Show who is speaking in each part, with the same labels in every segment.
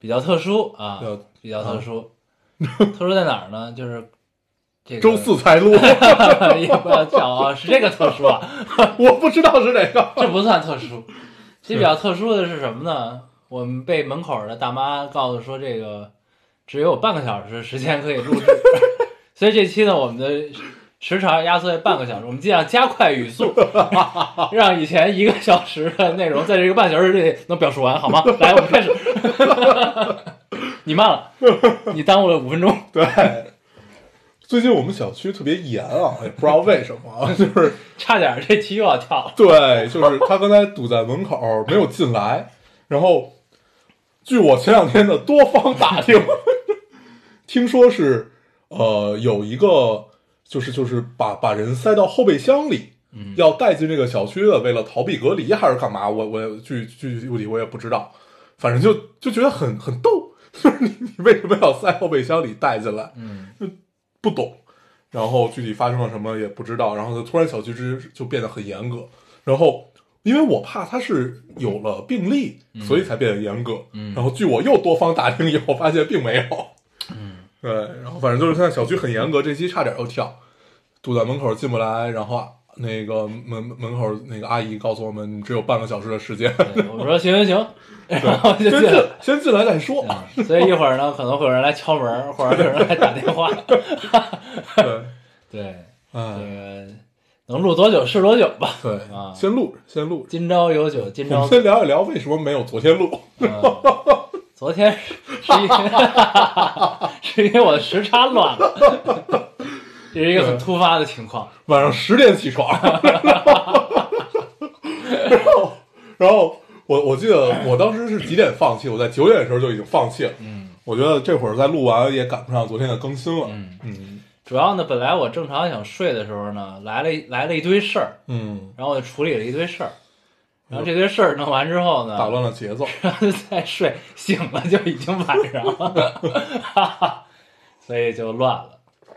Speaker 1: 比较特殊啊
Speaker 2: 比较，
Speaker 1: 比较特殊。特殊在哪儿呢？就是这个
Speaker 2: 啊周四才录，
Speaker 1: 也不 要叫啊，是这个特殊啊，
Speaker 2: 我不知道是哪个。
Speaker 1: 这不算特殊。这比较特殊的是什么呢？我们被门口的大妈告诉说，这个只有半个小时时间可以录制， 所以这期呢，我们的时长压缩在半个小时，我们尽量加快语速， 让以前一个小时的内容在这个半小时之内能表述完，好吗？来，我们开始。 你慢了，你耽误了五分钟。
Speaker 2: 对，最近我们小区特别严啊，也不知道为什么啊，就是
Speaker 1: 差点儿这期又要跳了。
Speaker 2: 对，就是他刚才堵在门口没有进来，然后据我前两天的多方打听， 听说是呃有一个就是就是把把人塞到后备箱里。要带进这个小区的，为了逃避隔离还是干嘛？我我具具具体我也不知道，反正就就觉得很很逗， 就是你你为什么要塞后备箱里带进来？
Speaker 1: 嗯，
Speaker 2: 不懂，然后具体发生了什么也不知道，然后就突然小区之就变得很严格，然后因为我怕他是有了病例，所以才变得严格，
Speaker 1: 嗯
Speaker 2: 然后据我又多方打听以后发现并没有，
Speaker 1: 嗯，
Speaker 2: 对，然后反正就是现在小区很严格，这期差点又跳，堵在门口进不来，然后啊那个门门口那个阿姨告诉我们，你只有半个小时的时 间，
Speaker 1: 对我说行行行，然后就
Speaker 2: 先
Speaker 1: 进
Speaker 2: 进
Speaker 1: 来。
Speaker 2: 先进来再说，
Speaker 1: 嗯所以一会儿呢，可能会有人来敲门，或者有人来打电 话。
Speaker 2: 对，
Speaker 1: 对，这
Speaker 2: 哎，
Speaker 1: 个能录多久是多久吧。
Speaker 2: 对
Speaker 1: 啊，
Speaker 2: 先录着，先录着。
Speaker 1: 今朝有酒今
Speaker 2: 我
Speaker 1: 朝
Speaker 2: 们先聊一聊为什么没有昨天录。
Speaker 1: 嗯，昨天是是因为是 因为我的时差乱了，这是一个很突发的情况。
Speaker 2: 晚上十点起 床，然后然后我我记得我当时是几点放弃？我在九点的时候就已经放弃了。
Speaker 1: 嗯，
Speaker 2: 我觉得这会儿再录完也赶不上昨天的更新了。
Speaker 1: 嗯
Speaker 2: 嗯
Speaker 1: 主要呢，本来我正常想睡的时候呢，来了一来了一堆事儿，
Speaker 2: 嗯，
Speaker 1: 然后我就处理了一堆事儿，然后这堆事儿弄完之后呢，
Speaker 2: 打乱了节奏。
Speaker 1: 然后就 再睡，醒了就已经晚上了， 所以就乱了。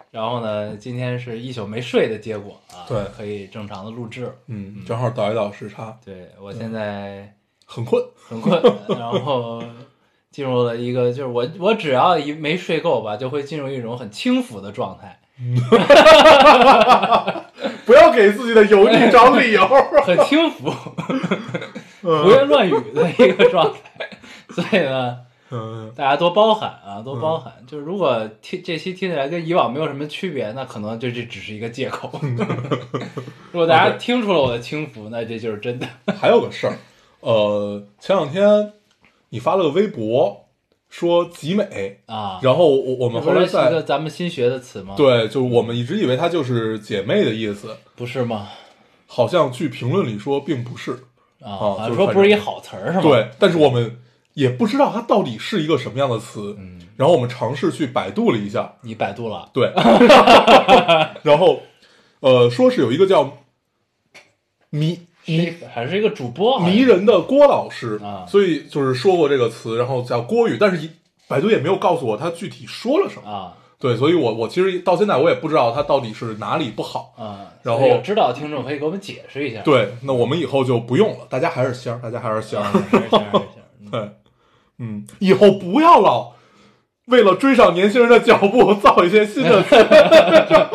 Speaker 1: 然后呢，今天是一宿没睡的结果啊，
Speaker 2: 对
Speaker 1: 可以正常的录制。
Speaker 2: 嗯，正好倒一倒时差，
Speaker 1: 对我现在
Speaker 2: 很困。
Speaker 1: 很困，然后进入了一个就是我我只要一没睡够吧，就会进入一种很轻浮的状态，
Speaker 2: 不要给自己的犹豫找理由。
Speaker 1: 很轻浮、 胡言乱语的一个状态。所以呢，
Speaker 2: 嗯，
Speaker 1: 大家多包涵啊，多包涵。就是如果听这期听起来跟以往没有什么区别，那可能就这只是一个借 口。如果大家听出了我的轻浮，那这就是真的。
Speaker 2: 嗯还有个事儿，呃，前两天你发了个微博说集美，
Speaker 1: 啊，
Speaker 2: 然后我我们后
Speaker 1: 这
Speaker 2: 来
Speaker 1: 不是一个
Speaker 2: 在。
Speaker 1: 咱们新学的词吗？，
Speaker 2: 对，就是我们一直以为它就是姐妹的意思，
Speaker 1: 不是吗？
Speaker 2: 好像据评论里说并不是。
Speaker 1: 啊，
Speaker 2: 哦
Speaker 1: 好
Speaker 2: 就
Speaker 1: 像
Speaker 2: 是
Speaker 1: 说
Speaker 2: 反
Speaker 1: 不是一
Speaker 2: 正
Speaker 1: 好词儿是吗？，
Speaker 2: 对，但是我们也不知道它到底是一个什么样的词。
Speaker 1: 嗯，
Speaker 2: 然后我们尝试去百度了一下，
Speaker 1: 你百度了
Speaker 2: 对，然后呃，说是有一个叫迷
Speaker 1: 是一个，还是一个主播好像
Speaker 2: 迷人的郭老师
Speaker 1: 啊
Speaker 2: 所以就是说过这个词，然后叫郭语，但是一百度也没有告诉我他具体说了什么。
Speaker 1: 啊
Speaker 2: 对，所以我我其实到现在我也不知道他到底是哪里不好。
Speaker 1: 啊，
Speaker 2: 然
Speaker 1: 所以
Speaker 2: 后
Speaker 1: 有知道的听众可以给我们解释一下。
Speaker 2: 对，那我们以后就不用了，大家还是仙儿，大家还是 仙
Speaker 1: 啊，
Speaker 2: 儿。
Speaker 1: 是是是是嗯
Speaker 2: 对，嗯，以后不要老为了追上年轻人的脚步，造一些新的
Speaker 1: 哎
Speaker 2: 词，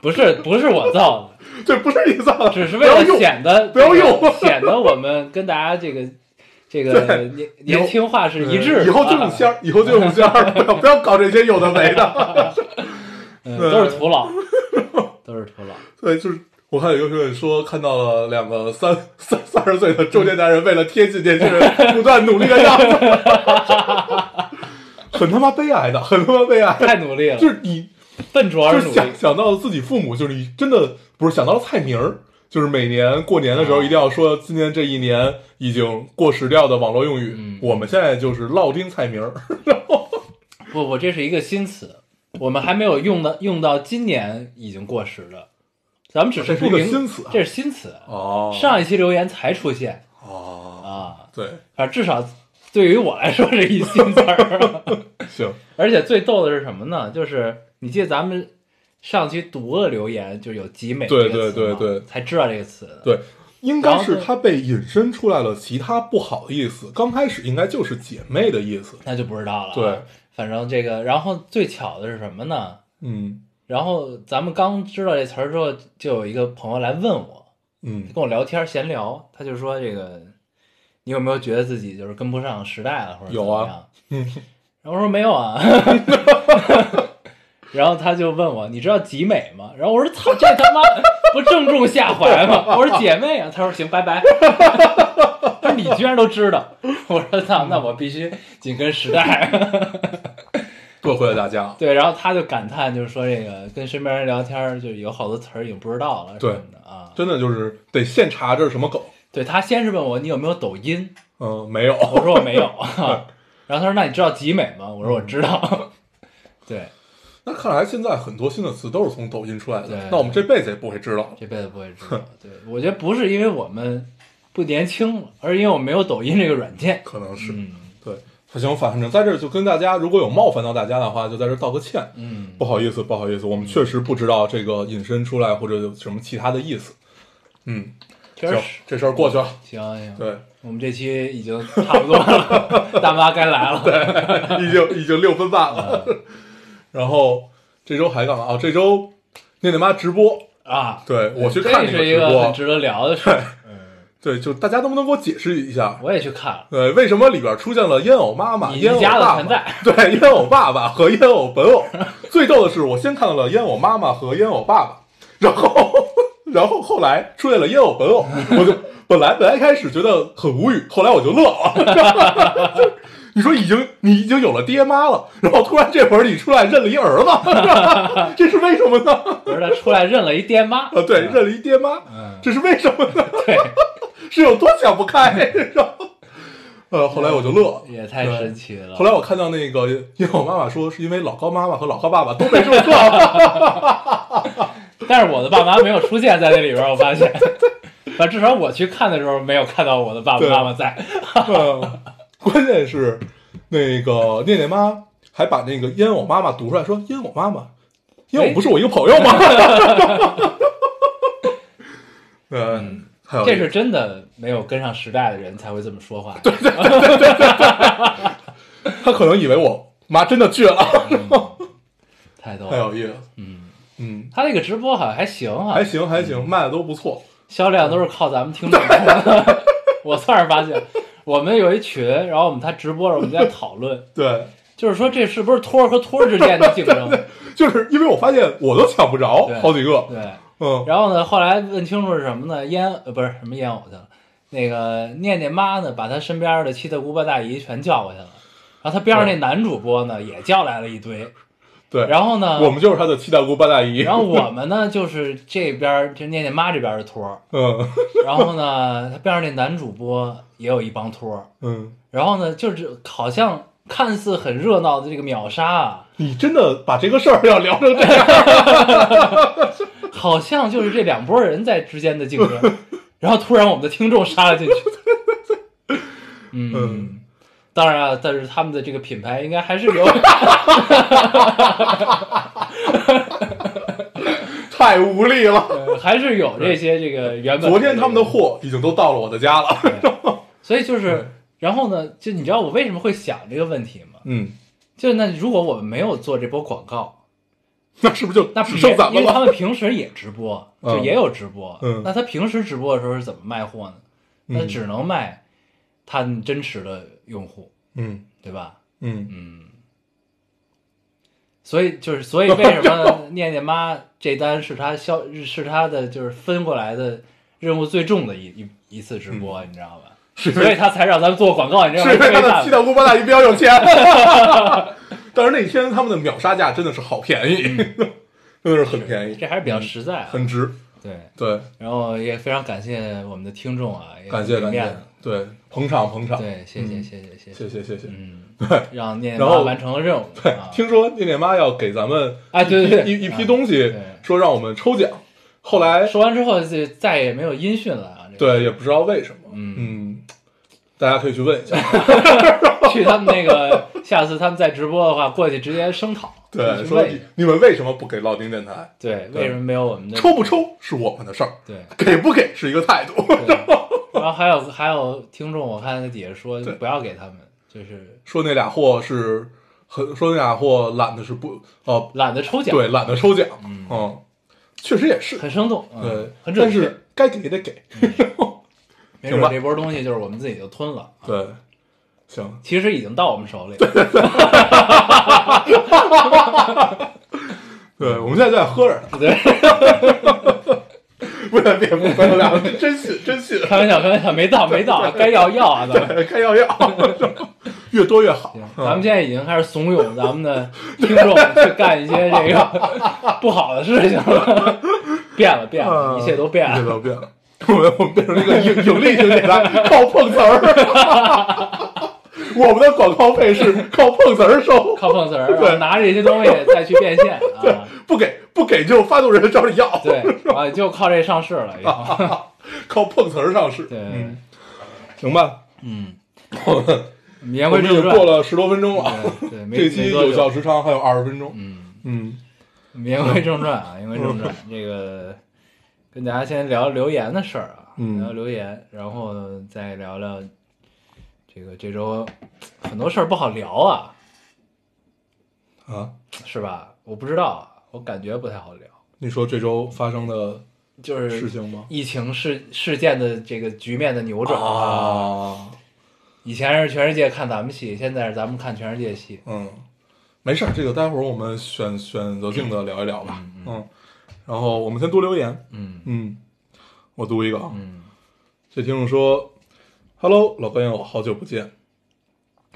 Speaker 1: 不是不是我造的，
Speaker 2: 这不是你造 的，
Speaker 1: 只是
Speaker 2: 不
Speaker 1: 为
Speaker 2: 要
Speaker 1: 了
Speaker 2: 用。
Speaker 1: 显得
Speaker 2: 不要用
Speaker 1: 这个 显得我们跟大家这 个这个年年轻化是一致的啊。
Speaker 2: 以后就用仙儿，以后就用仙儿， 不要不要搞这些有的没 的。
Speaker 1: 嗯，都是徒 劳，都是徒劳。
Speaker 2: 对，就是我看有一个评论说看到了两个三三三十岁的中年男人为了贴近年轻 人不断努力的样子， 很他妈悲哀的，很他妈悲哀。
Speaker 1: 太努力了，
Speaker 2: 就是你
Speaker 1: 笨拙
Speaker 2: 就
Speaker 1: 而
Speaker 2: 是
Speaker 1: 努力
Speaker 2: 想想到自己父母，就是你真的不是想到了菜名儿，就是每年过年的
Speaker 1: 啊
Speaker 2: 时候一定要说今年这一年已经过时掉的网络用语。
Speaker 1: 嗯
Speaker 2: 我们现在就是烙丁菜名儿，
Speaker 1: 不不，这是一个新词，我们还没有用到，用到今年已经过时了。咱们只是
Speaker 2: 这是一
Speaker 1: 不
Speaker 2: 个
Speaker 1: 明，
Speaker 2: 新词啊
Speaker 1: 这 是啊新词。
Speaker 2: 哦
Speaker 1: 上一期留言才出现
Speaker 2: 哦，
Speaker 1: 啊，
Speaker 2: 对，
Speaker 1: 反正至少对于我来说是一新词儿。
Speaker 2: 行，
Speaker 1: 而且最逗的是什么呢？就是你记得咱们上期读了留言，就有集美
Speaker 2: 对
Speaker 1: 这个词
Speaker 2: 对
Speaker 1: 吗
Speaker 2: 对对
Speaker 1: 才知道这个词的。
Speaker 2: 对，应该是
Speaker 1: 然后
Speaker 2: 它被引申出来了其他不好的意思。刚开始应该就是姐妹的意思。
Speaker 1: 那就不知道了。啊
Speaker 2: 对，
Speaker 1: 反正这个，然后最巧的是什么呢？
Speaker 2: 嗯
Speaker 1: 然后咱们刚知道这词儿之后，就有一个朋友来问我，
Speaker 2: 嗯
Speaker 1: 跟我聊天儿闲聊，他就说这个，你有没有觉得自己就是跟不上时代了，或者怎
Speaker 2: 有
Speaker 1: 么
Speaker 2: 啊
Speaker 1: 样？
Speaker 2: 嗯，
Speaker 1: 然后我说没有啊， 然后他就问我你知道集美吗？然后我说操，这他妈不正中下怀吗？我说姐妹啊，他说行，拜拜。 他说你居然都知道，我说操，那我必须紧跟时代。
Speaker 2: 多亏了大家。啊
Speaker 1: 对，然后他就感叹，就是说这个跟身边人聊天儿，就有好多词儿已经不知道了什
Speaker 2: 对
Speaker 1: 么的啊。
Speaker 2: 真的就是得现查这是什么梗。
Speaker 1: 对他先是问我你有没有抖音，
Speaker 2: 嗯，没有。
Speaker 1: 我说我没有， 然后他说那你知道集美吗？我说我知道。
Speaker 2: 嗯
Speaker 1: 对，
Speaker 2: 那看来现在很多新的词都是从抖音出来
Speaker 1: 对
Speaker 2: 的，那我们这辈子也不会知道。
Speaker 1: 这辈子不会知道。 对，我觉得不是因为我们不年轻了，而是因为我没有抖音这个软件。
Speaker 2: 可能是
Speaker 1: 嗯
Speaker 2: 对，行，反正在这儿就跟大家，如果有冒犯到大家的话，就在这儿道个歉，
Speaker 1: 嗯，
Speaker 2: 不好意思，不好意思，我们确实不知道这个引申出来或者有什么其他的意思。嗯，
Speaker 1: 确
Speaker 2: 行
Speaker 1: 实，
Speaker 2: 这事儿过去了。
Speaker 1: 行行，
Speaker 2: 对，
Speaker 1: 我们这期已经差不多了， 大妈该来了。
Speaker 2: 已经已经六分半了。
Speaker 1: 嗯
Speaker 2: 然后这周还干嘛啊？这周念念妈直播，
Speaker 1: 啊，
Speaker 2: 对我去
Speaker 1: 这
Speaker 2: 看你
Speaker 1: 是
Speaker 2: 的
Speaker 1: 一
Speaker 2: 直
Speaker 1: 个很
Speaker 2: 播。
Speaker 1: 值得聊的事儿。
Speaker 2: 对，就大家能不能给我解释一下？
Speaker 1: 我也去看了。
Speaker 2: 呃，为什么里边出现了烟偶妈妈、
Speaker 1: 你
Speaker 2: 烟偶
Speaker 1: 你家的
Speaker 2: 爸爸？
Speaker 1: 存在
Speaker 2: 对，烟偶爸爸和烟偶本偶。最逗的是，我先看到了烟偶妈妈和烟偶爸爸，然后，然后后来出现了烟偶本偶，我就本来本来开始觉得很无语，后来我就乐了。 就是你说已经你已经有了爹妈了，然后突然这会儿你出来认了一儿子， 这是为什么呢？
Speaker 1: 不是他出来认了一爹 妈，
Speaker 2: 啊，对，认了一爹妈，
Speaker 1: 嗯，
Speaker 2: 这是为什么呢？
Speaker 1: 对，
Speaker 2: 是有多想不开？ 然后，呃，后来我就乐了。
Speaker 1: 也太神奇了。
Speaker 2: 后来我看到那个， 因为我妈妈说是因为老高妈妈和老高爸爸都没注 册，
Speaker 1: 但是我的爸妈没有出现在那里边儿，我发现，反正至少我去看的时候没有看到我的爸爸
Speaker 2: 对
Speaker 1: 妈妈在。
Speaker 2: 嗯关键是那个念念妈还把那个烟偶妈妈读出来，说烟偶妈妈，烟偶不是我一个朋友吗？ 嗯，还有
Speaker 1: 这是真的没有跟上时代的人才会这么说话。对，
Speaker 2: 他可能以为我妈真的倔了，
Speaker 1: 嗯太逗
Speaker 2: 太
Speaker 1: 了。
Speaker 2: 有意思，
Speaker 1: 哦嗯，
Speaker 2: 嗯，
Speaker 1: 他那个直播好像还行啊，
Speaker 2: 还行还行，卖的都不错，
Speaker 1: 销量都是靠咱们听众。 我算是发现，我们有一群，然后我们他直播了，我们在讨论，
Speaker 2: 对，
Speaker 1: 就是说这是不是托儿和托儿之间的竞争？
Speaker 2: 就是因为我发现我都抢不着
Speaker 1: 对
Speaker 2: 好几个，
Speaker 1: 对。
Speaker 2: 嗯，
Speaker 1: 然后呢，后来问清楚是什么呢？烟呃不是什么烟偶去了，那个念念妈呢，把她身边的七大姑八大姨全叫过去了，然后她边上那男主播呢也叫来了一堆，
Speaker 2: 对，
Speaker 1: 然后呢，
Speaker 2: 我们就是他的七大姑八大姨，
Speaker 1: 然后我们呢就是这边儿就念念妈这边的托儿，
Speaker 2: 嗯
Speaker 1: 然后呢，她边上那男主播也有一帮托儿，
Speaker 2: 嗯。
Speaker 1: 然后呢，就是好像看似很热闹的这个秒杀啊，
Speaker 2: 你真的把这个事儿要聊成这样？
Speaker 1: 好像就是这两拨人在之间的竞争， 然后突然我们的听众杀了进去。嗯
Speaker 2: 嗯，
Speaker 1: 当然啊，但是他们的这个品牌应该还是 有，
Speaker 2: 太无力 了。
Speaker 1: 呃还是有这些这个原本。
Speaker 2: 昨天他们的，货已经都嗯到了我的家了。
Speaker 1: 所以就是，然后呢，就你知道我为什么会想这个问题吗？
Speaker 2: 嗯，
Speaker 1: 就那如果我们没有做这波广告，
Speaker 2: 那是不是就
Speaker 1: 那
Speaker 2: 只
Speaker 1: 别
Speaker 2: 剩咱
Speaker 1: 因
Speaker 2: 们
Speaker 1: 为他
Speaker 2: 了？
Speaker 1: 们平时也直播，
Speaker 2: 嗯
Speaker 1: 就也有直播，
Speaker 2: 嗯
Speaker 1: 那他平时直播的时候是怎么卖货呢？那只能卖他们真实的用户，
Speaker 2: 嗯
Speaker 1: 对吧？
Speaker 2: 嗯，
Speaker 1: 嗯，所以就是，所以为什 么念念妈这单是她消是她的就是分过来的任务最重的一一一次直播，你知道吧？
Speaker 2: 嗯是
Speaker 1: 所以她才让咱们做广告，你知道吗？
Speaker 2: 是 因为他
Speaker 1: 这
Speaker 2: 的
Speaker 1: 一
Speaker 2: 七
Speaker 1: 大
Speaker 2: 大姑八大姨比较有钱。 但是那 天他们的秒杀价真的是好便宜，真的是很便宜，
Speaker 1: 嗯
Speaker 2: 嗯
Speaker 1: 这还是比较实在啊。
Speaker 2: 很值。
Speaker 1: 对，
Speaker 2: 对，
Speaker 1: 然后也非常感谢我们的听众啊，也
Speaker 2: 感谢
Speaker 1: 给
Speaker 2: 感
Speaker 1: 面
Speaker 2: 谢
Speaker 1: 子，
Speaker 2: 对，捧场捧场，
Speaker 1: 对，谢谢谢谢
Speaker 2: 嗯
Speaker 1: 谢谢，
Speaker 2: 谢谢谢谢。
Speaker 1: 嗯，
Speaker 2: 对，
Speaker 1: 让念念
Speaker 2: 然
Speaker 1: 妈
Speaker 2: 后
Speaker 1: 完成了任务，
Speaker 2: 对
Speaker 1: 啊，
Speaker 2: 听说念念妈要给咱们
Speaker 1: 啊对对对啊
Speaker 2: 一一批东西
Speaker 1: 对，
Speaker 2: 说让我们抽奖，后来
Speaker 1: 说完之后就再也没有音讯了啊，这个
Speaker 2: 对也不知道为什么，
Speaker 1: 嗯，
Speaker 2: 嗯，大家可以去问一下，
Speaker 1: 去他们那个， 下次他们再直播的话，过去直接声讨，
Speaker 2: 对，
Speaker 1: 去
Speaker 2: 说
Speaker 1: 问
Speaker 2: 你你们为什么不给老丁电台？
Speaker 1: 对，
Speaker 2: 对
Speaker 1: 为什么没有我们的
Speaker 2: 抽不？抽是我们的事儿，
Speaker 1: 对，
Speaker 2: 给不给是一个态度。
Speaker 1: 对 然后还有还有听众，我看在底下说
Speaker 2: 对
Speaker 1: 不要给他们，就是
Speaker 2: 说那俩货是很，说那俩货懒得是不呃，
Speaker 1: 懒得抽奖，
Speaker 2: 对，，懒得抽奖，嗯，确实也是，
Speaker 1: 很生动，嗯
Speaker 2: 对，
Speaker 1: 很准
Speaker 2: 但
Speaker 1: 确，
Speaker 2: 是该给得给，
Speaker 1: 没
Speaker 2: 行
Speaker 1: 准
Speaker 2: 吧
Speaker 1: 这波东西就是我们自己就吞了，啊
Speaker 2: 对，行，
Speaker 1: 其实已经到我们手里了，
Speaker 2: 对，我们现在就在喝着呢，
Speaker 1: 对，
Speaker 2: 不然别不咱们俩真信真信，
Speaker 1: 开玩笑，开玩笑，没到没到，该要要啊，咱们。
Speaker 2: 对，该 要要，越多越好
Speaker 1: 行，
Speaker 2: 嗯
Speaker 1: 咱们现在已经开始怂恿咱们的听众去干一些这个 不好的事情了， 变了变了，
Speaker 2: 嗯
Speaker 1: 一切都变
Speaker 2: 一切
Speaker 1: 了。
Speaker 2: 都变了。 我们我们变成了一个盈盈利型电台，靠碰瓷儿。 我们的广告费是靠碰瓷儿收，
Speaker 1: 靠碰瓷儿，然后
Speaker 2: 对
Speaker 1: 拿着这些东西再去变 现啊，
Speaker 2: 不给不给就发动人找你要，
Speaker 1: 对啊，就靠这上市了，以后
Speaker 2: 靠碰瓷儿上市。
Speaker 1: 对，
Speaker 2: 嗯，行吧，
Speaker 1: 嗯，
Speaker 2: 我们
Speaker 1: 言
Speaker 2: 我
Speaker 1: 归
Speaker 2: 们
Speaker 1: 正
Speaker 2: 也过
Speaker 1: 传，
Speaker 2: 了十多分钟了，
Speaker 1: 对对，没
Speaker 2: 这期
Speaker 1: 没多
Speaker 2: 有效
Speaker 1: 久，
Speaker 2: 时长还有二十分钟。
Speaker 1: 嗯，
Speaker 2: 嗯，
Speaker 1: 言归正传啊，言归正传，这个跟大家先聊留言的事儿啊，
Speaker 2: 嗯
Speaker 1: 聊留言，然后再聊聊这个这周很多事儿不好聊啊，
Speaker 2: 啊，
Speaker 1: 是吧？我不知道啊，我感觉不太好聊，
Speaker 2: 你说这周发生的
Speaker 1: 就
Speaker 2: 事
Speaker 1: 是
Speaker 2: 情吗？
Speaker 1: 疫情事事件的这个局面的扭转啊，
Speaker 2: 啊，
Speaker 1: 以前是全世界看咱们戏，现在是咱们看全世界戏，
Speaker 2: 嗯，没事儿，这个待会儿我们选选择性的聊一聊吧。嗯，然后我们先读留言。
Speaker 1: 嗯
Speaker 2: 嗯，我读一个啊。
Speaker 1: 嗯
Speaker 2: 这听众说：“Hello，老朋友，好久不见。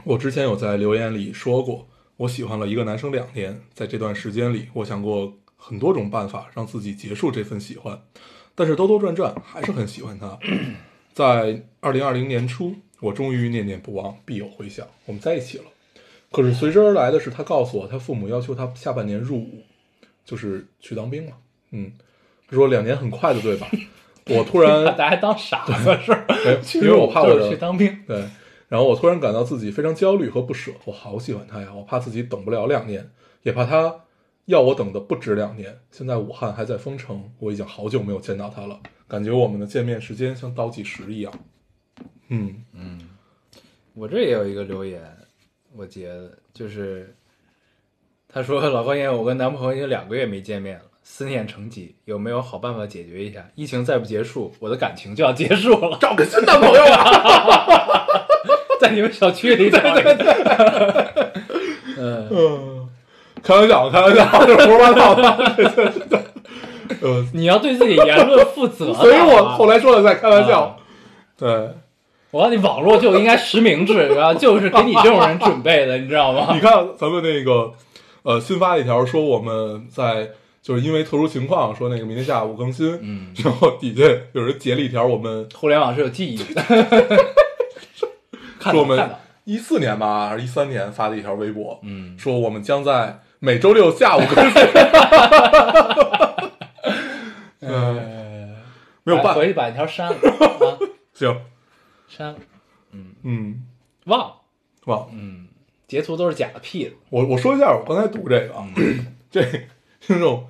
Speaker 2: 我之前有在留言里说过，我喜欢了一个男生两年，在这段时间里，我想过很多种办法让自己结束这份喜欢，但是兜兜转转还是很喜欢他。在二零二零年初，我终于念念不忘，必有回响，我们在一起了。可是随之而来的是，他告诉我，他父母要求他下半年入伍，就是去当兵了。嗯，他说两年很快的，对吧？我突 然
Speaker 1: 把大家当傻子是吧？
Speaker 2: 哎因为我怕我
Speaker 1: 就
Speaker 2: 的
Speaker 1: 是去当兵，
Speaker 2: 对，然后我突然感到自己非常焦虑和不舍，我好喜欢他呀，我怕自己等不了两年，也怕他要我等的不止两年。现在武汉还在封城，我已经好久没有见到他了，感觉我们的见面时间像倒计时一样。嗯
Speaker 1: 我这也有一个留言，我截的，就是他说：“老高爷，我跟男朋友已经两个月没见面了，思念成疾，有没有好办法解决一下？疫情再不结束，我的感情就要结束了。
Speaker 2: 找个新男朋友啊吧。
Speaker 1: 在你们小区里找一个。 嗯，
Speaker 2: 嗯，开玩笑，开玩笑，这胡说八道的。 这这这这 呃，
Speaker 1: 你要对自己言论负责。
Speaker 2: 所以我后
Speaker 1: 来，
Speaker 2: 来说的在开玩
Speaker 1: 啊
Speaker 2: 笑。对，
Speaker 1: 我告诉你，网络就应该实名制，然后 就是给你这种人准备的，你知道吗
Speaker 2: 你？看咱们那个，呃，新发一条说我们在就是因为特殊情况说那个明天下午更新，
Speaker 1: 嗯，
Speaker 2: 然后底下有人截了一条我们
Speaker 1: 互联网是有记忆 的。看
Speaker 2: 说
Speaker 1: 到看
Speaker 2: 我们嗯
Speaker 1: 到，
Speaker 2: 一四年吧还是一三年发的一条微博，
Speaker 1: 嗯，
Speaker 2: 说我们将在每周六下午 更新。 嗯，没有办法
Speaker 1: 回，去把那条 删了，啊、
Speaker 2: 行，
Speaker 1: 删了，
Speaker 2: 嗯，
Speaker 1: 忘了。
Speaker 2: 忘了。
Speaker 1: 嗯，截图都是假的 P 的。
Speaker 2: 我我说一下，我刚才读这个啊，
Speaker 1: 嗯
Speaker 2: 这听众，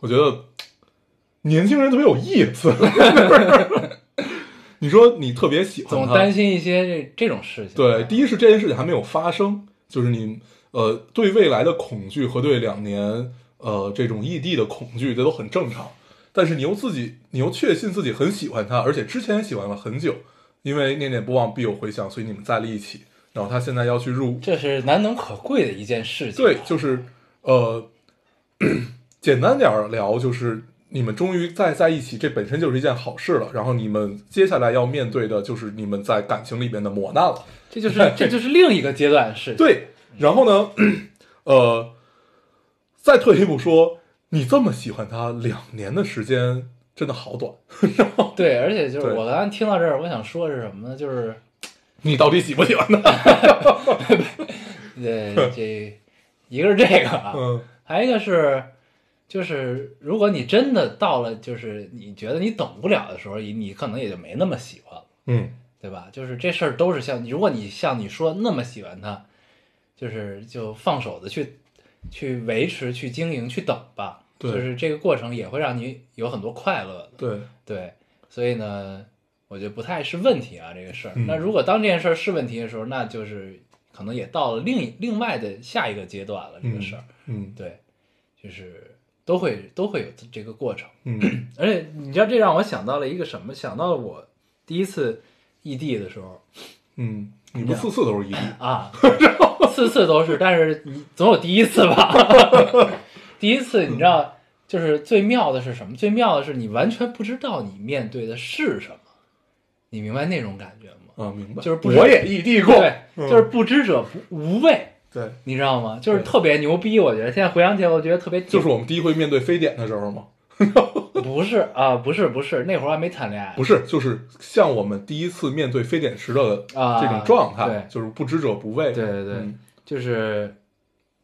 Speaker 2: 我觉得年轻人特别有意思。 你说你特别喜欢
Speaker 1: 总
Speaker 2: 他
Speaker 1: 担心一些这这种事情。
Speaker 2: 嗯
Speaker 1: 嗯
Speaker 2: 对，第一是这件事情还没有发生，就是你呃对未来的恐惧和对两年呃这种异地的恐惧，这都很正常。但是你又自己，你又确信自己很喜欢他，而且之前也喜欢了很久，因为念念不忘必有回响，所以你们在了一起。然后他现在要去入伍，
Speaker 1: 这是难能可贵的一件事情。啊
Speaker 2: 对，就是呃， 简单点儿聊，就是你们终于在在一起，这本身就是一件好事了。然后你们接下来要面对的就是你们在感情里面的磨难了。
Speaker 1: 这就是这就是另一个阶段的事情。
Speaker 2: 对，然后呢， 呃，再退一步说，你这么喜欢他两年的时间，真的好短。
Speaker 1: 对，而且就是
Speaker 2: 对
Speaker 1: 我刚刚听到这儿，我想说是什么呢？就是
Speaker 2: 你到底喜不喜欢它？
Speaker 1: 呃， 这一个是这个啊，
Speaker 2: 嗯
Speaker 1: 还有一个是，就是如果你真的到了，就是你觉得你等不了的时候，你你可能也就没那么喜欢了，
Speaker 2: 嗯
Speaker 1: 对吧？就是这事儿都是像，如果你像你说那么喜欢它，就是就放手的去去维持、去经营、去等吧。
Speaker 2: 对
Speaker 1: 就是这个过程也会让你有很多快乐的，
Speaker 2: 对，
Speaker 1: 对。所以呢，我觉得不太是问题啊，这个事儿。
Speaker 2: 嗯
Speaker 1: 那如果当这件事儿是问题的时候，那就是可能也到了另一另外的下一个阶段了，这个事儿。
Speaker 2: 嗯
Speaker 1: 对，就是都会都会有这个过程。
Speaker 2: 嗯
Speaker 1: 而且你知道，这让我想到了一个什么？想到了我第一次异地的时候
Speaker 2: 嗯，你不次次都是异地？
Speaker 1: 啊， 次次都是，但是你总有第一次吧？ 第一次你知道，就是最妙的是什么？最妙的是你完全不知道你面对的是什么，你明白那种感觉吗？
Speaker 2: 啊，明白，
Speaker 1: 就是不是
Speaker 2: 我也异地过，
Speaker 1: 对，
Speaker 2: 嗯
Speaker 1: 就是不知者不无畏。
Speaker 2: 对，
Speaker 1: 你知道吗？就是
Speaker 2: 对
Speaker 1: 特别牛逼，我觉得现在回想起来，我觉得特别屌
Speaker 2: 就是我们第一回面对非典的时候嘛，
Speaker 1: 不是啊，不是不是，那会儿还没谈恋爱，
Speaker 2: 不是，就是像我们第一次面对非典时的
Speaker 1: 啊
Speaker 2: 这种状态，
Speaker 1: 对
Speaker 2: 就是不知者不畏，
Speaker 1: 对对对，
Speaker 2: 嗯
Speaker 1: 就是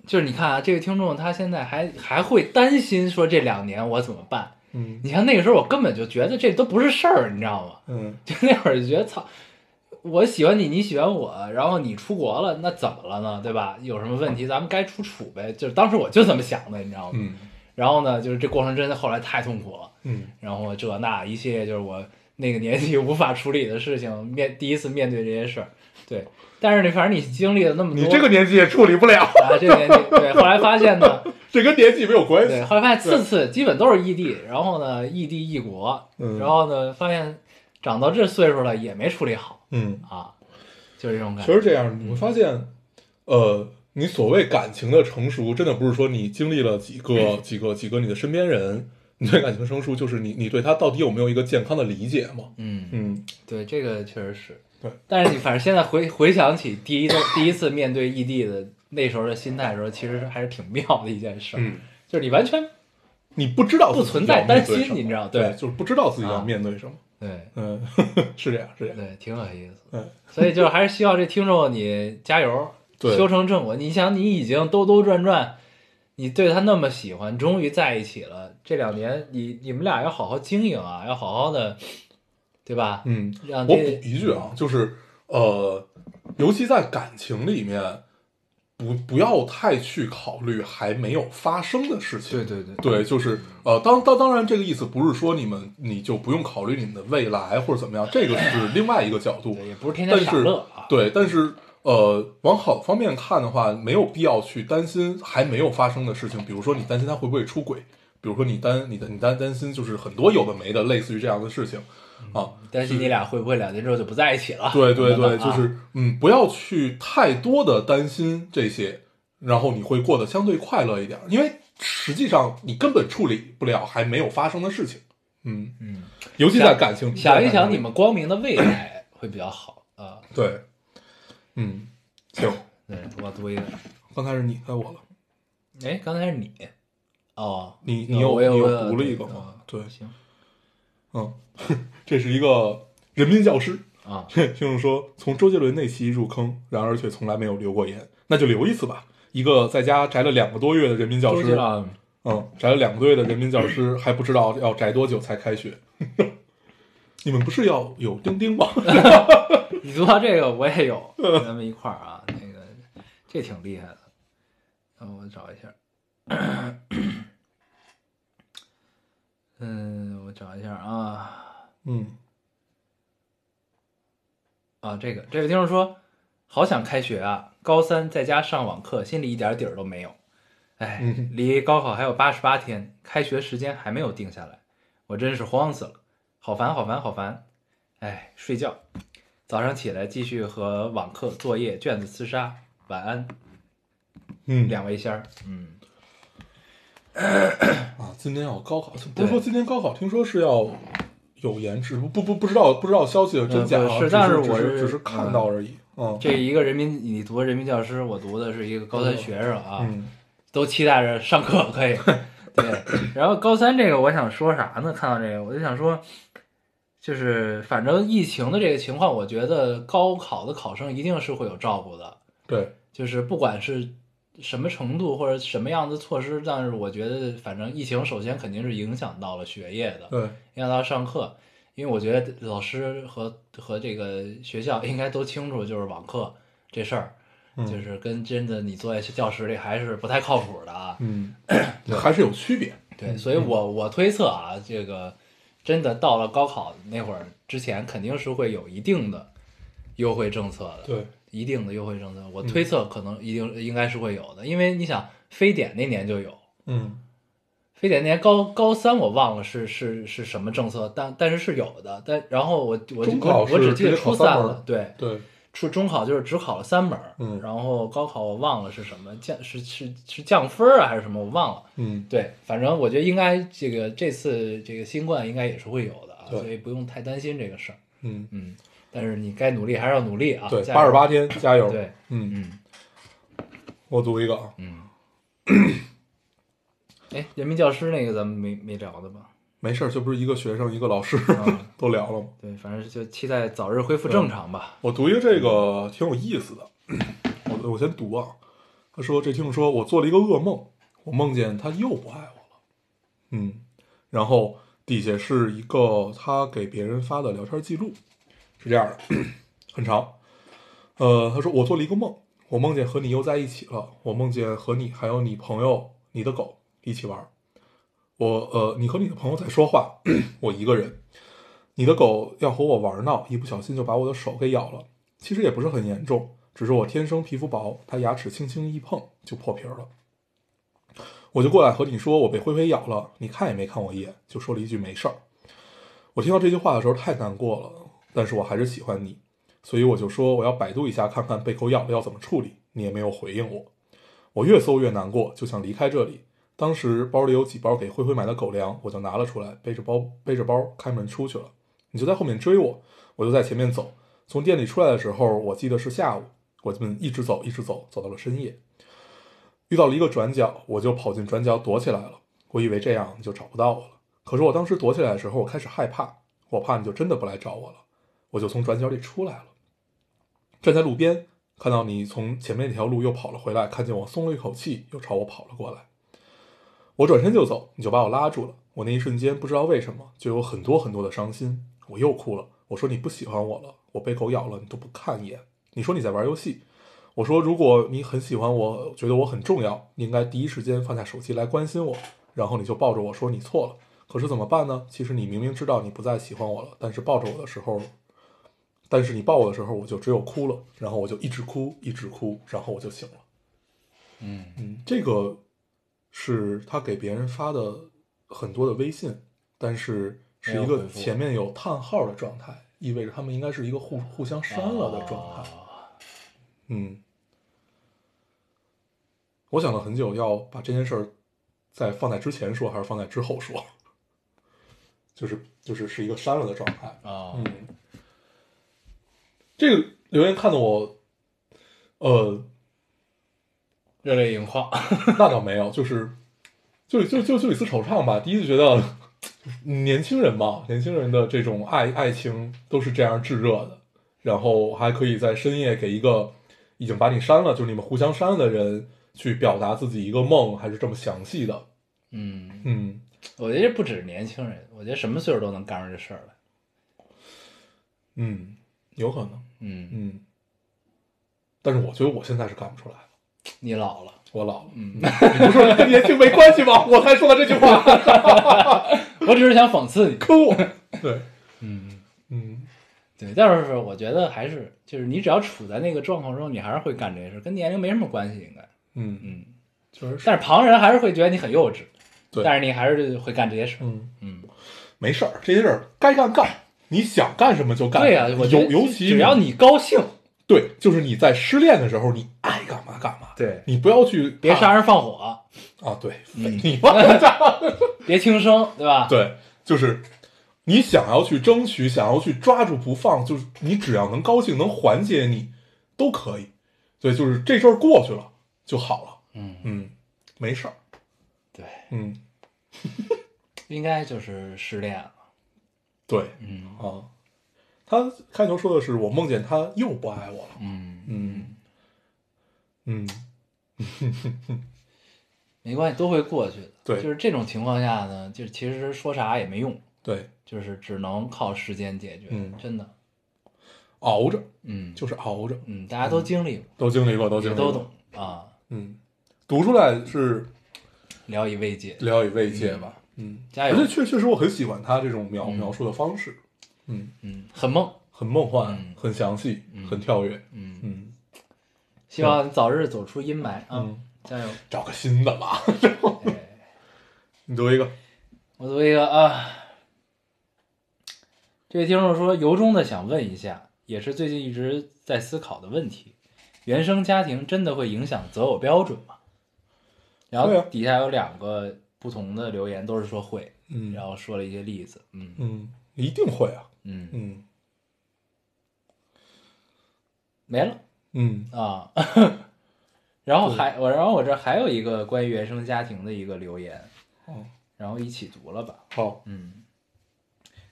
Speaker 1: 就是你看啊，这个听众他现在还还会担心说这两年我怎么办？
Speaker 2: 嗯
Speaker 1: 你看那个时候我根本就觉得这都不是事儿，你知道吗？
Speaker 2: 嗯
Speaker 1: 就那会儿就觉得操，我喜欢你，你喜欢我，然后你出国了，那怎么了呢？对吧？有什么问题咱们该处处呗。就是当时我就这么想的，你知道吗？
Speaker 2: 嗯
Speaker 1: 然后呢，就是这过程真的后来太痛苦了，
Speaker 2: 嗯
Speaker 1: 然后这那一系列就是我那个年纪无法处理的事情，面第一次面对这些事儿。对，但是你反正你经历了那么多，
Speaker 2: 你这个年纪也处理不了，
Speaker 1: 啊，这年纪对，后来发现 呢，
Speaker 2: 这跟年纪没有关
Speaker 1: 对，
Speaker 2: 系，
Speaker 1: 后来发现次次基本都是异地，然后呢异地异国，
Speaker 2: 嗯
Speaker 1: 然后呢发现长到这岁数了也没处理好
Speaker 2: 嗯，
Speaker 1: 啊，就是这种感
Speaker 2: 确
Speaker 1: 觉。
Speaker 2: 实这样，你会发现，呃。你所谓感情的成熟，真的不是说你经历了几 个、几个、几个你的身边人，你对感情的成熟就是你你对他到底有没有一个健康的理解嘛？
Speaker 1: 嗯，
Speaker 2: 嗯，
Speaker 1: 对，这个确实是。
Speaker 2: 对，
Speaker 1: 但是你反正现在回回想起第一次第一次面对异地的那时候的心态的时候，其实还是挺妙的一件事儿，
Speaker 2: 嗯
Speaker 1: 就是你完全
Speaker 2: 你不知道自己
Speaker 1: 不存在
Speaker 2: 要面
Speaker 1: 担
Speaker 2: 对
Speaker 1: 心
Speaker 2: 什么
Speaker 1: 你知道对
Speaker 2: 对，就是不知道自己要
Speaker 1: 啊
Speaker 2: 面对什么，
Speaker 1: 对
Speaker 2: 嗯， 是这样，是这样，
Speaker 1: 对，挺有意思。
Speaker 2: 嗯，
Speaker 1: 所以就是还是希望这听众你加油，
Speaker 2: 对
Speaker 1: 修成正果。你想，你已经兜兜转转，你对他那么喜欢，终于在一起了。这两年，你你们俩要好好经营啊，要好好的，对吧？
Speaker 2: 嗯，
Speaker 1: 让
Speaker 2: 我补
Speaker 1: 这
Speaker 2: 一句啊，就是呃，尤其在感情里面，不不要太去考虑还没有发生的事情。
Speaker 1: 对对，
Speaker 2: 对，就是呃，当当当然，这个意思不是说你们你就不用考虑你们的未来或者怎么样，这个是另外一个角度
Speaker 1: 对。也不是天
Speaker 2: 但
Speaker 1: 天傻
Speaker 2: 是
Speaker 1: 乐啊。
Speaker 2: 对，但是呃，往好的方面看的话，没有必要去担心还没有发生的事情，比如说你担心他会不会出轨，比如说你担你的你担担心就是很多有的没的，类似于这样的事情啊。
Speaker 1: 担心你俩会不会两年之后就不在一起了？
Speaker 2: 对对
Speaker 1: 等等
Speaker 2: 对，
Speaker 1: 啊
Speaker 2: 就是嗯，不要去太多的担心这些，然后你会过得相对快乐一点，因为实际上你根本处理不了还没有发生的事情。嗯
Speaker 1: 嗯，
Speaker 2: 尤其在感情，
Speaker 1: 想一想你
Speaker 2: 在
Speaker 1: 们光明的未来会比较好啊。
Speaker 2: 感情对，嗯，行，
Speaker 1: 对，我读一个，
Speaker 2: 刚才是你，该我了。
Speaker 1: 哎，刚才是你，哦，
Speaker 2: 你
Speaker 1: 那
Speaker 2: 你有
Speaker 1: 我有
Speaker 2: 你有
Speaker 1: 个
Speaker 2: 读了一个
Speaker 1: 对
Speaker 2: 吗
Speaker 1: 嗯
Speaker 2: 对
Speaker 1: 行
Speaker 2: 嗯， 这是一个人民教师。
Speaker 1: 啊，
Speaker 2: 听众说，从周杰伦那期入坑，然而却从来没有留过言，那就留一次吧。一个在家宅了两个多月的人民教
Speaker 1: 周杰
Speaker 2: 师，
Speaker 1: 伦
Speaker 2: 嗯，宅了两个多月的人民 教师还不知道要宅多久才开学。你们不是要有钉 钉吗？
Speaker 1: 你读到这个我也有，咱们一块儿啊，那个这挺厉害的，让我找一下， 嗯，我找一下啊
Speaker 2: 嗯
Speaker 1: 啊，这个这位听众说，好想开学啊，高三在家上网课，心里一点底儿都没有，哎
Speaker 2: 嗯，
Speaker 1: 离高考还有八十八天，开学时间还没有定下来，我真是慌死了，好烦好烦好烦，哎，睡觉。早上起来继续和网课、作业、卷子厮杀。晚安，
Speaker 2: 嗯，
Speaker 1: 两位仙儿。嗯，
Speaker 2: 啊，今年要高考，不是说今年高考，听说是要有延迟，不不不不知道不知道消息的真假
Speaker 1: 呃
Speaker 2: 啊，
Speaker 1: 不是
Speaker 2: 只
Speaker 1: 但是
Speaker 2: 是
Speaker 1: 我
Speaker 2: 只
Speaker 1: 是
Speaker 2: 只是看到而已。嗯，
Speaker 1: 这一个人民，你读的人民教师，我读的是一个高三学生啊，
Speaker 2: 嗯
Speaker 1: 都期待着上课可以对，然后高三这个我想说啥呢？看到这个我就想说，就是反正疫情的这个情况，我觉得高考的考生一定是会有照顾的，
Speaker 2: 对，
Speaker 1: 就是不管是什么程度或者什么样的措施，但是我觉得反正疫情首先肯定是影响到了学业的，
Speaker 2: 对，
Speaker 1: 影响到上课，因为我觉得老师和和这个学校应该都清楚，就是网课这事儿，
Speaker 2: 嗯
Speaker 1: 就是跟真的你坐在教室里还是不太靠谱的啊。
Speaker 2: 嗯，还是有区别。
Speaker 1: 对，所以
Speaker 2: 嗯
Speaker 1: 我我推测啊，这个真的到了高考那会儿之前，肯定是会有一定的优惠政策的，
Speaker 2: 对，嗯
Speaker 1: 一定的优惠政策。我推测可能一定应该是会有的，因为你想，非典那年就有，
Speaker 2: 嗯，
Speaker 1: 非典那年高高三我忘了是是是什么政策，但但是是有的。但然后我我我
Speaker 2: 中考
Speaker 1: 我只
Speaker 2: 是
Speaker 1: 记得
Speaker 2: 直接考
Speaker 1: 初
Speaker 2: 三门
Speaker 1: 了，对，
Speaker 2: 对，
Speaker 1: 初中考就是只考了三门，
Speaker 2: 嗯
Speaker 1: 然后高考我忘了是什么降是是是降分儿啊还是什么，我忘了。
Speaker 2: 嗯，
Speaker 1: 对，反正我觉得应该这个这次这个新冠应该也是会有的啊，
Speaker 2: 对
Speaker 1: 所以不用太担心这个事儿。
Speaker 2: 嗯，
Speaker 1: 嗯，但是你该努力还是要努力啊。
Speaker 2: 对，
Speaker 1: 加
Speaker 2: 八
Speaker 1: 油
Speaker 2: 十八天，加油。
Speaker 1: 对，
Speaker 2: 嗯，
Speaker 1: 嗯
Speaker 2: 我读一个啊，
Speaker 1: 嗯。 哎，人民教师那个咱们没没聊的吧？
Speaker 2: 没事儿，这不是一个学生一个老师
Speaker 1: 啊，
Speaker 2: 都聊了吗？
Speaker 1: 对，反正就期待早日恢复正常吧。
Speaker 2: 我读一个这个挺有意思的，我我先读啊。他说：“这听众说我做了一个噩梦，我梦见他又不爱我了。”嗯，然后底下是一个他给别人发的聊天记录，是这样的，很长。呃，他说我做了一个梦，我梦见和你又在一起了，我梦见和你还有你朋友、你的狗一起玩儿。我呃，你和你的朋友在说话， 我一个人。你的狗要和我玩闹，一不小心就把我的手给咬了。其实也不是很严重，只是我天生皮肤薄，它牙齿轻轻一碰就破皮儿了。我就过来和你说我被灰灰咬了，你看也没看我一眼，就说了一句没事儿。我听到这句话的时候太难过了，但是我还是喜欢你，所以我就说我要百度一下看看被狗咬了要怎么处理。你也没有回应我，我越搜越难过，就想离开这里。当时包里有几包给灰灰买的狗粮，我就拿了出来，背着包背着包开门出去了。你就在后面追我，我就在前面走。从店里出来的时候，我记得是下午，我们一直走，一直走，走到了深夜，遇到了一个转角，我就跑进转角躲起来了。我以为这样你就找不到我了，可是我当时躲起来的时候，我开始害怕，我怕你就真的不来找我了，我就从转角里出来了，站在路边，看到你从前面那条路又跑了回来，看见我松了一口气，又朝我跑了过来。我转身就走，你就把我拉住了。我那一瞬间不知道为什么就有很多很多的伤心，我又哭了。我说你不喜欢我了，我被狗咬了，你都不看一眼。你说你在玩游戏，我说如果你很喜欢我，觉得我很重要，你应该第一时间放下手机来关心我。然后你就抱着我说你错了，可是怎么办呢？其实你明明知道你不再喜欢我了，但是抱着我的时候，但是你抱我的时候，我就只有哭了，然后我就一直哭，一直哭，然后我就醒了。
Speaker 1: 嗯
Speaker 2: 嗯，这个是他给别人发的很多的微信，但是是一
Speaker 1: 没有
Speaker 2: 个
Speaker 1: 回复
Speaker 2: 前面有叹号的状态，意味着他们应该是一个互互相删了的状态。
Speaker 1: 啊
Speaker 2: 嗯，我想了很久，要把这件事儿在放在之前说，还是放在之后说？ 就是就是是一个删了的状态。
Speaker 1: 啊
Speaker 2: 嗯，这个留言看得我，呃，
Speaker 1: 热泪盈眶。
Speaker 2: 那倒没有，就是就就就就一丝惆怅吧。第一就觉得年轻人嘛，年轻人的这种爱爱情都是这样炙热的，然后还可以在深夜给一个已经把你删了，就是你们互相删了的人去表达自己一个梦，还是这么详细的。
Speaker 1: 嗯，
Speaker 2: 嗯，
Speaker 1: 我觉得这不只是年轻人，我觉得什么岁数都能干出这事儿来。
Speaker 2: 嗯，有可能，
Speaker 1: 嗯，
Speaker 2: 嗯，但是我觉得我现在是干不出来，
Speaker 1: 你老了，
Speaker 2: 我老了。
Speaker 1: 嗯。
Speaker 2: 你不说跟 年轻没关 系吗？我才说的这句话，
Speaker 1: 我只是想讽刺你。
Speaker 2: 坑我。对，
Speaker 1: 嗯，
Speaker 2: 嗯，
Speaker 1: 对，但是我觉得还是就是你只要处在那个状况中，你还是会干这些事，跟年龄没什么关系，应该。
Speaker 2: 嗯，
Speaker 1: 嗯，
Speaker 2: 确实是。
Speaker 1: 但是旁人还是会觉得你很幼稚，
Speaker 2: 对
Speaker 1: 但是你还是会干这些事。
Speaker 2: 嗯。
Speaker 1: 嗯，
Speaker 2: 没事儿，这些事儿该干干，你想干什么就干。
Speaker 1: 对呀、我觉得
Speaker 2: 尤尤其
Speaker 1: 只要你高兴，
Speaker 2: 对，就是你在失恋的时候，你爱干嘛干嘛，
Speaker 1: 对，
Speaker 2: 你不要去
Speaker 1: 别
Speaker 2: 看
Speaker 1: 杀人放火，
Speaker 2: 啊，对，
Speaker 1: 嗯
Speaker 2: 你妈的，
Speaker 1: 别轻生，对吧？
Speaker 2: 对，就是你想要去争取，想要去抓住不放，就是你只要能高兴，能缓解你，都可以。对，就是这事儿过去了就好了。
Speaker 1: 嗯
Speaker 2: 嗯，没事儿。
Speaker 1: 对，
Speaker 2: 嗯，
Speaker 1: 应该就是失恋了。
Speaker 2: 对
Speaker 1: 嗯
Speaker 2: 啊，他开头说的是我梦见他又不爱我了，
Speaker 1: 嗯，
Speaker 2: 嗯嗯，
Speaker 1: 没关系，都会过去的。
Speaker 2: 对
Speaker 1: 就是这种情况下呢，就其实说啥也没用，
Speaker 2: 对，
Speaker 1: 就是只能靠时间解决。
Speaker 2: 嗯
Speaker 1: 真的，
Speaker 2: 熬着
Speaker 1: 嗯，
Speaker 2: 就是熬着，
Speaker 1: 嗯，大家都经历过，
Speaker 2: 都经历过，都经
Speaker 1: 也
Speaker 2: 历
Speaker 1: 都
Speaker 2: 过，
Speaker 1: 懂啊，
Speaker 2: 嗯，读出来是
Speaker 1: 聊以慰藉。
Speaker 2: 聊以慰藉吧，嗯，
Speaker 1: 加油
Speaker 2: 而且确确实我很喜欢他这种描
Speaker 1: 嗯
Speaker 2: 描述的方式，嗯，
Speaker 1: 嗯，很梦。
Speaker 2: 很梦幻
Speaker 1: 嗯，
Speaker 2: 很详细
Speaker 1: 嗯，
Speaker 2: 很跳跃，
Speaker 1: 嗯，
Speaker 2: 嗯
Speaker 1: 希望你早日走出阴霾啊！
Speaker 2: 嗯，
Speaker 1: 加油！
Speaker 2: 找个新的吧，
Speaker 1: 哎
Speaker 2: 你读一个，
Speaker 1: 我读一个啊，这位听众说，由衷的想问一下，也是最近一直在思考的问题：原生家庭真的会影响择偶标准吗？然
Speaker 2: 会
Speaker 1: 后
Speaker 2: 啊
Speaker 1: 底下有两个不同的留言，都是说会，
Speaker 2: 嗯
Speaker 1: 然后说了一些例子，嗯
Speaker 2: 嗯，一定会啊，
Speaker 1: 嗯，
Speaker 2: 嗯
Speaker 1: 没了
Speaker 2: 嗯
Speaker 1: 啊。 然后还我，然后我这还有一个关于原生家庭的一个留言，
Speaker 2: 哦，
Speaker 1: 然后一起读了吧。
Speaker 2: 好，
Speaker 1: 嗯，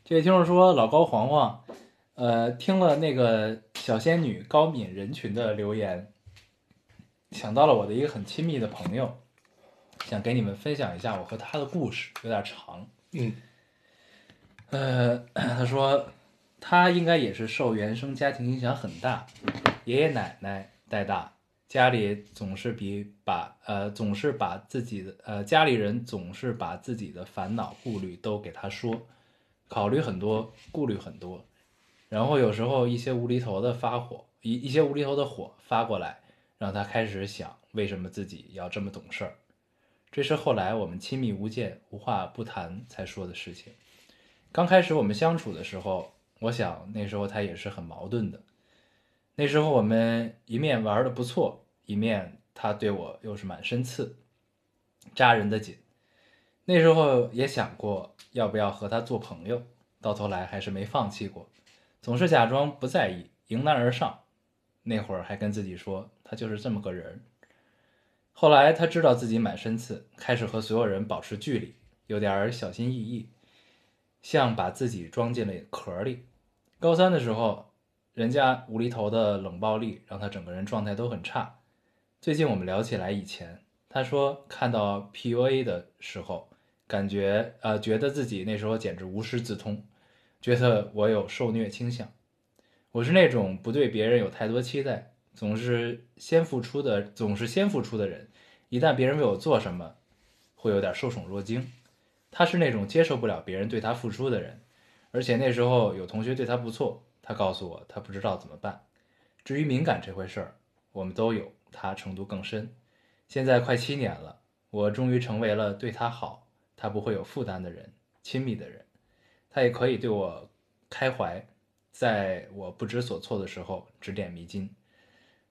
Speaker 1: 这位听众说，老高黄黄，呃，听了那个小仙女高敏人群的留言，想到了我的一个很亲密的朋友，想给你们分享一下我和他的故事，有点长。
Speaker 2: 嗯
Speaker 1: 呃， 他说他应该也是受原生家庭影响很大，爷爷奶奶带大，家里总是比把呃总是把自己的呃家里人总是把自己的烦恼顾虑都给他说，考虑很多，顾虑很多，然后有时候一些无厘头的发火，一一些无厘头的火发过来，让他开始想为什么自己要这么懂事儿。这是后来我们亲密无间、无话不谈才说的事情。刚开始我们相处的时候，我想那时候他也是很矛盾的。那时候我们一面玩的不错，一面他对我又是满身刺，扎人的紧。那时候也想过要不要和他做朋友，到头来还是没放弃过，总是假装不在意，迎难而上。那会儿还跟自己说他就是这么个人。后来他知道自己满身刺，开始和所有人保持距离，有点儿小心翼翼。像把自己装进了壳里。高三的时候，人家无厘头的冷暴力让他整个人状态都很差。最近我们聊起来以前，他说看到 PUA 的时候，感觉呃觉得自己那时候简直无师自通，觉得我有受虐倾向。我是那种不对别人有太多期待，总是先付出的，总是先付出的人。一旦别人为我做什么，会有点受宠若惊。他是那种接受不了别人对他付出的人，而且那时候有同学对他不错，他告诉我他不知道怎么办。至于敏感这回事儿，我们都有，他程度更深。现在快七年了，我终于成为了对他好，他不会有负担的人，亲密的人，他也可以对我开怀，在我不知所措的时候指点迷津。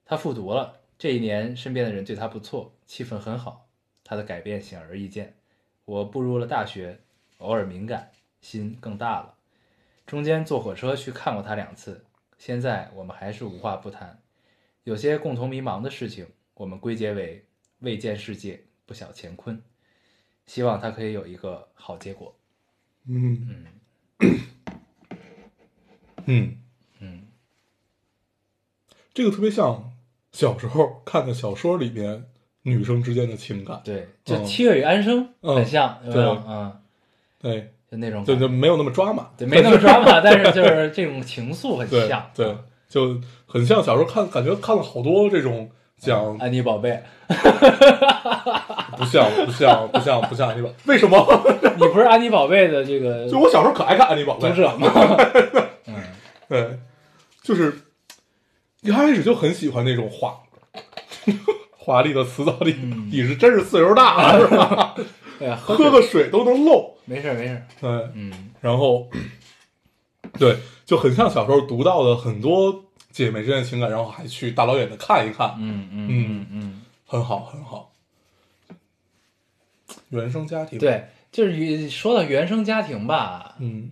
Speaker 1: 他复读了，这一年身边的人对他不错，气氛很好，他的改变显而易见。我步入了大学，偶尔敏感，心更大了。中间坐火车去看过他两次，现在我们还是无话不谈。有些共同迷茫的事情，我们归结为未见世界，不晓乾坤。希望他可以有一个好结果。
Speaker 2: 嗯
Speaker 1: 嗯
Speaker 2: 嗯，
Speaker 1: 嗯
Speaker 2: 这个特别像小时候看的小说里面女生之间的情感，
Speaker 1: 对，就《
Speaker 2: 嗯
Speaker 1: 七月与安生》
Speaker 2: 嗯
Speaker 1: 很像，有没有
Speaker 2: 对
Speaker 1: 嗯，
Speaker 2: 对，
Speaker 1: 就那种
Speaker 2: 哎就
Speaker 1: 感
Speaker 2: 就
Speaker 1: 觉，
Speaker 2: 没有那么抓马，
Speaker 1: 对，没那么抓马，但是就是这种情愫很
Speaker 2: 对
Speaker 1: 像。嗯
Speaker 2: 对，就很像小时候看，感觉看了好多这种 讲
Speaker 1: 安妮宝贝，
Speaker 2: 不像不像不像不像安妮宝，为什么？
Speaker 1: 你不是安妮宝贝的这个
Speaker 2: 就我小时候可爱看安妮宝贝
Speaker 1: 读，者吗？ 嗯。
Speaker 2: 对，就是一开始就很喜欢那种华 华丽的词藻里，
Speaker 1: 嗯
Speaker 2: 你是真是岁数大 了是吧？
Speaker 1: 对，哎喝
Speaker 2: 喝个水都能漏，
Speaker 1: 没事儿没事儿，
Speaker 2: 对。
Speaker 1: 嗯
Speaker 2: 然后， 对，就很像小时候读到的很多姐妹之间的情感，然后还去大老远的看一看，
Speaker 1: 嗯嗯嗯
Speaker 2: 很好，很好。原生家
Speaker 1: 嗯，，
Speaker 2: 庭，
Speaker 1: 对，就是与说到原生家庭吧，
Speaker 2: 嗯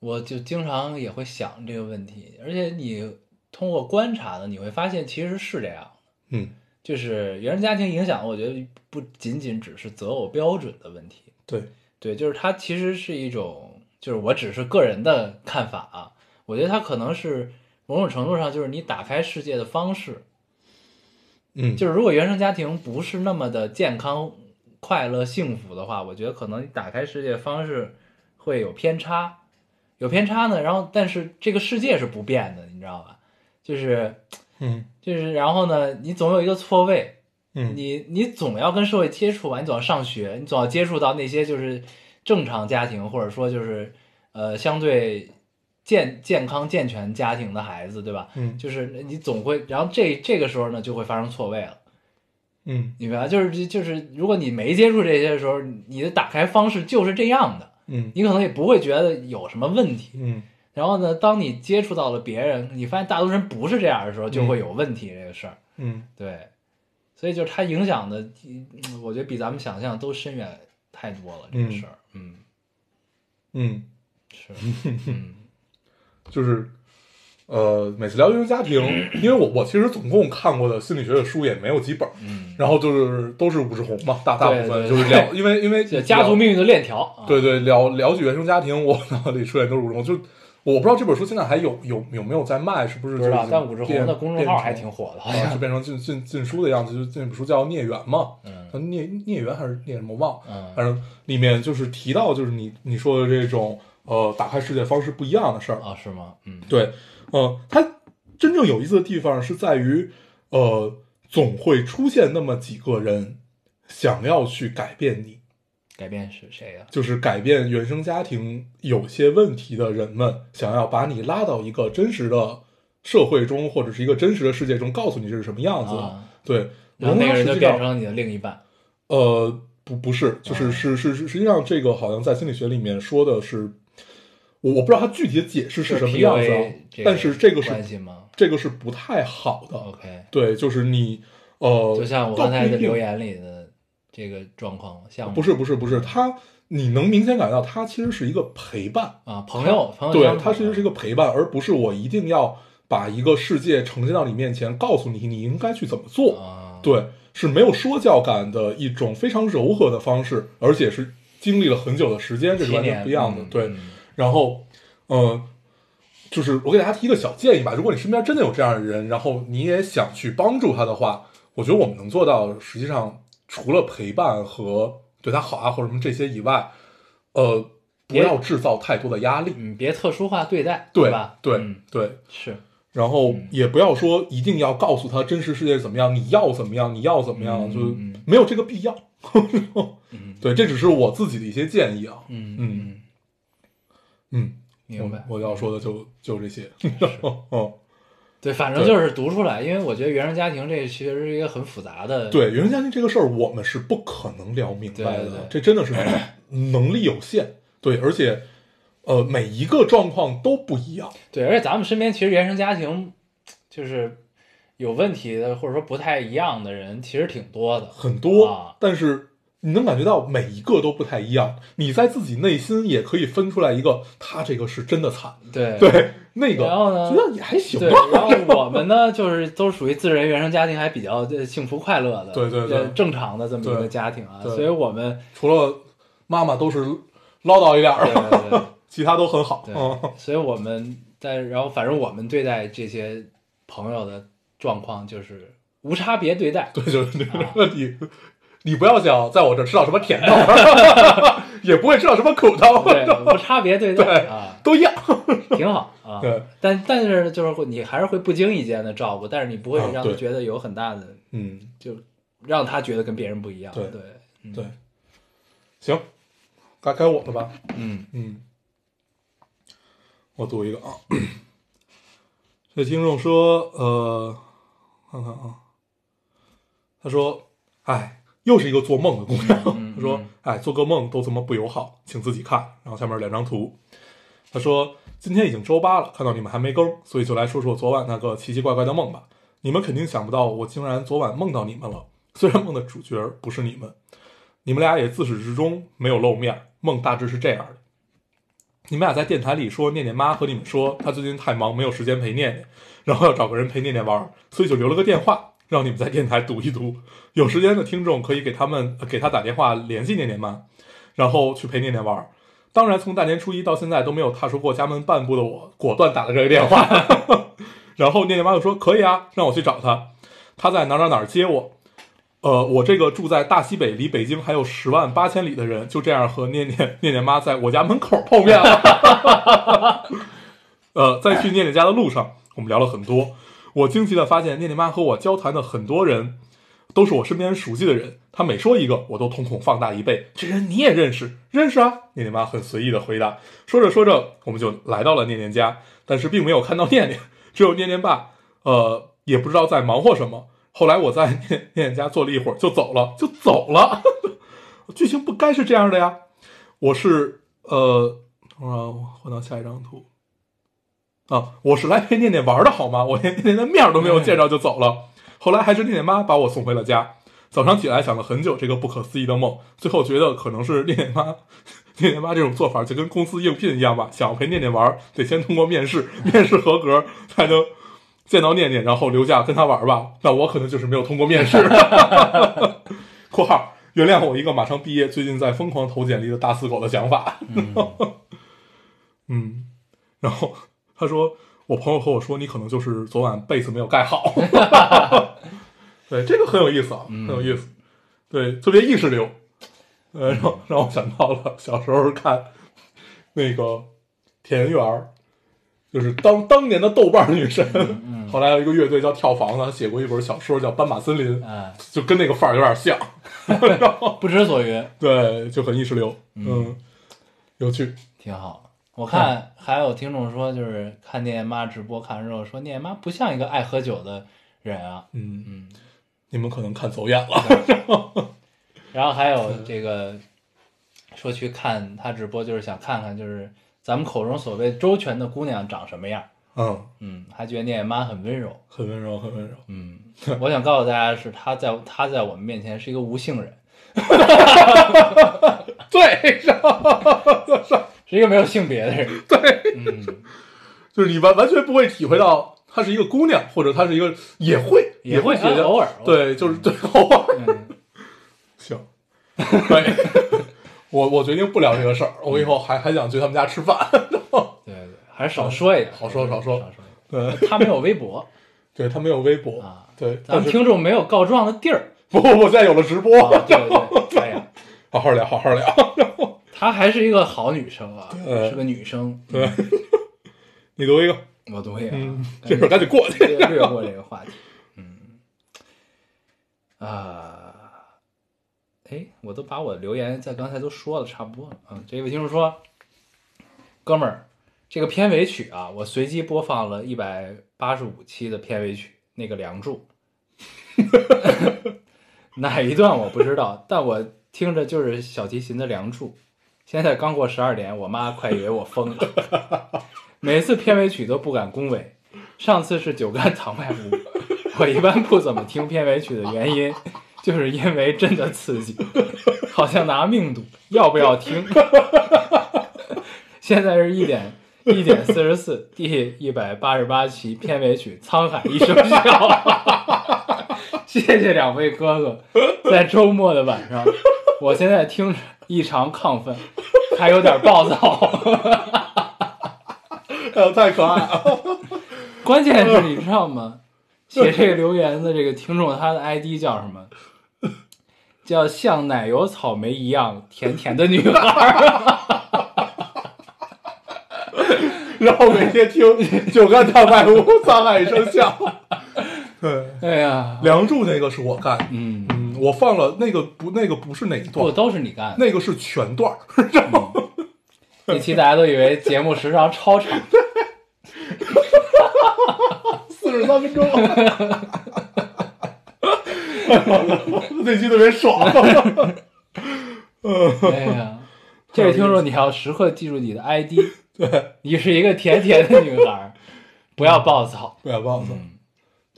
Speaker 1: 我就经常也会想这个问题，而且你通过观察呢，你会发现其实是这样，
Speaker 2: 嗯
Speaker 1: 就是原生家庭影响，我觉得不仅仅只是择偶标准的问题，
Speaker 2: 对，
Speaker 1: 对，就是它其实是一种，就是我只是个人的看法啊，我觉得它可能是某种程度上就是你打开世界的方式，
Speaker 2: 嗯，
Speaker 1: 就是如果原生家庭不是那么的健康、快乐、幸福的话，我觉得可能你打开世界的方式会有偏差，有偏差呢，然后但是这个世界是不变的，你知道吧？就是
Speaker 2: 嗯
Speaker 1: 就是，然后呢，你总有一个错位，
Speaker 2: 嗯，
Speaker 1: 你你总要跟社会接触吧，你总要上学，你总要接触到那些就是正常家庭，或者说就是呃相对健健康健全家庭的孩子，对吧？
Speaker 2: 嗯
Speaker 1: 就是你总会，然后这这个时候呢就会发生错位了，
Speaker 2: 嗯
Speaker 1: 你明白？就是就是，如果你没接触这些的时候，你的打开方式就是这样的，
Speaker 2: 嗯
Speaker 1: 你可能也不会觉得有什么问题。
Speaker 2: 嗯
Speaker 1: 然后呢，当你接触到了别人，你发现大多数人不是这样的时候，就会有问题这个事儿。
Speaker 2: 嗯
Speaker 1: 对，所以就是它影响的，嗯我觉得比咱们想象都深远太多了。这个
Speaker 2: 嗯
Speaker 1: 事儿， 嗯，
Speaker 2: 嗯，
Speaker 1: 是，嗯
Speaker 2: 就是呃，每次聊原生家 庭，因为我我其实总共看过的心理学的书也没有几本儿，
Speaker 1: 嗯，
Speaker 2: 然后就是都是武志红嘛，大大部
Speaker 1: 对对
Speaker 2: 分就是 聊，因为因为
Speaker 1: 这家族命运的链条啊，
Speaker 2: 对对，聊聊起原生家庭，我脑里出现都是武志红。就我不知道这本书现在还有有有没有在卖，是不是
Speaker 1: 不
Speaker 2: 就
Speaker 1: 知
Speaker 2: 是已
Speaker 1: 道
Speaker 2: 经，
Speaker 1: 但武志红
Speaker 2: 变
Speaker 1: 的公众号还挺火的，好
Speaker 2: 变成啊，
Speaker 1: 像
Speaker 2: 就，变成禁禁禁书的样子。就那本书叫《孽缘》嘛，
Speaker 1: 嗯
Speaker 2: 叫孽孽缘还是孽什么忘了，
Speaker 1: 嗯
Speaker 2: 反正里面就是提到就是你你说的这种呃打开世界方式不一样的事儿。
Speaker 1: 啊，是吗？嗯，
Speaker 2: 对，呃，它真正有意思的地方是在于，呃，总会出现那么几个人想要去改变你，
Speaker 1: 改变是谁呀？
Speaker 2: 就是改变原生家庭有些问题的人们，想要把你拉到一个真实的社会中，或者是一个真实的世界中，告诉你这是什么样子。
Speaker 1: 啊，
Speaker 2: 对，
Speaker 1: 然后那个人就
Speaker 2: 实际上
Speaker 1: 变成你的另一半，
Speaker 2: 呃，不不是，就是
Speaker 1: 啊
Speaker 2: 是是是，实际上这个好像在心理学里面说的是，我我不知道它具体的解释是什么样子啊
Speaker 1: PUA 这，
Speaker 2: 但是这个是
Speaker 1: 关系吗
Speaker 2: 这个是不太好的。
Speaker 1: ？OK，
Speaker 2: 对，就是你，呃，
Speaker 1: 就像我
Speaker 2: 倒
Speaker 1: 刚才
Speaker 2: 不一
Speaker 1: 的
Speaker 2: 定
Speaker 1: 留言里的这个状况，像
Speaker 2: 不是不是不是，他你能明显感觉到他其实是一个陪伴，
Speaker 1: 啊，朋友，朋友
Speaker 2: 对
Speaker 1: 相，处
Speaker 2: 他其实是一
Speaker 1: 的
Speaker 2: 个陪伴，而不是我一定要把一个世界呈现到你面前，告诉你你应该去怎么做。
Speaker 1: 啊，
Speaker 2: 对，是没有说教感的一种非常柔和的方式，而且是经历了很久的时间，这是
Speaker 1: 七
Speaker 2: 完全
Speaker 1: 年
Speaker 2: 不一样的。
Speaker 1: 嗯
Speaker 2: 对，
Speaker 1: 嗯
Speaker 2: 然后，呃，就是我给大家提一个小建议吧，如果你身边真的有这样的人，然后你也想去帮助他的话，我觉得我们能做到，实际上除了陪伴和对他好啊或者什么这些以外，呃，不
Speaker 1: 也
Speaker 2: 要制造太多的压力，
Speaker 1: 嗯，别特殊化对待，
Speaker 2: 对嗯
Speaker 1: 吧？
Speaker 2: 对、
Speaker 1: 嗯
Speaker 2: 对，
Speaker 1: 是，
Speaker 2: 然后也不要说一定要告诉他真实世界是怎么样，你要怎么样，你要怎么样，
Speaker 1: 嗯
Speaker 2: 就
Speaker 1: 嗯嗯
Speaker 2: 没有这个必要。
Speaker 1: 嗯
Speaker 2: 对，这只是我自己的一些建议啊。
Speaker 1: 嗯
Speaker 2: 嗯，嗯，
Speaker 1: 明白。
Speaker 2: 我我要说的就就这些。 嗯。
Speaker 1: 对，反正就是读出来，因为我觉得原生家庭这其实是一个很复杂的，
Speaker 2: 对原生家庭这个事儿，我们是不可能聊明白的，啊
Speaker 1: 对对对
Speaker 2: 这真的是能力有限。对，而且呃，每一个状况都不一样。
Speaker 1: 对，而且咱们身边其实原生家庭就是有问题的，或者说不太一样的人，其实挺多的。
Speaker 2: 很多，
Speaker 1: 啊
Speaker 2: 但是你能感觉到每一个都不太一样。你在自己内心也可以分出来一个，他这个是真的惨，
Speaker 1: 对
Speaker 2: 对，那个
Speaker 1: 然后呢
Speaker 2: 觉得也还行
Speaker 1: 对，
Speaker 2: 吧。
Speaker 1: 然后我们呢，就是都属于自认原生家庭还比较呃幸福快乐的，
Speaker 2: 对对对
Speaker 1: 呃正常的这么一个
Speaker 2: 对
Speaker 1: 家庭啊，
Speaker 2: 对
Speaker 1: 所以我 们
Speaker 2: 除了妈妈都是唠叨一点
Speaker 1: 对
Speaker 2: 儿，
Speaker 1: 对对
Speaker 2: 其他都很好。
Speaker 1: 对
Speaker 2: 嗯，
Speaker 1: 所以我们在，然后反正我们对待这些朋友的状况就是无差别对 待，
Speaker 2: 对，就是这个问题。你不要想在我这吃到什么甜头， 也不会吃到什么苦头，
Speaker 1: 对，无差别对待
Speaker 2: 对
Speaker 1: 啊，
Speaker 2: 都一样。
Speaker 1: 挺好啊。
Speaker 2: 对，
Speaker 1: 但但是就是会你还是会不经意间的照顾，但是你不会
Speaker 2: 啊
Speaker 1: 让他
Speaker 2: 对
Speaker 1: 觉得有很大的，
Speaker 2: 嗯，
Speaker 1: 就让他觉得跟别人不一样。对
Speaker 2: 对对，行，该该我了吧？
Speaker 1: 嗯
Speaker 2: 嗯，我读一个啊。这听众说，呃，看看啊，他说，哎，又是一个做梦的姑娘。
Speaker 1: 嗯
Speaker 2: 他说，哎，做个梦都这么不友好，请自己看。然后下面两张图，他说，今天已经周八了，看到你们还没更，所以就来说说昨晚那个奇奇怪怪的梦吧。你们肯定想不到，我竟然昨晚梦到你们了。虽然梦的主角不是你们，你们俩也自始至终没有露面。梦大致是这样的。你们俩在电台里说，念念妈和你们说，她最近太忙，没有时间陪念念，然后要找个人陪念念玩儿，所以就留了个电话，让你们在电台读一读。有时间的听众可以给他们、呃给他打电话联系念念妈。然后去陪念念玩儿。当然，从大年初一到现在都没有踏出过家门半步的我，果断打了这个电话。然后念念妈就说：“可以啊，让我去找他，他在哪儿哪儿哪儿接我。”呃，我这个住在大西北，离北京还有十万八千里的人，就这样和念念念念妈在我家门口碰面了。呃，在去念念家的路上，我们聊了很多。我惊奇的发现，念念妈和我交谈的很多人，都是我身边熟悉的人。她每说一个，我都瞳孔放大一倍。这人你也认识？认识啊！念念妈很随意的回答。说着说着，我们就来到了念念家，但是并没有看到念念，只有念念爸，呃，也不知道在忙活什么。后来我在念念念家坐了一会儿，就走了，就走了。 剧情不该是这样的呀！我是呃，等会儿啊我换到下一张图。啊，我是来陪念念玩的好吗？ 我连念念的面儿都没有见着就走了。后来还是念念妈把我送回了家。早上起来想了很久这个不可思议的梦，最后觉得可能是念念妈， 念念妈这种做法就跟公司应聘一样吧。想要陪念念玩，得先通过面试， 面试合格才能见到念念，然后留下跟她玩吧。那我可能就是没有通过面试。（括号原谅我一个马上毕业、最近在疯狂投简历的大四狗的想法。嗯）然后他说，我朋友和我说，你可能就是昨晚被子没有盖好。对，这个很有意思啊，很有意思。对，特别意识流。呃，让让我想到了小时候看那个《田园儿》，就是当当年的豆瓣女神。后来有一个乐队叫跳房的，她写过一本小说叫《斑马森林》，
Speaker 1: 哎，
Speaker 2: 就跟那个范儿有点像。
Speaker 1: 哦不知所云，
Speaker 2: 对，就很意识流，嗯，有趣，嗯
Speaker 1: 挺好。我看还有听众说，就是看念念妈直播看完之后说，念念妈不像一个爱喝酒的人啊。
Speaker 2: 嗯，
Speaker 1: 嗯，
Speaker 2: 你们可能看走眼了，
Speaker 1: 然后还有这个说去看她直播，就是想看看就是咱们口中所谓周全的姑娘长什么样。
Speaker 2: 嗯，
Speaker 1: 嗯，还觉得念念妈很温柔。
Speaker 2: 很温柔，很 温柔，
Speaker 1: 嗯，我想告诉大家的是，她在她在我们面前是一个无性人，
Speaker 2: 对，然后
Speaker 1: 是一个没有性别的人。对，嗯，
Speaker 2: 就是你完完全不会体会到她是一个姑娘，或者她是一个也会
Speaker 1: 也
Speaker 2: 会
Speaker 1: 会
Speaker 2: 觉得
Speaker 1: 啊偶尔偶尔
Speaker 2: 对，就是对偶尔
Speaker 1: 嗯
Speaker 2: 行，可以， 我我决定不聊这个事儿，我以后还还想去他们家吃饭，
Speaker 1: 对对，还是少说一点，
Speaker 2: 少说少说
Speaker 1: 少说。
Speaker 2: 对，
Speaker 1: 他没有微博，
Speaker 2: 对他没有微博
Speaker 1: 啊
Speaker 2: 对，
Speaker 1: 咱
Speaker 2: 但
Speaker 1: 们
Speaker 2: 是
Speaker 1: 听众没有告状的地儿。
Speaker 2: 不不不，现在有了直播，
Speaker 1: 啊对对对，哎呀，
Speaker 2: 好好聊，好好聊，
Speaker 1: 她还是一个好女生啊，
Speaker 2: 对
Speaker 1: 是个女生。
Speaker 2: 对，你读一个，
Speaker 1: 我同意啊，
Speaker 2: 嗯，
Speaker 1: 但
Speaker 2: 这
Speaker 1: 是
Speaker 2: 事儿赶紧过 去，
Speaker 1: 略略过这个话题。嗯，啊、哎，我都把我留言在刚才都说了差不多了啊。这位听众说，哥们儿，这个片尾曲啊，我随机播放了一百八十五期的片尾曲，那个《梁祝》， 哪一段我不知道，但我听着就是小提琴的《梁祝》。现在刚过十二点，我妈快以为我疯了。 每次片尾曲都不敢恭维，上次是酒干倘卖无。 我一般不怎么听片尾曲的原因， 就是因为真的刺激，好像拿命赌，要不要听？ 现在是一点一点四十四，第一百八十八期片尾曲《沧海一声笑》。 谢谢两位哥哥，在周末的晚上，我现在听着异常亢奋，还有点暴躁。
Speaker 2: 哎呦，太可爱了，
Speaker 1: 关键是你知道吗？写这个留言的这个听众，他的 ID 叫什么？叫像奶油草莓一样甜甜的女 孩。
Speaker 2: 然后每天听酒干倘卖无，沧海一声笑。 对，
Speaker 1: 哎呀，
Speaker 2: 《梁祝》那个是我干的，
Speaker 1: 嗯，
Speaker 2: 嗯，我放了那个不，那个不是哪一
Speaker 1: 不
Speaker 2: 段，
Speaker 1: 都是你干的？
Speaker 2: 那个是全段儿，
Speaker 1: 那期大家都以为节目时长超 长，
Speaker 2: 四十三分钟。 那期特别爽，
Speaker 1: 哎呀，这位听众你要时刻记住你的 ID，对，你是一个甜甜的女孩，不要暴躁。
Speaker 2: 不要啊忘了。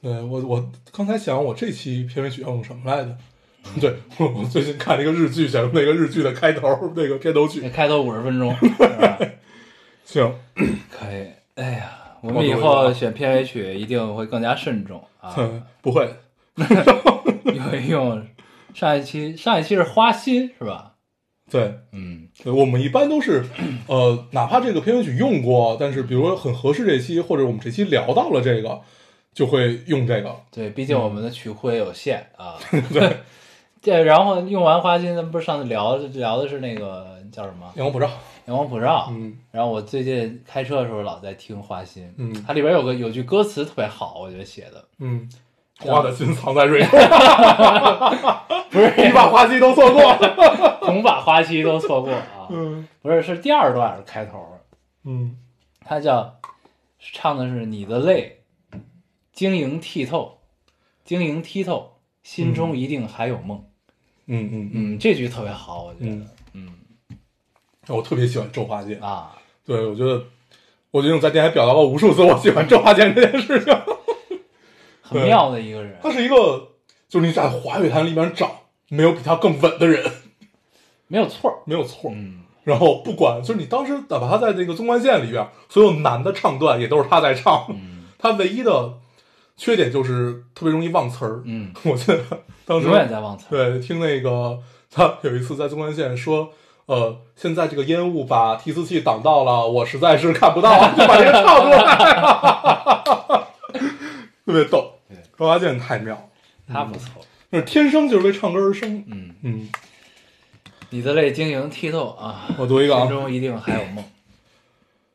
Speaker 2: 对我，我刚才想我这期片尾曲要用什么来的？ 对我，我最近看了一个日剧，想用那个日剧的开头那个片头
Speaker 1: 这
Speaker 2: 曲。
Speaker 1: 开头五十 分钟，是吧
Speaker 2: 行，
Speaker 1: 可以。哎呀，我们以后选片尾曲一定会更加慎重 啊。
Speaker 2: 嗯，不会，
Speaker 1: 有一用上一期上一期是花心是吧？
Speaker 2: 对，
Speaker 1: 嗯，
Speaker 2: 对，我们一般都是，呃，哪怕这个片尾曲用过，但是比如说很合适这期，或者我们这期聊到了这个，就会用这个。
Speaker 1: 对，毕竟我们的曲库也有限 啊。 对，这然后用完花心，咱们不是上次聊聊的是那个叫什么《
Speaker 2: 阳光普照，
Speaker 1: 阳光普照》
Speaker 2: 嗯，
Speaker 1: 然后我最近开车的时候老在听花心，
Speaker 2: 嗯
Speaker 1: 它里边有个有句歌词特别好，我觉得写的
Speaker 2: 嗯，花的心藏在蕊中， 不 是你把花期都错过 了。
Speaker 1: “恐把花期都错过啊”，
Speaker 2: 嗯
Speaker 1: 不是是第二段开头，
Speaker 2: 嗯
Speaker 1: 它叫唱的是你的泪晶莹剔透，晶莹剔透，心中一定还有梦。
Speaker 2: 嗯嗯嗯，
Speaker 1: 嗯，这句特别好，我觉得
Speaker 2: 嗯，
Speaker 1: 嗯
Speaker 2: 我特别喜欢周华健，
Speaker 1: 啊，
Speaker 2: 对我觉得，我觉得我在电台表达过无数次我喜欢周华健这件事情。
Speaker 1: 很妙的一个人
Speaker 2: 他，是一个，就是你在华语坛里面找没有比他更稳的人，
Speaker 1: 没有错儿。
Speaker 2: 没有错。
Speaker 1: 嗯，
Speaker 2: 然后不管就是你当时哪怕他在那个纵贯线里边，所有男的唱段也都是他在唱，
Speaker 1: 嗯
Speaker 2: 他唯一的缺点就是特别容易忘词儿。
Speaker 1: 嗯，
Speaker 2: 我记得当时
Speaker 1: 永远在忘词儿。
Speaker 2: 对听那个他有一次在纵贯线说。呃，现在这个烟雾把提词器挡到了，我实在是看不到，就把这个唱出来， 特别逗
Speaker 1: 对。
Speaker 2: 周华健太妙了，
Speaker 1: 他不错。
Speaker 2: 就是天生就是为唱歌而生。
Speaker 1: 嗯，
Speaker 2: 嗯，
Speaker 1: 你的泪晶莹剔透啊，
Speaker 2: 我读一个啊
Speaker 1: 心，中一定还有梦。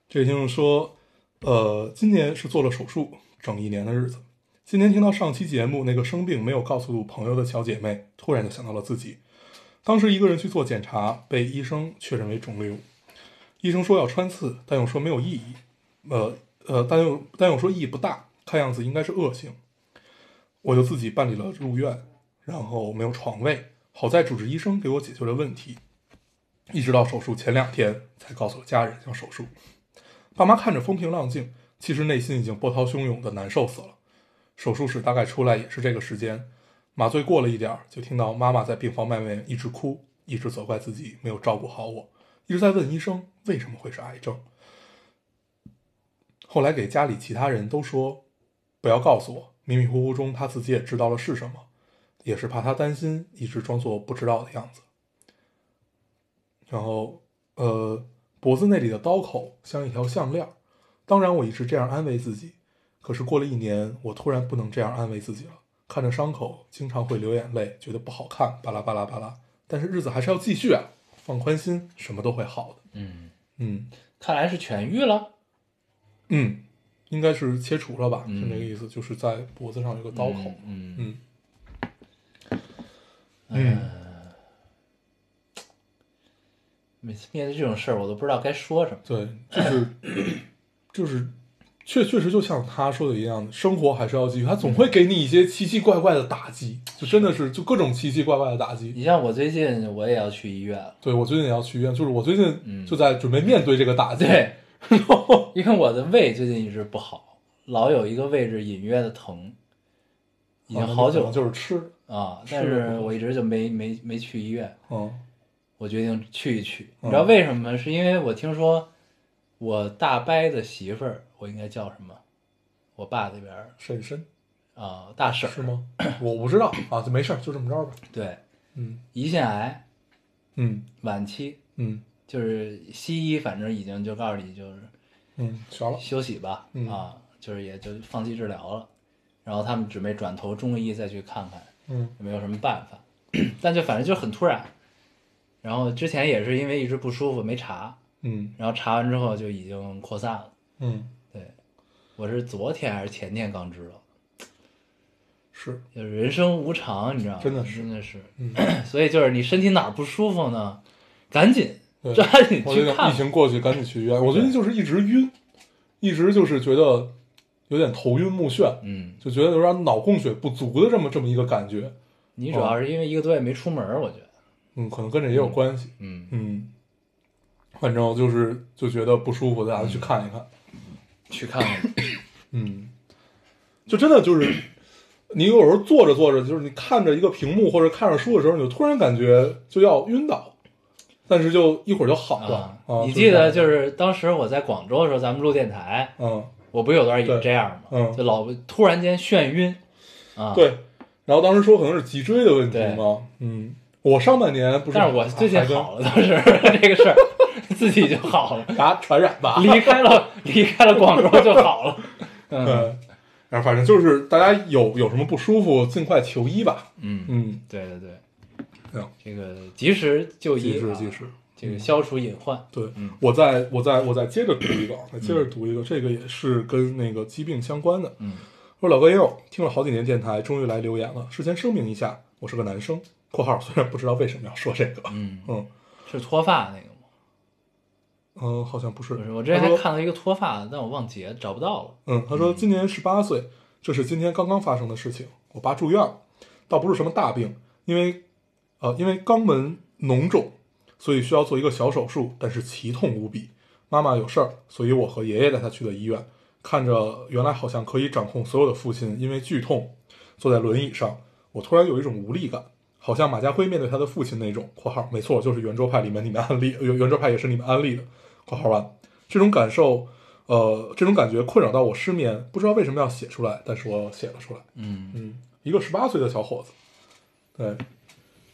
Speaker 2: 这个听众说，呃，今年是做了手术，整一年的日子。今天听到上期节目那个生病没有告诉朋友的小姐妹，突然就想到了自己。当时一个人去做检查，被医生确认为肿瘤。医生说要穿刺，但又说没有意义。呃呃，但又但又说意义不大，看样子应该是恶性。我就自己办理了入院，然后没有床位，好在主治医生给我解决了问题。一直到手术前两天才告诉了家人要手术。爸妈看着风平浪静，其实内心已经波涛汹涌的难受死了。手术室大概出来也是这个时间，麻醉过了一点儿，就听到妈妈在病房外面一直哭，一直责怪自己没有照顾好我，一直在问医生为什么会是癌症。后来给家里其他人都说不要告诉我，迷迷糊糊中他自己也知道了是什么，也是怕他担心，一直装作不知道的样子。然后呃，脖子那里的刀口像一条项链儿。当然，我一直这样安慰自己。可是过了一年，我突然不能这样安慰自己了。看着伤口，经常会流眼泪，觉得不好看，巴拉巴拉巴拉。但是日子还是要继续啊，放宽心，什么都会好的。
Speaker 1: 嗯，
Speaker 2: 嗯
Speaker 1: 看来是痊愈了。
Speaker 2: 嗯，应该是切除了吧？
Speaker 1: 嗯
Speaker 2: 是那个意思，就是在脖子上有个刀口。
Speaker 1: 嗯，嗯
Speaker 2: 嗯嗯，
Speaker 1: 每次面对这种事儿，我都不知道该说什么。
Speaker 2: 对，就是 就是，确确实就像他说的一样，生活还是要继续，他总会给你一些奇奇怪怪的打击，就真的是就各种奇奇怪怪的打击。
Speaker 1: 你像我最近我也要去医院了，
Speaker 2: 对我最近也要去医院，就是我最
Speaker 1: 嗯
Speaker 2: 近就在准备面对这个打击。
Speaker 1: 对，因为我的胃最近一直不好，老有一个位置隐约的疼，已经
Speaker 2: 啊那
Speaker 1: 好
Speaker 2: 可
Speaker 1: 久
Speaker 2: 能就是吃，
Speaker 1: 啊，
Speaker 2: 吃
Speaker 1: 但
Speaker 2: 了
Speaker 1: 是
Speaker 2: 不好
Speaker 1: 我一直就没没没去医院。
Speaker 2: 嗯
Speaker 1: 我决定去一去。你
Speaker 2: 嗯
Speaker 1: 知道为什么吗？是因为我听说我大伯的媳妇儿，我应该叫什么？我爸那边儿
Speaker 2: 婶婶
Speaker 1: 啊、大婶
Speaker 2: 是
Speaker 1: 儿，
Speaker 2: 吗？我不知道啊，就没事儿，就这么着吧。
Speaker 1: 对，
Speaker 2: 嗯
Speaker 1: 胰腺癌
Speaker 2: 嗯
Speaker 1: 晚期，
Speaker 2: 嗯
Speaker 1: 就是西医反正已经就告诉你就是
Speaker 2: 嗯，学了，
Speaker 1: 休息吧，
Speaker 2: 嗯
Speaker 1: 啊，就是也就放弃治疗了。然后他们准备转投中医再去看看
Speaker 2: 嗯
Speaker 1: 有没有什么办法， 但就反正就很突然。然后之前也是因为一直不舒服没查，
Speaker 2: 嗯
Speaker 1: 然后查完之后就已经扩散了。
Speaker 2: 嗯，
Speaker 1: 对，我是昨天还是前天刚知道，
Speaker 2: 是
Speaker 1: 就是人生无常，你知道吗？
Speaker 2: 真的是
Speaker 1: 真的是，
Speaker 2: 嗯，
Speaker 1: 所以就是你身体哪儿不舒服呢，赶紧
Speaker 2: 对
Speaker 1: 抓紧
Speaker 2: 我这
Speaker 1: 去
Speaker 2: 个
Speaker 1: 看
Speaker 2: 疫。情过去，赶紧去医院。我最近就是一直晕，一直就是觉得有点头晕目眩，
Speaker 1: 嗯，
Speaker 2: 就觉得有点脑供血不足的这么这么一个感觉。哦
Speaker 1: 你主要是因为一个多月没出门儿，我觉得，
Speaker 2: 嗯，可能跟这也有关系。
Speaker 1: 嗯，
Speaker 2: 嗯，反正就是就觉得不舒服，大家去看一看。
Speaker 1: 去看看。
Speaker 2: 嗯，就真的就是，你有时候坐着坐着，就是你看着一个屏幕或者看着书的时候，你就突然感觉就要晕倒，但是就一会儿就好了
Speaker 1: 啊。，
Speaker 2: 啊
Speaker 1: 你记得就是是当时我在广州的时候，咱们录电台，
Speaker 2: 这样
Speaker 1: 我不有段也
Speaker 2: 对
Speaker 1: 这样吗？
Speaker 2: 嗯
Speaker 1: 就老突然间眩晕，啊，
Speaker 2: 嗯，对。然后当时说可能是脊椎的问题
Speaker 1: 对
Speaker 2: 嘛，嗯，我上半年不是，啊
Speaker 1: 但是我最近
Speaker 2: 还跟
Speaker 1: 好了，倒是这个事儿 自己就好了，
Speaker 2: 打传染吧，
Speaker 1: 离开了离开了广州就好了。嗯
Speaker 2: 嗯，然后反正就是大家有有什么不舒服，尽快求医吧。
Speaker 1: 嗯，
Speaker 2: 嗯，
Speaker 1: 对对对，
Speaker 2: 对啊
Speaker 1: 这个及时就医
Speaker 2: 及时
Speaker 1: 啊，
Speaker 2: 及时。
Speaker 1: 这个消除隐患。
Speaker 2: 对
Speaker 1: 嗯，
Speaker 2: 我再我再我再接着读一个，再接着读一个，这个也是跟那个疾病相关的。
Speaker 1: 嗯，
Speaker 2: 我说老哥也有听了好几年电台，终于来留言了。事先声明一下，我是个男生（括号虽然不知道为什么要说这个）。
Speaker 1: 嗯，
Speaker 2: 嗯
Speaker 1: 是脱发那个吗？
Speaker 2: 嗯、呃好像不是
Speaker 1: 不。是，我之前
Speaker 2: 他
Speaker 1: 还
Speaker 2: 说
Speaker 1: 看到一个脱发的，但我忘截找不到了。
Speaker 2: 嗯，他说今年十八岁，这是今天刚刚发生的事情。我爸住院了，倒不是什么大病，因为呃，因为肛门脓肿，所以需要做一个小手术，但是奇痛无比。妈妈有事儿，所以我和爷爷带他去的医院。看着原来好像可以掌控所有的父亲，因为剧痛坐在轮椅上，我突然有一种无力感，好像马家辉面对他的父亲那种（括号没错，就是圆桌派里面你们安利，圆圆桌派也是你们安利的）（括号完）这种感受，呃，这种感觉困扰到我失眠，不知道为什么要写出来，但是我写了出来。
Speaker 1: 嗯
Speaker 2: 嗯，一个十八岁的小伙子，对，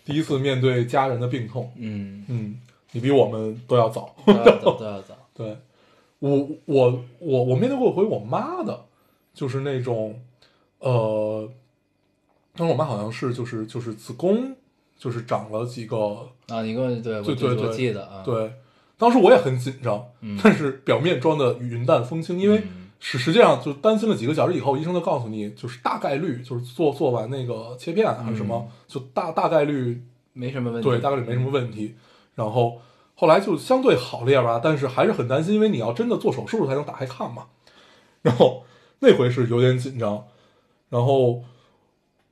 Speaker 2: 第一次面对家人的病痛，
Speaker 1: 嗯，
Speaker 2: 嗯，你比我们都要早。
Speaker 1: 都要走，都要走。
Speaker 2: 对，我我我我面对过一回我妈的，就是那种，呃，当时我妈好像是就是就是子宫就是长了几个，
Speaker 1: 啊，你给我对，我
Speaker 2: 对对
Speaker 1: 我
Speaker 2: 对
Speaker 1: 记得啊，，
Speaker 2: 对，当时我也很紧张，
Speaker 1: 嗯
Speaker 2: 但是表面装的云淡风轻，因为
Speaker 1: 嗯
Speaker 2: 实实际上就担心了几个小时以后，医生就告诉你，就是大概率就是做做完那个切片还是什
Speaker 1: 嗯
Speaker 2: 么，就大大概率
Speaker 1: 没什么问题。
Speaker 2: 对，大概率没什么问题。然后后来就相对好了一点吧，但是还是很担心，因为你要真的做手术才能打开看嘛。然后那回是有点紧张。然后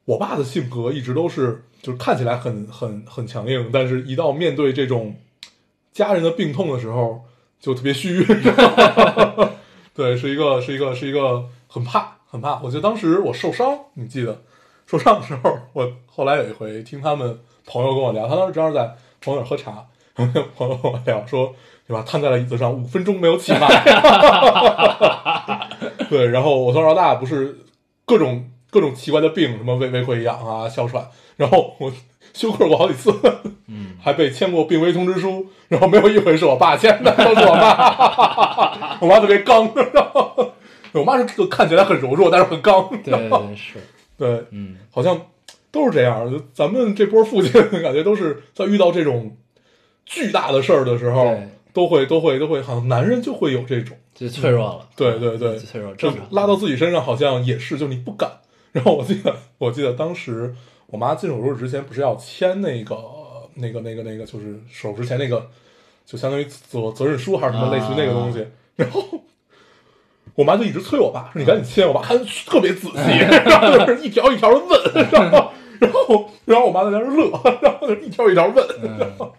Speaker 2: 我爸的性格一直都是，就是看起来很很很强硬，但是一到面对这种家人的病痛的时候，就特别虚。 对，是一个是一个是一个很怕很怕。我记得当时我受伤，你记得受伤的时候，我后来有一回听他们朋友跟我聊，他当时正好在朋友那儿喝茶，然后朋友跟我聊说，对吧？瘫在了椅子上五分钟没有起来。 对，然后我从小到大不是各种各种奇怪的病，什么胃胃溃疡啊、哮喘，然后我休克过好几次，
Speaker 1: 嗯，
Speaker 2: 还被签过病危通知书，然后没有一回是我爸签的，都是我妈。我妈特 别刚，然后我妈是就看起来很柔弱，但是很刚。
Speaker 1: 对对对是，
Speaker 2: 对，
Speaker 1: 嗯
Speaker 2: 好像都是这样。就咱们这波父亲，感觉都是在遇到这种巨大的事儿的时候
Speaker 1: 对，
Speaker 2: 都会都会都会，好像男人就会有这种，
Speaker 1: 就脆弱了。
Speaker 2: 嗯对对对，
Speaker 1: 就脆弱
Speaker 2: 这
Speaker 1: 正常。
Speaker 2: 拉到自己身上好像也是，就你不敢。然后我记得我记得当时我妈进手术室之前不是要签那个那个那个那个，就是手术之前那个，就相当于责责任书还是什么类似于那个东
Speaker 1: 啊
Speaker 2: 西， 然后。我妈就一直催我爸说：“你赶紧签。”我爸看特别仔细，
Speaker 1: 哎
Speaker 2: 然后就是一条一条的问， 然后然后然后我妈在那儿乐， 然后就一条一条问，
Speaker 1: 嗯，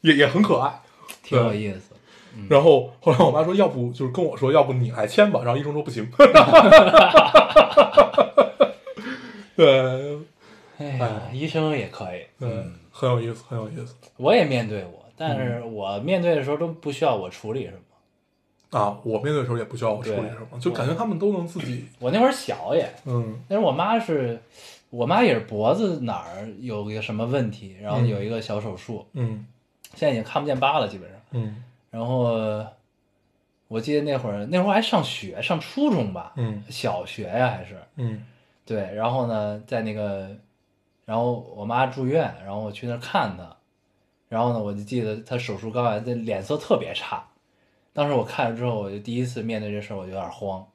Speaker 2: 也也很可爱。
Speaker 1: 挺有意思。
Speaker 2: 然后后来我妈说，要不就是跟我说，要不你来签吧。然后医生说不行。对，
Speaker 1: 哎呀，医生也可以，
Speaker 2: 嗯，很有意思，很有意思
Speaker 1: 我也面对过，但是我面对的时候都不需要我处理什么。
Speaker 2: 啊！我面对的时候也不需要我处理
Speaker 1: 对
Speaker 2: 什么，就感觉他们都能自己，
Speaker 1: 我那会儿小也，
Speaker 2: 嗯
Speaker 1: 但是我妈是，我妈也是脖子哪儿有一个什么问题，然后
Speaker 2: 嗯
Speaker 1: 有一个小手术，
Speaker 2: 嗯
Speaker 1: 现在已经看不见疤了，基本上。
Speaker 2: 嗯
Speaker 1: 然后我记得那会儿，那会儿还上学，上初中吧，
Speaker 2: 嗯
Speaker 1: 小学呀、还是
Speaker 2: 嗯
Speaker 1: 对。然后呢，在那个，然后我妈住院，然后我去那儿看她，然后呢，我就记得她手术刚完，这脸色特别差。当时我看了之后，我就第一次面对这事儿，我就有点慌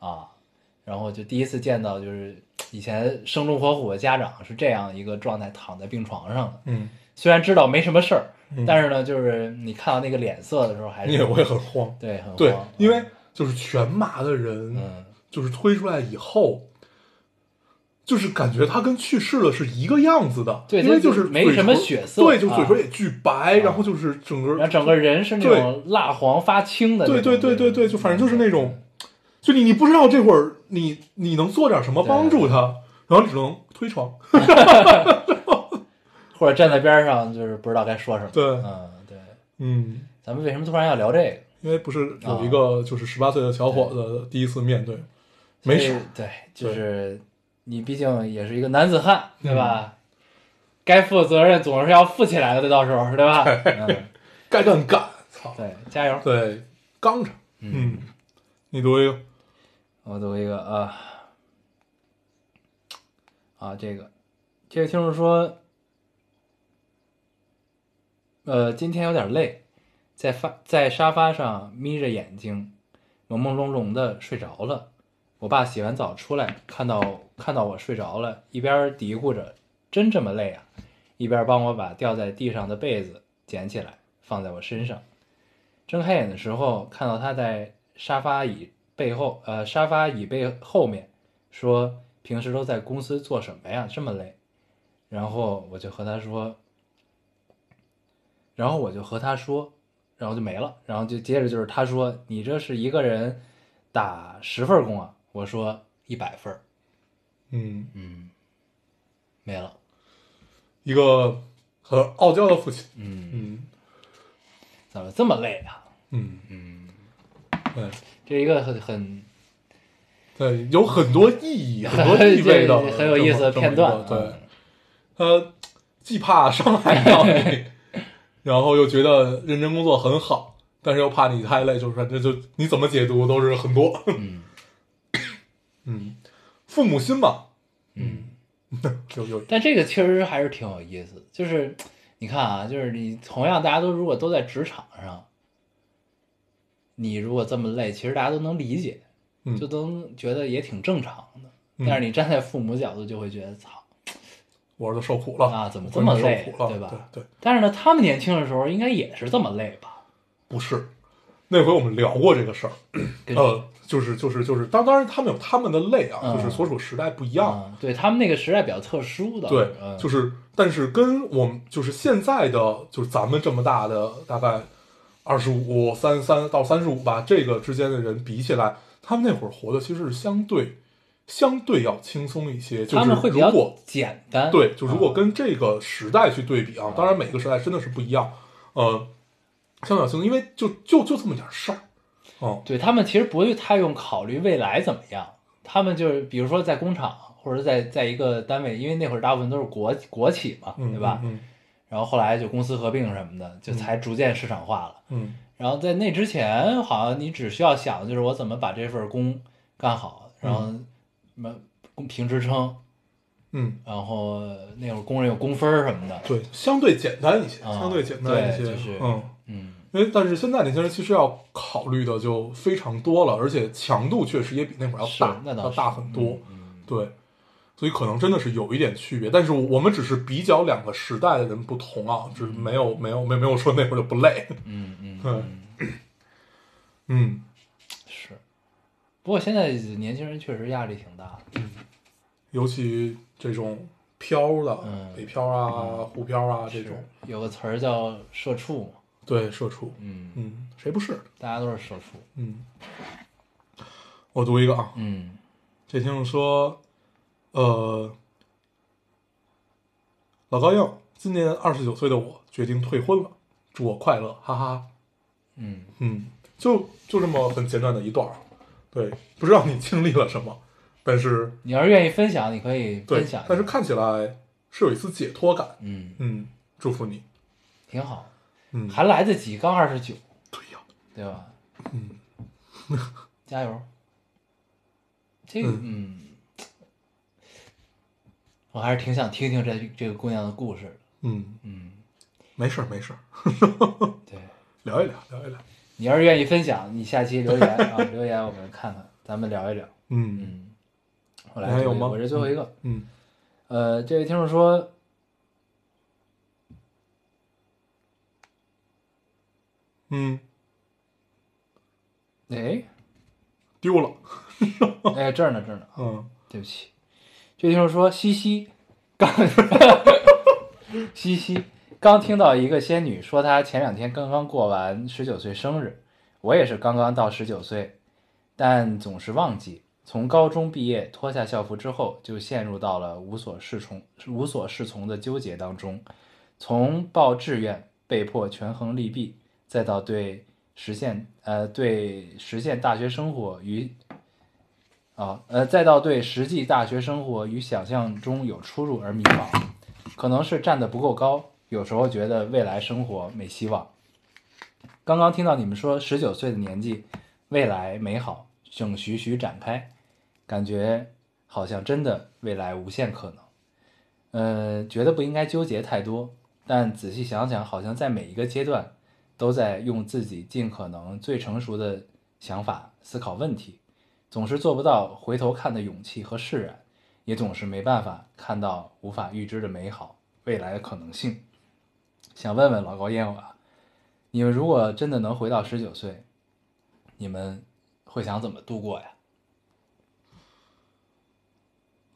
Speaker 1: 啊。然后就第一次见到，就是以前生龙活虎的家长是这样一个状态，躺在病床上的。
Speaker 2: 嗯，
Speaker 1: 虽然知道没什么事儿，
Speaker 2: 嗯
Speaker 1: 但是呢，就是你看到那个脸色的时候，还是
Speaker 2: 你也会很慌。
Speaker 1: 对很慌
Speaker 2: 对，因为就是全麻的人，
Speaker 1: 嗯
Speaker 2: 就是推出来以后。就是感觉他跟去世了是一个样子的，
Speaker 1: 对
Speaker 2: 因为
Speaker 1: 就
Speaker 2: 就是
Speaker 1: 没
Speaker 2: 嘴
Speaker 1: 什么
Speaker 2: 唇
Speaker 1: 血色
Speaker 2: 对，就嘴
Speaker 1: 啊
Speaker 2: 唇也巨白，然后就是整个，
Speaker 1: 然后整个人是那种蜡黄发青的那
Speaker 2: 对
Speaker 1: 种，嗯
Speaker 2: 对对对对，就反正就是那种，就你你不知道这会儿你你能做点什么帮助他，然后只能推床。
Speaker 1: 或者站在边上就是不知道该说什么。
Speaker 2: 对
Speaker 1: 嗯对，
Speaker 2: 嗯，
Speaker 1: 咱们为什么突然要聊这个？
Speaker 2: 因为不是有
Speaker 1: 啊
Speaker 2: 一个就是十八岁的小伙子第一次面对，没
Speaker 1: 所以
Speaker 2: 事，嗯
Speaker 1: 对，就是你毕竟也是一个男子汉，对吧？该负的责任总是要负起来的，到时候对 吧？嗯，
Speaker 2: 该干干，操，
Speaker 1: 对，加油！
Speaker 2: 对，刚着，嗯，你读一个，
Speaker 1: 我读一个啊啊，这个这个听众说，呃，今天有点累，在发在沙发上眯着眼睛，朦朦胧胧的睡着了。我爸洗完澡出来，看到看到我睡着了，一边嘀咕着“真这么累啊”，一边帮我把掉在地上的被子捡起来，放在我身上。睁开眼的时候，看到他在沙发椅背后，呃，沙发椅背后面说：“平时都在公司做什么呀？这么累。”然后我就和他说，然后我就和他说，然后就没了。然后就接着就是他说：“你这是一个人打十份工啊？”我说：“一百份儿。
Speaker 2: 嗯”，
Speaker 1: 嗯，没了。
Speaker 2: 一个很傲娇的父亲，
Speaker 1: 嗯，
Speaker 2: 嗯
Speaker 1: 怎么这么累啊？
Speaker 2: 嗯嗯，对
Speaker 1: 这是一个很很
Speaker 2: 对，有很多意义，很多意味的，
Speaker 1: 很有意思的
Speaker 2: 这么
Speaker 1: 片段啊。嗯
Speaker 2: 这么一个对，他既怕伤害到你，然后又觉得认真工作很好，但是又怕你太累，就是反正就你怎么解读都是很多。
Speaker 1: 嗯
Speaker 2: 嗯，父母心嘛，
Speaker 1: 嗯。
Speaker 2: 有有
Speaker 1: 但这个确实还是挺有意思的，就是你看啊，就是你同样大家都如果都在职场上，你如果这么累，其实大家都能理解，
Speaker 2: 嗯
Speaker 1: 就都能觉得也挺正常的。
Speaker 2: 嗯
Speaker 1: 但是你站在父母角度，就会觉得操。
Speaker 2: 我儿子受苦了
Speaker 1: 啊怎么这么
Speaker 2: 我儿子
Speaker 1: 累
Speaker 2: 受苦了，
Speaker 1: 对
Speaker 2: 对
Speaker 1: 吧
Speaker 2: 对，
Speaker 1: 但是呢，他们年轻的时候应该也是这么累吧？
Speaker 2: 不是，那回我们聊过这个事儿，
Speaker 1: 跟
Speaker 2: 呃，就是就是就是，当当然他们有他们的累啊，
Speaker 1: 嗯
Speaker 2: 就是所处时代不一样。
Speaker 1: 嗯，对他们那个时代比较特殊的，
Speaker 2: 对，
Speaker 1: 嗯、
Speaker 2: 就是是，但是跟我们就是现在的，就是咱们这么大的，大概二十五、三三到三十五吧，这个之间的人比起来，他们那会儿活的其实是相对相对要轻松一些。就
Speaker 1: 他
Speaker 2: 是
Speaker 1: 们会比较
Speaker 2: 如果
Speaker 1: 简单，
Speaker 2: 对，就如果
Speaker 1: 嗯
Speaker 2: 跟这个时代去对比啊，当然每个时代真的是不一样。呃，相对要轻松，因为就就就这么点事儿，嗯，
Speaker 1: 对他们其实不会太用考虑未来怎么样，他们就是比如说在工厂或者在在一个单位，因为那会儿大部分都是国国企嘛，
Speaker 2: 嗯
Speaker 1: 对吧？
Speaker 2: 嗯
Speaker 1: 然后后来就公司合并什么的，就才逐渐市场化了。
Speaker 2: 嗯
Speaker 1: 然后在那之前，好像你只需要想的就是我怎么把这份工干好，然后什么工评职称，
Speaker 2: 嗯，
Speaker 1: 然后那会儿工人有工分儿什么的，
Speaker 2: 对，相对简单一些，
Speaker 1: 啊
Speaker 2: 相对简单一些，
Speaker 1: 对就是
Speaker 2: 嗯。
Speaker 1: 嗯
Speaker 2: 因为但是现在年轻人其实要考虑的就非常多了，而且强度确实也比那会儿要
Speaker 1: 是
Speaker 2: 大，
Speaker 1: 那倒
Speaker 2: 要
Speaker 1: 是
Speaker 2: 大很多。
Speaker 1: 嗯
Speaker 2: 对，所以可能真的是有一点区别，但是我们只是比较两个时代的人不同啊，只是没有没有没有没有说那会儿就不累。
Speaker 1: 嗯嗯
Speaker 2: 对
Speaker 1: 嗯，
Speaker 2: 嗯，
Speaker 1: 是。不过现在年轻人确实压力挺大的。
Speaker 2: 尤其这种漂的、
Speaker 1: 嗯
Speaker 2: 北漂啊、沪漂啊这种，
Speaker 1: 有个词儿叫“社畜”嘛，
Speaker 2: 对，社畜，
Speaker 1: 嗯，
Speaker 2: 嗯，谁不是？
Speaker 1: 大家都是社畜，
Speaker 2: 嗯，我读一个啊，
Speaker 1: 嗯
Speaker 2: 这听众说，呃，老高硬，今年二十九岁的我决定退婚了，祝我快乐，哈哈哈。
Speaker 1: 嗯
Speaker 2: 嗯，就就这么很简短的一段儿，对，不知道你经历了什么，但是
Speaker 1: 你要是愿意分享，你可以
Speaker 2: 对
Speaker 1: 分享，，
Speaker 2: 但是，看起来是有一丝解脱感。
Speaker 1: 嗯，
Speaker 2: 嗯，祝福你。
Speaker 1: 挺好，
Speaker 2: 嗯，
Speaker 1: 还来得及，刚二十九，
Speaker 2: 对呀、
Speaker 1: 对吧？
Speaker 2: 嗯，
Speaker 1: 加 油。这个，嗯，我还是挺想听听这这个姑娘的故事的，
Speaker 2: 嗯，
Speaker 1: 嗯，
Speaker 2: 没事儿没事儿，
Speaker 1: 对，
Speaker 2: 聊一聊聊一聊。
Speaker 1: 你要是愿意分享，你下期留言啊，留言我们看看，咱们聊一聊，
Speaker 2: 嗯
Speaker 1: 嗯，我来
Speaker 2: 你还有
Speaker 1: 最后一
Speaker 2: 吗
Speaker 1: 我这最后一个，
Speaker 2: 嗯
Speaker 1: 呃，这位听众说，
Speaker 2: 嗯，
Speaker 1: 哎，
Speaker 2: 丢了。
Speaker 1: 哎，这儿呢，这儿呢，
Speaker 2: 嗯，
Speaker 1: 对不起。这位听众说，西西，刚， 西西刚听到一个仙女说，她前两天刚刚过完十九岁生日，我也是刚刚到十九岁，但总是忘记。从高中毕业，脱下校服之后，就陷入到了无所适从、无所适从的纠结当中。从报志愿被迫权衡利弊，再到对实现呃对实现大学生活与啊呃再到对实际大学生活与想象中有出入而迷茫，可能是站得不够高，有时候觉得未来生活没希望。刚刚听到你们说十九岁的年纪，未来美好正徐徐展开，感觉好像真的未来无限可能。呃，觉得不应该纠结太多，但仔细想想，好像在每一个阶段，都在用自己尽可能最成熟的想法思考问题，总是做不到回头看的勇气和释然，也总是没办法看到无法预知的美好未来的可能性。想问问老高烟友啊，你们如果真的能回到十九岁，你们会想怎么度过呀？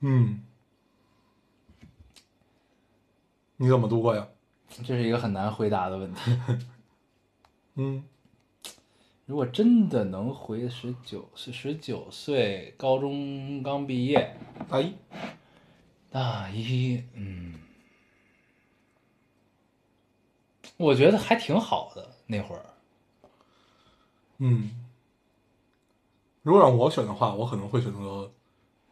Speaker 2: 嗯，你怎么度过呀？
Speaker 1: 这是一个很难回答的问题。
Speaker 2: 嗯，
Speaker 1: 如果真的能回十九岁，十九岁高中刚毕业，
Speaker 2: 大一，
Speaker 1: 大一，嗯，我觉得还挺好的那会儿。
Speaker 2: 嗯，如果让我选的话，我可能会选择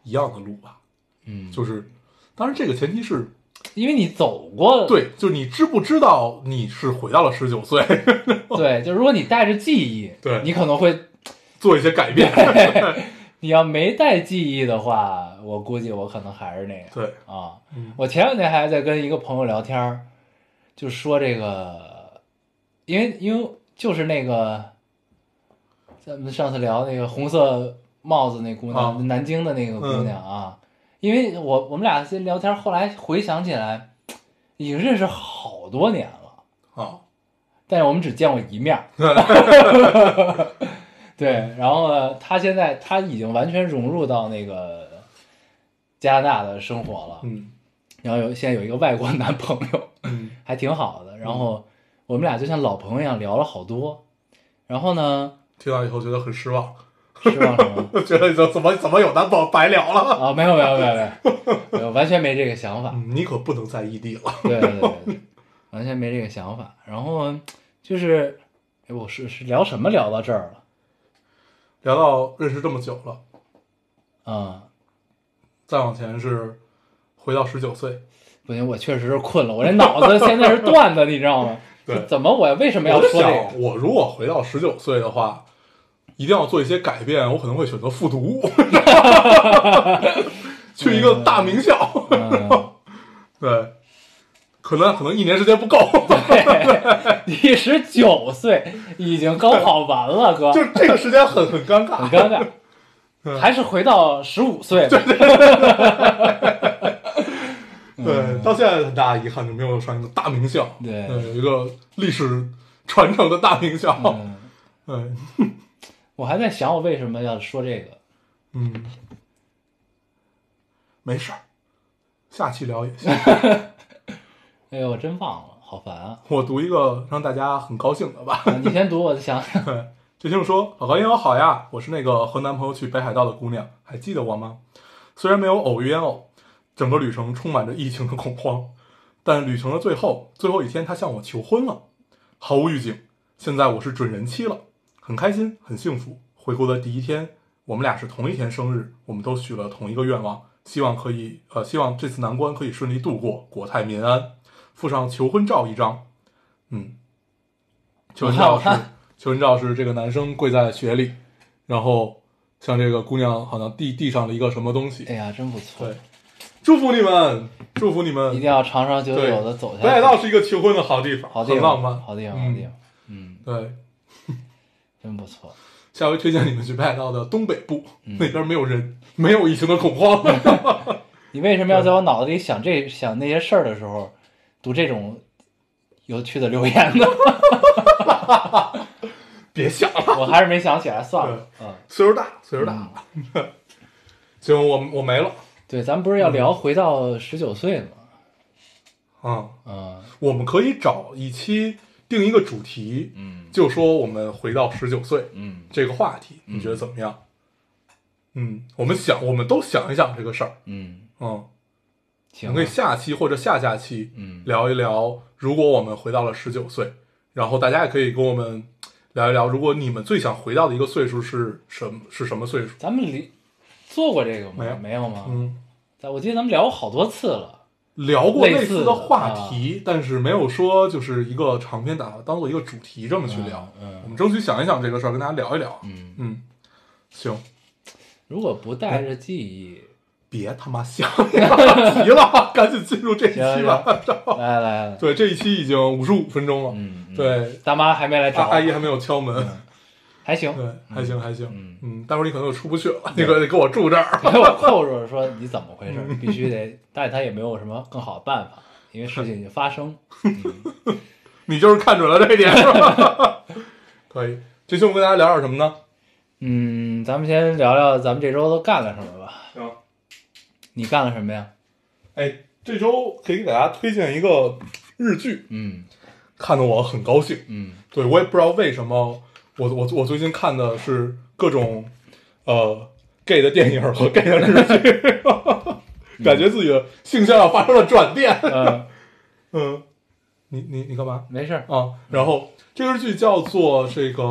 Speaker 2: 一样的路吧，
Speaker 1: 嗯，
Speaker 2: 就是，当然这个前提是
Speaker 1: 因为你走过，
Speaker 2: 对，就是你知不知道你是回到了十九岁，
Speaker 1: 对，就如果你带着记忆，
Speaker 2: 对
Speaker 1: 你可能会；
Speaker 2: 做一些改变，
Speaker 1: 你要没带记忆的话，我估计我可能还是那样。
Speaker 2: 对，
Speaker 1: 啊，
Speaker 2: 嗯
Speaker 1: 我前两天还在跟一个朋友聊天儿，就说这个，因为因为就是那个，咱们上次聊那个红色帽子那姑娘，
Speaker 2: 啊
Speaker 1: 南京的那个姑娘啊，因为我我们俩先聊天，后来回想起来，已经认识好多年了。
Speaker 2: 啊，
Speaker 1: 但是我们只见过一面儿。对，然后呢，他现在他已经完全融入到那个加拿大的生活了，
Speaker 2: 嗯
Speaker 1: 然后有现在有一个外国男朋友，
Speaker 2: 嗯
Speaker 1: 还挺好的。然后我们俩就像老朋友一样聊了好多。然后呢，
Speaker 2: 听到以后觉得很失望，
Speaker 1: 失望什么？
Speaker 2: 觉得怎么怎么有男朋友白聊了，
Speaker 1: 啊，没有没有没有没有没有，完全没这个想 法。
Speaker 2: 嗯你可不能在异地了，
Speaker 1: 对对对对，完全没这个想法。然后就是，哎，我是是聊什么聊到这儿了？
Speaker 2: 聊到认识这么久了，
Speaker 1: 嗯，
Speaker 2: 再往前是回到十九岁，
Speaker 1: 不行，我确实是困了，我这脑子现在是断的，你知道吗？
Speaker 2: 对
Speaker 1: 怎么我为什么要
Speaker 2: 我就
Speaker 1: 说这
Speaker 2: 想，
Speaker 1: 个？
Speaker 2: 我如果回到十九岁的话，一定要做一些改变，我可能会选择复读， 去一个大名校。
Speaker 1: 嗯，
Speaker 2: 对，可能可能一年时间不够，
Speaker 1: 你十嗯九岁已经高考完了，哥，
Speaker 2: 就嗯这个时间很很尴
Speaker 1: 很
Speaker 2: 尬。
Speaker 1: 尴尬，还是回到十五岁吧。
Speaker 2: 对，到现在很大遗憾就没有上一个大名校，
Speaker 1: 嗯对
Speaker 2: 嗯有一个历史传承的大名校。
Speaker 1: 嗯，
Speaker 2: 对，
Speaker 1: 我还在想我为什么要说这个。
Speaker 2: 嗯，没事儿，下期聊也行。
Speaker 1: 哎呦，我真忘了，好烦啊！
Speaker 2: 我读一个让大家很高兴的吧。
Speaker 1: 啊你先读，我再想 想。
Speaker 2: 对，这听众说：“老高烟友好呀，我是那个和男朋友去北海道的姑娘，还记得我吗？虽然没有偶遇烟偶，整个旅程充满着疫情的恐慌，但旅程的最后最后一天，他向我求婚了，毫无预警。现在我是准人妻了，很开心，很幸福。回国的第一天，我们俩是同一天生日，我们都许了同一个愿望，希望可以呃，希望这次难关可以顺利度过，国泰民安。附上求婚照一张，嗯，求婚照
Speaker 1: 我
Speaker 2: 是
Speaker 1: 看我看
Speaker 2: 求婚照是这个男生跪在雪里，然后向这个姑娘好像递递上了一个什么东西
Speaker 1: 哎，呀，真不错
Speaker 2: 对，，祝福你们，祝福你们。
Speaker 1: 一定要长长久
Speaker 2: 对
Speaker 1: 久的走下去。
Speaker 2: 北海道是一个求婚的好地方，
Speaker 1: 好地
Speaker 2: 很浪
Speaker 1: 方，
Speaker 2: 漫，
Speaker 1: 好地方，
Speaker 2: 嗯
Speaker 1: 好地方。嗯，
Speaker 2: 对，
Speaker 1: 真不错。
Speaker 2: 下回推荐你们去北海道的东北部，
Speaker 1: 嗯
Speaker 2: 那边没有人，没有疫情的恐 慌。
Speaker 1: 你为什么要在我脑子里想这想那些事儿的时候，读这种有趣的留言 呢？
Speaker 2: 别想了，
Speaker 1: 我还是没想起来，算了。嗯，
Speaker 2: 岁数大，岁数大。 行，我我没了。
Speaker 1: 对，咱们不是要聊回到十九岁吗？
Speaker 2: 嗯，
Speaker 1: 嗯
Speaker 2: 我们可以找一期定一个主题，
Speaker 1: 嗯
Speaker 2: 就说我们回到十九岁
Speaker 1: 嗯
Speaker 2: 这个话题，你觉得怎么样？嗯，我们想，我们都想一想这个事儿。
Speaker 1: 嗯，
Speaker 2: 嗯，我
Speaker 1: 行啊
Speaker 2: 们可以，下期或者下下期，
Speaker 1: 嗯
Speaker 2: 聊一聊，如果我们回到了十九岁，然后大家也可以跟我们聊一聊，如果你们最想回到的一个岁数是什么是什么岁数？
Speaker 1: 咱们离做过这个
Speaker 2: 没有
Speaker 1: 吗？没有吗？
Speaker 2: 嗯，
Speaker 1: 咱我记得咱们聊过好多次了。
Speaker 2: 聊过类似
Speaker 1: 类似的啊
Speaker 2: 话题，但是没有说就是一个长篇大当做一个主题这么去聊。
Speaker 1: 嗯
Speaker 2: 我们争取想一想这个事儿，跟大家聊一聊。
Speaker 1: 嗯，
Speaker 2: 嗯，行，
Speaker 1: 如果不
Speaker 2: 哎
Speaker 1: 带着记 忆，
Speaker 2: 别他妈想了，急了， 赶紧进入这一期吧。
Speaker 1: 来来来，
Speaker 2: 哦对，这一期已经五十五分钟了，
Speaker 1: 嗯，嗯
Speaker 2: 对，啊哎
Speaker 1: 大妈还没来
Speaker 2: 阿
Speaker 1: 找，
Speaker 2: 阿姨还没有敲门。
Speaker 1: 嗯还行，
Speaker 2: 对，还行还行，
Speaker 1: 嗯
Speaker 2: 待会儿你可能就出不去了， 你可得给我住这儿。
Speaker 1: 给我扣住了说你怎么 回事，必须得，但他也没有什么更好的办法，因为事情已经发生，
Speaker 2: 你就是看准了这一点，是吧？ 可以。这期我们跟大家聊点什么呢？
Speaker 1: 嗯，咱们先聊聊咱们这周都干了什么吧。
Speaker 2: 行，
Speaker 1: 你干了什么呀？
Speaker 2: 哎，这周可以给大家推荐一个日剧，
Speaker 1: 嗯
Speaker 2: 看得我很高兴。
Speaker 1: 嗯
Speaker 2: 对我也不知道为什么，我我我最近看的是各种呃 gay 的电影和 gay 的日剧， 感觉自己的性向要发生了转变。
Speaker 1: 呃，
Speaker 2: 嗯，你你你干嘛？
Speaker 1: 没事儿，
Speaker 2: 啊，然后这个剧叫做这个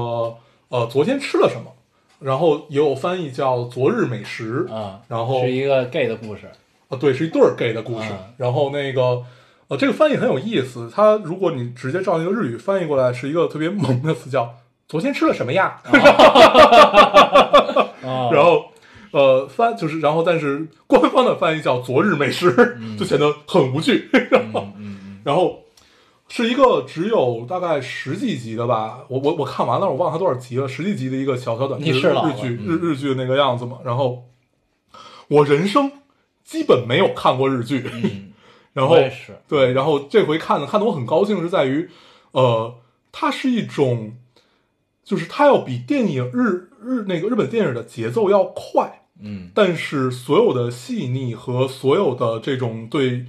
Speaker 2: 呃，昨天吃了什么？然后也有翻译叫《昨日美食》
Speaker 1: 啊，
Speaker 2: 然后
Speaker 1: 是一个 gay 的故事，
Speaker 2: 啊，对，是一对儿 gay 的故事。
Speaker 1: 嗯
Speaker 2: 然后那个呃，这个翻译很有意思，它如果你直接照那个日语翻译过来，是一个特别萌的词，叫“昨天吃了什么呀”
Speaker 1: 啊，
Speaker 2: 然后。呃，翻就是，然后但是官方的翻译叫“昨日美食”，就显得很无趣。
Speaker 1: 嗯嗯
Speaker 2: 然后是一个只有大概十几集的吧，我我我看完了，我忘了它多少集了，十几集的一个小小短剧，
Speaker 1: 你是
Speaker 2: 日
Speaker 1: 老了
Speaker 2: 剧
Speaker 1: 嗯
Speaker 2: 日日剧的那个样子嘛。然后我人生基本没有看过日剧，
Speaker 1: 嗯，
Speaker 2: 然后
Speaker 1: 我也是，
Speaker 2: 对，然后这回看的看的我很高兴是在于，呃，它是一种，就是它要比电影日日那个日本电影的节奏要快，
Speaker 1: 嗯
Speaker 2: 但是所有的细腻和所有的这种对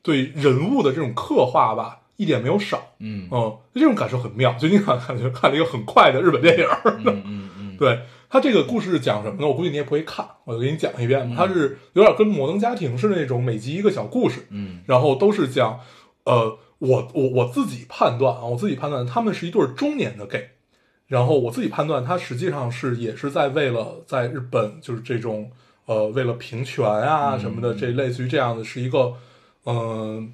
Speaker 2: 对人物的这种刻画吧，一点没有少。
Speaker 1: 嗯
Speaker 2: 嗯，这种感受很妙，就你感感觉看了一个很快的日本电影儿。
Speaker 1: 嗯嗯
Speaker 2: 对它这个故事是讲什么呢？我估计你也不会看，我就给你讲一遍吧。它是有点跟《摩登家庭》是那种每集一个小故事，
Speaker 1: 嗯
Speaker 2: 然后都是讲，呃，我我我自己判断啊，我自己判断他们是一对中年的 gay，然后我自己判断他实际上是也是在为了在日本就是这种呃为了平权啊什么的，这类似于这样的是一个嗯、呃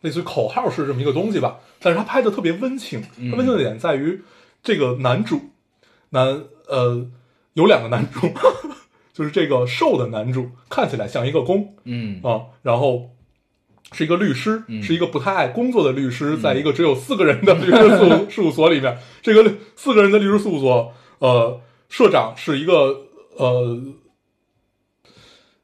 Speaker 2: 类似于口号式这么一个东西吧，但是他拍的特别温情，他温情的点在于这个男主男呃有两个男主。 就是这个瘦的男主看起来像一个公，
Speaker 1: 嗯嗯
Speaker 2: 啊，然后是一个律师，
Speaker 1: 嗯
Speaker 2: 是一个不太爱工作的律师，在一个只有四个人的 律师事务事务所里面，这个律四个人的律师事务所，呃，社长是一个呃。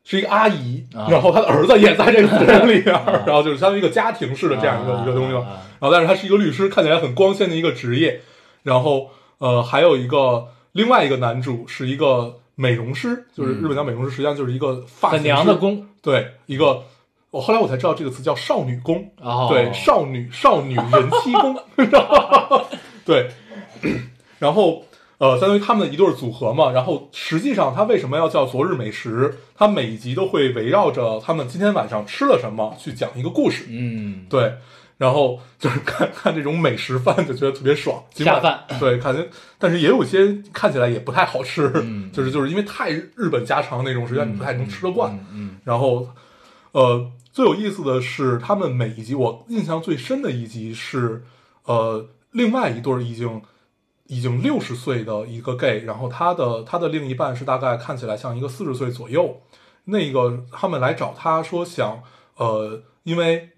Speaker 2: 是一个阿姨，
Speaker 1: 啊
Speaker 2: 然后她的儿子也在这个四个人里面， 然后就是相当于一个家庭式的这样一个、
Speaker 1: 啊
Speaker 2: 一个东西嘛。
Speaker 1: 啊啊
Speaker 2: 然后，但是他是一个律师，看起来很光鲜的一个职业。然后，呃，还有一个另外一个男主是一个美容师，就是日本叫美容师，实际上就是一个发
Speaker 1: 嗯很
Speaker 2: 型
Speaker 1: 娘
Speaker 2: 师
Speaker 1: 的攻，
Speaker 2: 对，一个我后来我才知道这个词叫少女宫，
Speaker 1: 哦，
Speaker 2: 对，少女少女人妻 宫，对， 然后呃，相当于他们的一对儿组合嘛。然后实际上，它为什么要叫《昨日美食》？它每一集都会围绕着他们今天晚上吃了什么去讲一个故事，
Speaker 1: 嗯，
Speaker 2: 对。然后就是 看看这种美食饭就觉得特别爽，尽管
Speaker 1: 下饭
Speaker 2: 对，感觉但是也有些看起来也不太好吃，
Speaker 1: 嗯
Speaker 2: 就是就是因为太日本家常那种，实际上你不太能吃得惯。
Speaker 1: 嗯
Speaker 2: 然后，呃，最有意思的是，他们每一集我印象最深的一集是，呃，另外一对儿已经已经六十岁的一个 gay，然后他的他的另一半是大概看起来像一个四十岁左右，那个他们来找他说想，呃，因为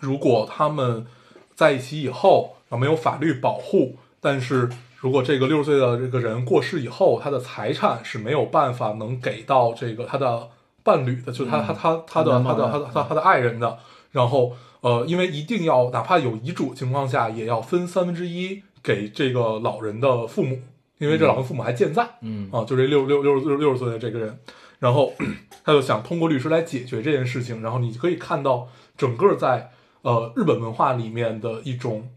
Speaker 2: 如果他们在一起以后，然后没有法律保护，但是如果这个六十岁的这个人过世以后，他的财产是没有办法能给到这个他的伴侣的，就是他、他他他的
Speaker 1: 嗯
Speaker 2: 他的他的他的他的爱人的。然后呃，因为一定要哪怕有遗嘱情况下，也要分三分之一给这个老人的父母，因为这老人父母还健在。
Speaker 1: 嗯
Speaker 2: 啊，就这六六六六六十岁的这个人，然后 他就想通过律师来解决这件事情，然后你可以看到整个在呃日本文化里面的一种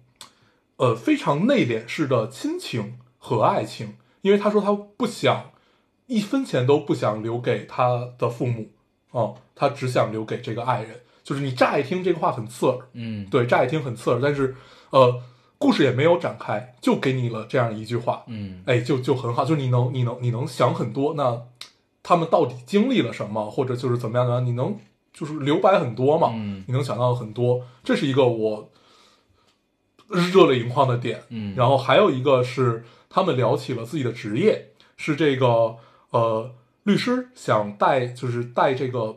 Speaker 2: 呃非常内敛式的亲情和爱情，因为他说他不想一分钱都不想留给他的父母啊，他只想留给这个爱人，就是你乍一听这个话很刺耳，
Speaker 1: 嗯，
Speaker 2: 啊对，乍一听很刺耳，但是呃故事也没有展开，就给你了这样一句话，
Speaker 1: 嗯
Speaker 2: 哎，就就很好，就是你能你能你能想很多，那他们到底经历了什么，或者就是怎么样呢？你能就是留白很多嘛，
Speaker 1: 嗯
Speaker 2: 你能想到很多，这是一个我热泪盈眶的点。
Speaker 1: 嗯
Speaker 2: 然后还有一个是他们聊起了自己的职业，是这个呃律师想带就是带这个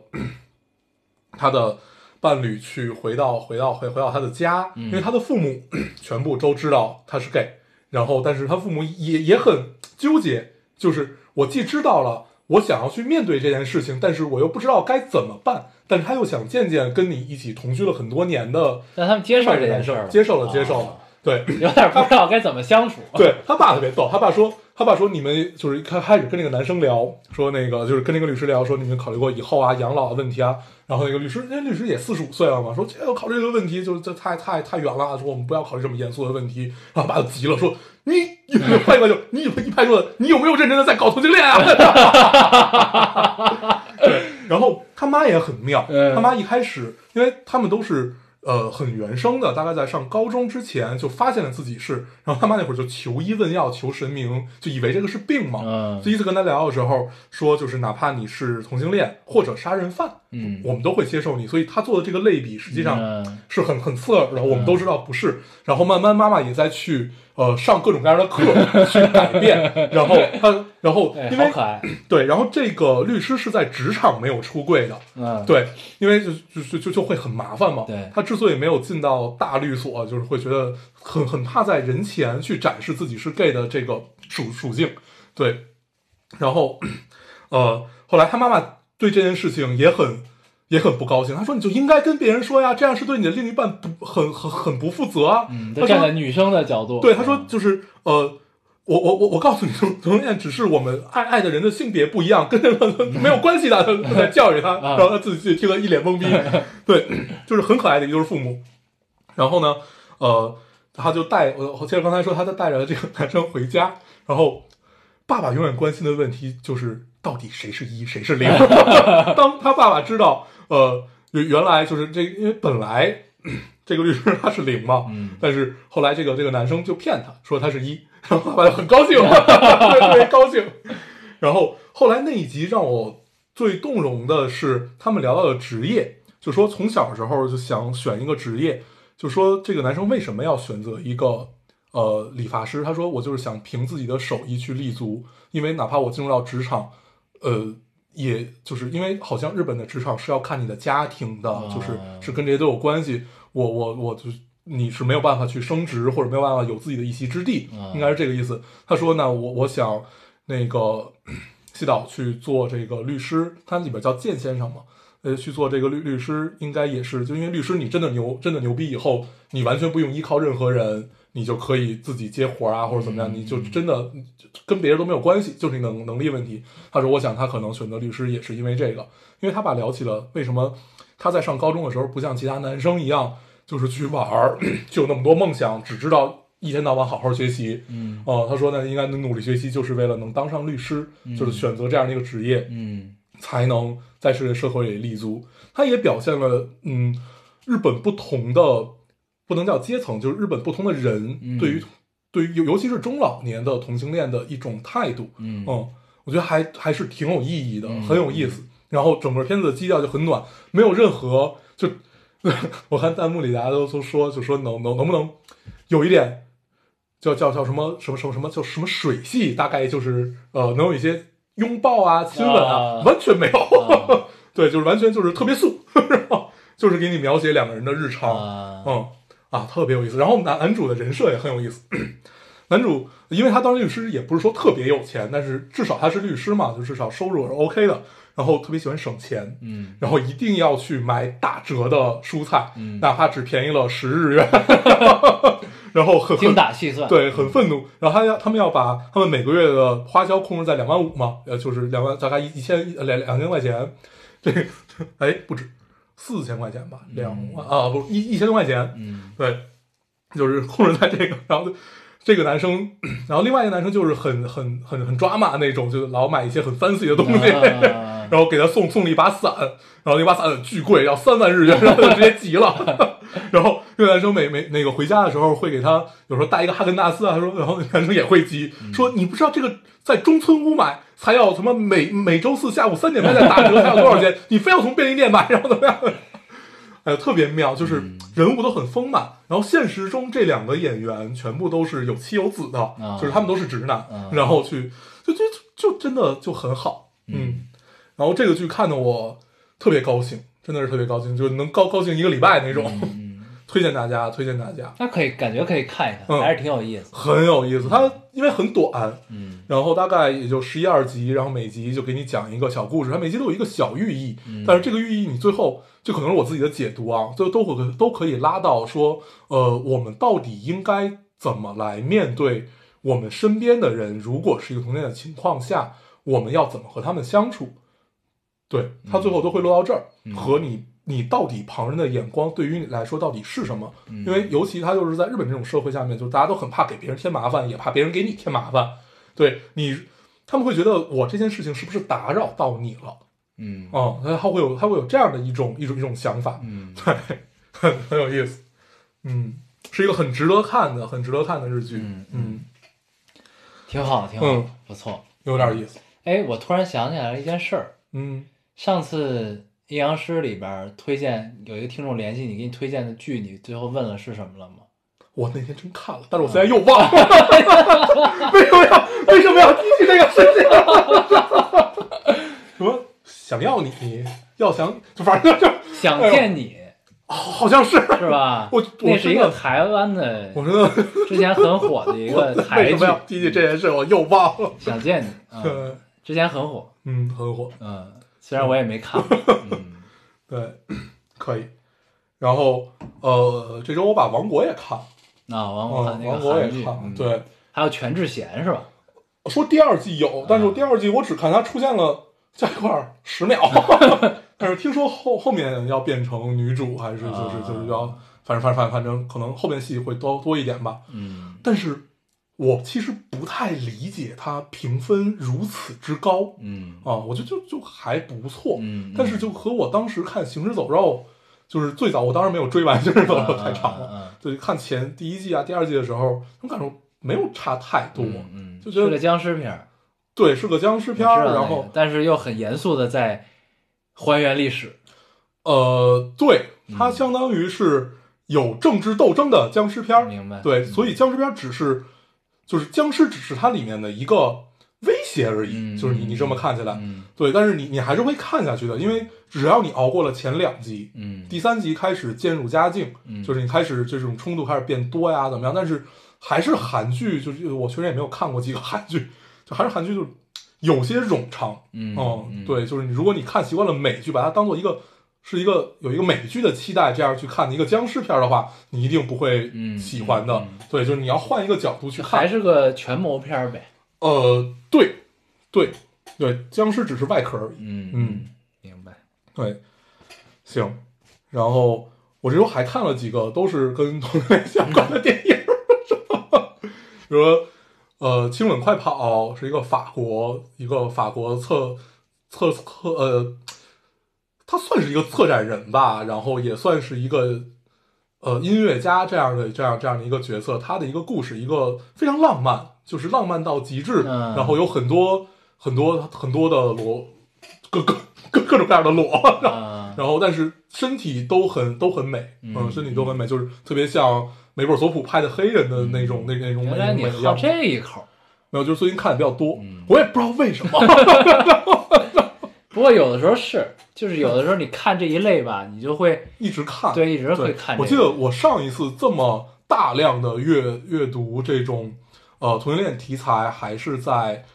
Speaker 2: 他的伴侣去回到回到回回到他的家，因为他的父母 全部都知道他是 gay，然后但是他父母也也很纠结，就是我既知道了。我想要去面对这件事情，但是我又不知道该怎么办。但是他又想见见跟你一起同居了很多年的
Speaker 1: 但他们接受这件事儿了，
Speaker 2: 接受了，接受了。
Speaker 1: 啊
Speaker 2: 对，
Speaker 1: 有点不知道该怎么相处。
Speaker 2: 对他爸特别逗，他爸说，他爸说你们就是开开始跟那个男生聊，说那个就是跟那个律师聊，说你们考虑过以后啊养老的问题啊，然后那个律师，那律师也四十五岁了嘛，说这要考虑这个问题就是这太太太远了，啊说我们不要考虑这么严肃的问题，然后他爸就急了，说你有没有换一个就你有没有一拍桌子，你有没有认真的在搞同性恋啊？ 对，然后他妈也很妙，
Speaker 1: 嗯
Speaker 2: 他妈一开始，因为他们都是呃很原生的，大概在上高中之前就发现了自己是，然后他妈那会儿就求医问药、求神明，就以为这个是病嘛。
Speaker 1: 嗯
Speaker 2: 第一次跟他聊的时候说，就是哪怕你是同性恋或者杀人犯，
Speaker 1: 嗯
Speaker 2: 我们都会接受你。所以他做的这个类比，实际上
Speaker 1: 嗯
Speaker 2: 是很很刺耳的，我们都知道不是。然后慢慢妈妈也在去呃上各种各样的课去改变，然后他然后
Speaker 1: 对，
Speaker 2: 因
Speaker 1: 好
Speaker 2: 为
Speaker 1: 可爱。
Speaker 2: 对，然后这个律师是在职场没有出柜的，
Speaker 1: 嗯，
Speaker 2: 对，因为就就就就就会很麻烦嘛。
Speaker 1: 对
Speaker 2: 他之所以没有进到大律所，就是会觉得很很怕在人前去展示自己是 gay 的这个属属性。对，然后呃，后来他妈妈对这件事情也很也很不高兴，她说你就应该跟别人说呀，这样是对你的另一半不很很很不负责啊。
Speaker 1: 嗯，
Speaker 2: 她
Speaker 1: 就站
Speaker 2: 说
Speaker 1: 在女生的角度，
Speaker 2: 对，他说
Speaker 1: 嗯
Speaker 2: 就是呃，我我我我告诉你， 同同性恋只是我们爱爱的人的性别不一样，跟这个 没有关系的。他他在教育他，
Speaker 1: 啊
Speaker 2: 然后他自己自己听得一 脸懵逼。对，就是很可爱的一对父母。然后呢，呃，他就带我，我接着刚才说，他就带着这个男生回家，然后爸爸永远关心的问题就是到底谁是一，谁是 零。当他爸爸知道，呃，原原来就是这，因为本来这个律师他是零嘛，
Speaker 1: 嗯
Speaker 2: 但是后来这个这个男生就骗他说他是一， 然后爸爸就很高兴， 特别高兴。然后后来那一集让我最动容的是他们聊到了职业，就说从小时候就想选一个职业，就说这个男生为什么要选择一个呃理发师？他说我就是想凭自己的手艺去立足，因为哪怕我进入到职场，呃，也就是因为好像日本的职场是要看你的家庭的，就是是跟这些都有关系。我我我就你是没有办法去升职或者没有办法有自己的一席之地，
Speaker 1: 嗯
Speaker 2: 应该是这个意思。他说呢，我我想那个 西岛去做这个律师，他里边叫剑先生嘛。呃，去做这个律律师，应该也是，就因为律师你真的牛，真的牛逼以后，你完全不用依靠任何人，你就可以自己接活啊，或者怎么样，你就真的跟别人都没有关系，就是你能能力问题。他说，我想他可能选择律师也是因为这个，因为他爸聊起了为什么他在上高中的时候不像其他男生一样，就是去玩儿， 就有那么多梦想，只知道一天到晚好好学习。
Speaker 1: 嗯
Speaker 2: 哦、他说呢，应该努力学习，就是为了能当上律师，就是选择这样的一个职业。
Speaker 1: 嗯
Speaker 2: 才能在这个社会里立足。它也表现了，嗯，日本不同的，不能叫阶层，就是日本不同的人
Speaker 1: 嗯
Speaker 2: 对于、对于尤尤其是中老年的同性恋的一种态度。
Speaker 1: 嗯
Speaker 2: 嗯，我觉得还还是挺有意义的，
Speaker 1: 嗯
Speaker 2: 很有意思。然后整个片子的基调就很暖，没有任何就， 我看弹幕里大家都都说，就说能能能不能有一点叫叫叫什么什么什么什么叫什么水系，大概就是呃能有一些拥抱啊、亲吻
Speaker 1: 啊
Speaker 2: 啊，完全没有， 哦
Speaker 1: 啊
Speaker 2: 对，就是完全就是特别素， 然后就是给你描写两个人的日常，
Speaker 1: 啊
Speaker 2: 嗯啊，特别有意思。然后男男主的人设也很有意思。 男主因为他当律师也不是说特别有钱，但是至少他是律师嘛，就至少收入是 OK 的。然后特别喜欢省钱，
Speaker 1: 嗯
Speaker 2: 然后一定要去买打折的蔬菜，
Speaker 1: 嗯
Speaker 2: 哪怕只便宜了十日元， 然后
Speaker 1: 嗯
Speaker 2: 很
Speaker 1: 精
Speaker 2: 很
Speaker 1: 打细算，
Speaker 2: 对，很愤怒。然后他要他们要把他们每个月的花销控制在两万五嘛，呃，就是两万大概一一千呃两两千块钱， 这个哎不止四千块钱吧， 两万、啊不一一千多块钱，
Speaker 1: 嗯
Speaker 2: 对，就是控制在这个，然后就这个男生， 然后另外一个男生就是很很很很抓马那种，就老买一些很 fancy 的东西，
Speaker 1: 啊
Speaker 2: 然后给他送送了一把伞，然后那把伞巨贵，要三万日元，然后他就直接急了。 然后那个男生每每那个回家的时候会给他有时候带一个哈根达斯啊，他说，然后那男生也会急，说你不知道这个在中村屋买才要什么每每周四下午三点半再打折还要多少钱，你非要从便利店买，然后怎么样？ 哎呦，特别妙，就是人物都很丰满。然后现实中这两个演员全部都是有妻有子的，
Speaker 1: 啊
Speaker 2: 就是他们都是直男，
Speaker 1: 啊
Speaker 2: 然后去就就就就真的就很好，嗯然后这个剧看的我特别高兴，真的是特别高兴，就能高高兴一个礼拜那种。 推荐大家，推荐大家，
Speaker 1: 那可以感觉可以看一看，
Speaker 2: 嗯
Speaker 1: 还是挺有意思。
Speaker 2: 很有意思。它因为很短，
Speaker 1: 嗯
Speaker 2: 然后大概也就十一二集，然后每集就给你讲一个小故事，它每集都有一个小寓意，但是这个寓意你最后这可能是我自己的解读啊，最后都可都可以拉到说，呃，我们到底应该怎么来面对我们身边的人？如果是一个同性恋的情况下，我们要怎么和他们相处？对他最后都会落到这儿，和你你到底旁人的眼光对于你来说到底是什么？因为尤其他就是在日本这种社会下面，就大家都很怕给别人添麻烦，也怕别人给你添麻烦。对你，他们会觉得我这件事情是不是打扰到你了？
Speaker 1: 嗯
Speaker 2: 哦、他会有他会有这样的一种一种一种想法，
Speaker 1: 嗯，
Speaker 2: 对，很 很有意思，嗯，是一个很值得看的很值得看的日剧，
Speaker 1: 嗯
Speaker 2: 嗯，
Speaker 1: 挺好，挺好
Speaker 2: 嗯，
Speaker 1: 不错。
Speaker 2: 有点意思，
Speaker 1: 哎，我突然想起来了一件事儿，
Speaker 2: 嗯
Speaker 1: 上次《阴阳师》里边儿推荐有一个听众联系你，给你推荐的剧，你最后问了是什么 了吗？
Speaker 2: 我那天真看了，但是我现在又忘了， 为什么要为什么要提起这个事情？什么想要你，要想，就反正就
Speaker 1: 想见你、
Speaker 2: 好像是，
Speaker 1: 是吧？
Speaker 2: 哎我我
Speaker 1: 那是一
Speaker 2: 真
Speaker 1: 个
Speaker 2: 的
Speaker 1: 台湾的，
Speaker 2: 我真的
Speaker 1: 之前很火的一个
Speaker 2: 为
Speaker 1: 台
Speaker 2: 什
Speaker 1: 剧
Speaker 2: 么要提起这件事？我又忘了，
Speaker 1: 《想见 你》嗯，之前很火，
Speaker 2: 嗯，很火，
Speaker 1: 嗯，虽然我也没看， 嗯，
Speaker 2: 对，可以。然后呃，这周我把《王国》也看了，
Speaker 1: 啊，王国
Speaker 2: 嗯，
Speaker 1: 看
Speaker 2: 《
Speaker 1: 那个
Speaker 2: 王国》也
Speaker 1: 韩剧，
Speaker 2: 看了
Speaker 1: 嗯，
Speaker 2: 对，
Speaker 1: 还有全智贤是吧？
Speaker 2: 说第二季有，
Speaker 1: 嗯
Speaker 2: 但是我第二季我只看它出现了加一块儿十秒，
Speaker 1: 嗯
Speaker 2: 但是听说后后面要变成女主，还是就是就是要，
Speaker 1: 啊
Speaker 2: 反正反正反正反正可能后面戏会多多一点吧。
Speaker 1: 嗯
Speaker 2: 但是我其实不太理解它评分如此之高
Speaker 1: 嗯
Speaker 2: 啊，我觉得就就还不错，
Speaker 1: 嗯，
Speaker 2: 但是就和我当时看《行尸走肉》，就是最早我当然没有追完《行尸走
Speaker 1: 嗯
Speaker 2: 肉》
Speaker 1: 啊
Speaker 2: 太长了，
Speaker 1: 了，
Speaker 2: 对，看前第一季啊、第二季的时候，我感觉没有差太多，
Speaker 1: 嗯嗯，
Speaker 2: 就觉得
Speaker 1: 是个僵尸片儿，
Speaker 2: 对，是个僵尸片
Speaker 1: 我
Speaker 2: 儿，
Speaker 1: 知道那
Speaker 2: 然
Speaker 1: 个
Speaker 2: 后
Speaker 1: 但是又很严肃的在还原历史，
Speaker 2: 呃，对，它相当于是有政治斗争的僵尸片儿，
Speaker 1: 嗯明白？
Speaker 2: 对，所以僵尸片儿只是就是僵尸只是它里面的一个威胁而已，
Speaker 1: 嗯
Speaker 2: 就是你你这么看起来，
Speaker 1: 嗯
Speaker 2: 对，但是你你还是会看下去的，因为只要你熬过了前两集，
Speaker 1: 嗯
Speaker 2: 第三集开始渐入佳境，
Speaker 1: 嗯
Speaker 2: 就是你开始这种冲突开始变多呀，怎么样？但是还是韩剧，就是我确实也没有看过几个韩剧，就还是韩剧就有些冗长，
Speaker 1: 嗯嗯
Speaker 2: 对，就是你如果你看习惯了美剧，把它当做一个是一个有一个美剧的期待，这样去看一个僵尸片儿的话，你一定不会
Speaker 1: 嗯
Speaker 2: 喜欢的。
Speaker 1: 嗯
Speaker 2: 对，就是你要换一个角度去看，
Speaker 1: 还是个权谋片儿呗。
Speaker 2: 呃，对，对，对，僵尸只是外壳而已。
Speaker 1: 嗯
Speaker 2: 嗯，
Speaker 1: 明白。
Speaker 2: 对，行，然后我这周还看了几个都是跟同性恋相关的电影儿， 比如说呃《亲吻快跑》是一个法国一个法国策策策呃，他算是一个策展人吧，然后也算是一个。呃，音乐家这样的这样这样的一个角色，他的一个故事，一个非常浪漫，就是浪漫到极致，
Speaker 1: 嗯
Speaker 2: 然后有很多很多很多的裸各各各各种各样的裸，然后
Speaker 1: 啊，
Speaker 2: 然后但是身体都很都很美，
Speaker 1: 嗯
Speaker 2: 身体都很美，就是特别像梅布尔索普拍的黑人的那种、那那种
Speaker 1: 嗯
Speaker 2: 美
Speaker 1: 原来你
Speaker 2: 美的
Speaker 1: 好
Speaker 2: 样子。
Speaker 1: 这一口儿。
Speaker 2: 没有，就是最近看的比较多，
Speaker 1: 嗯
Speaker 2: 我也不知道为什 么。
Speaker 1: 不过有的时候是，就是有的时候你看这一类吧，你就会
Speaker 2: 一直看，
Speaker 1: 对一直
Speaker 2: 对
Speaker 1: 会看这个。
Speaker 2: 我记得我上一次这么大量的阅阅读这种呃同性恋题材，还是在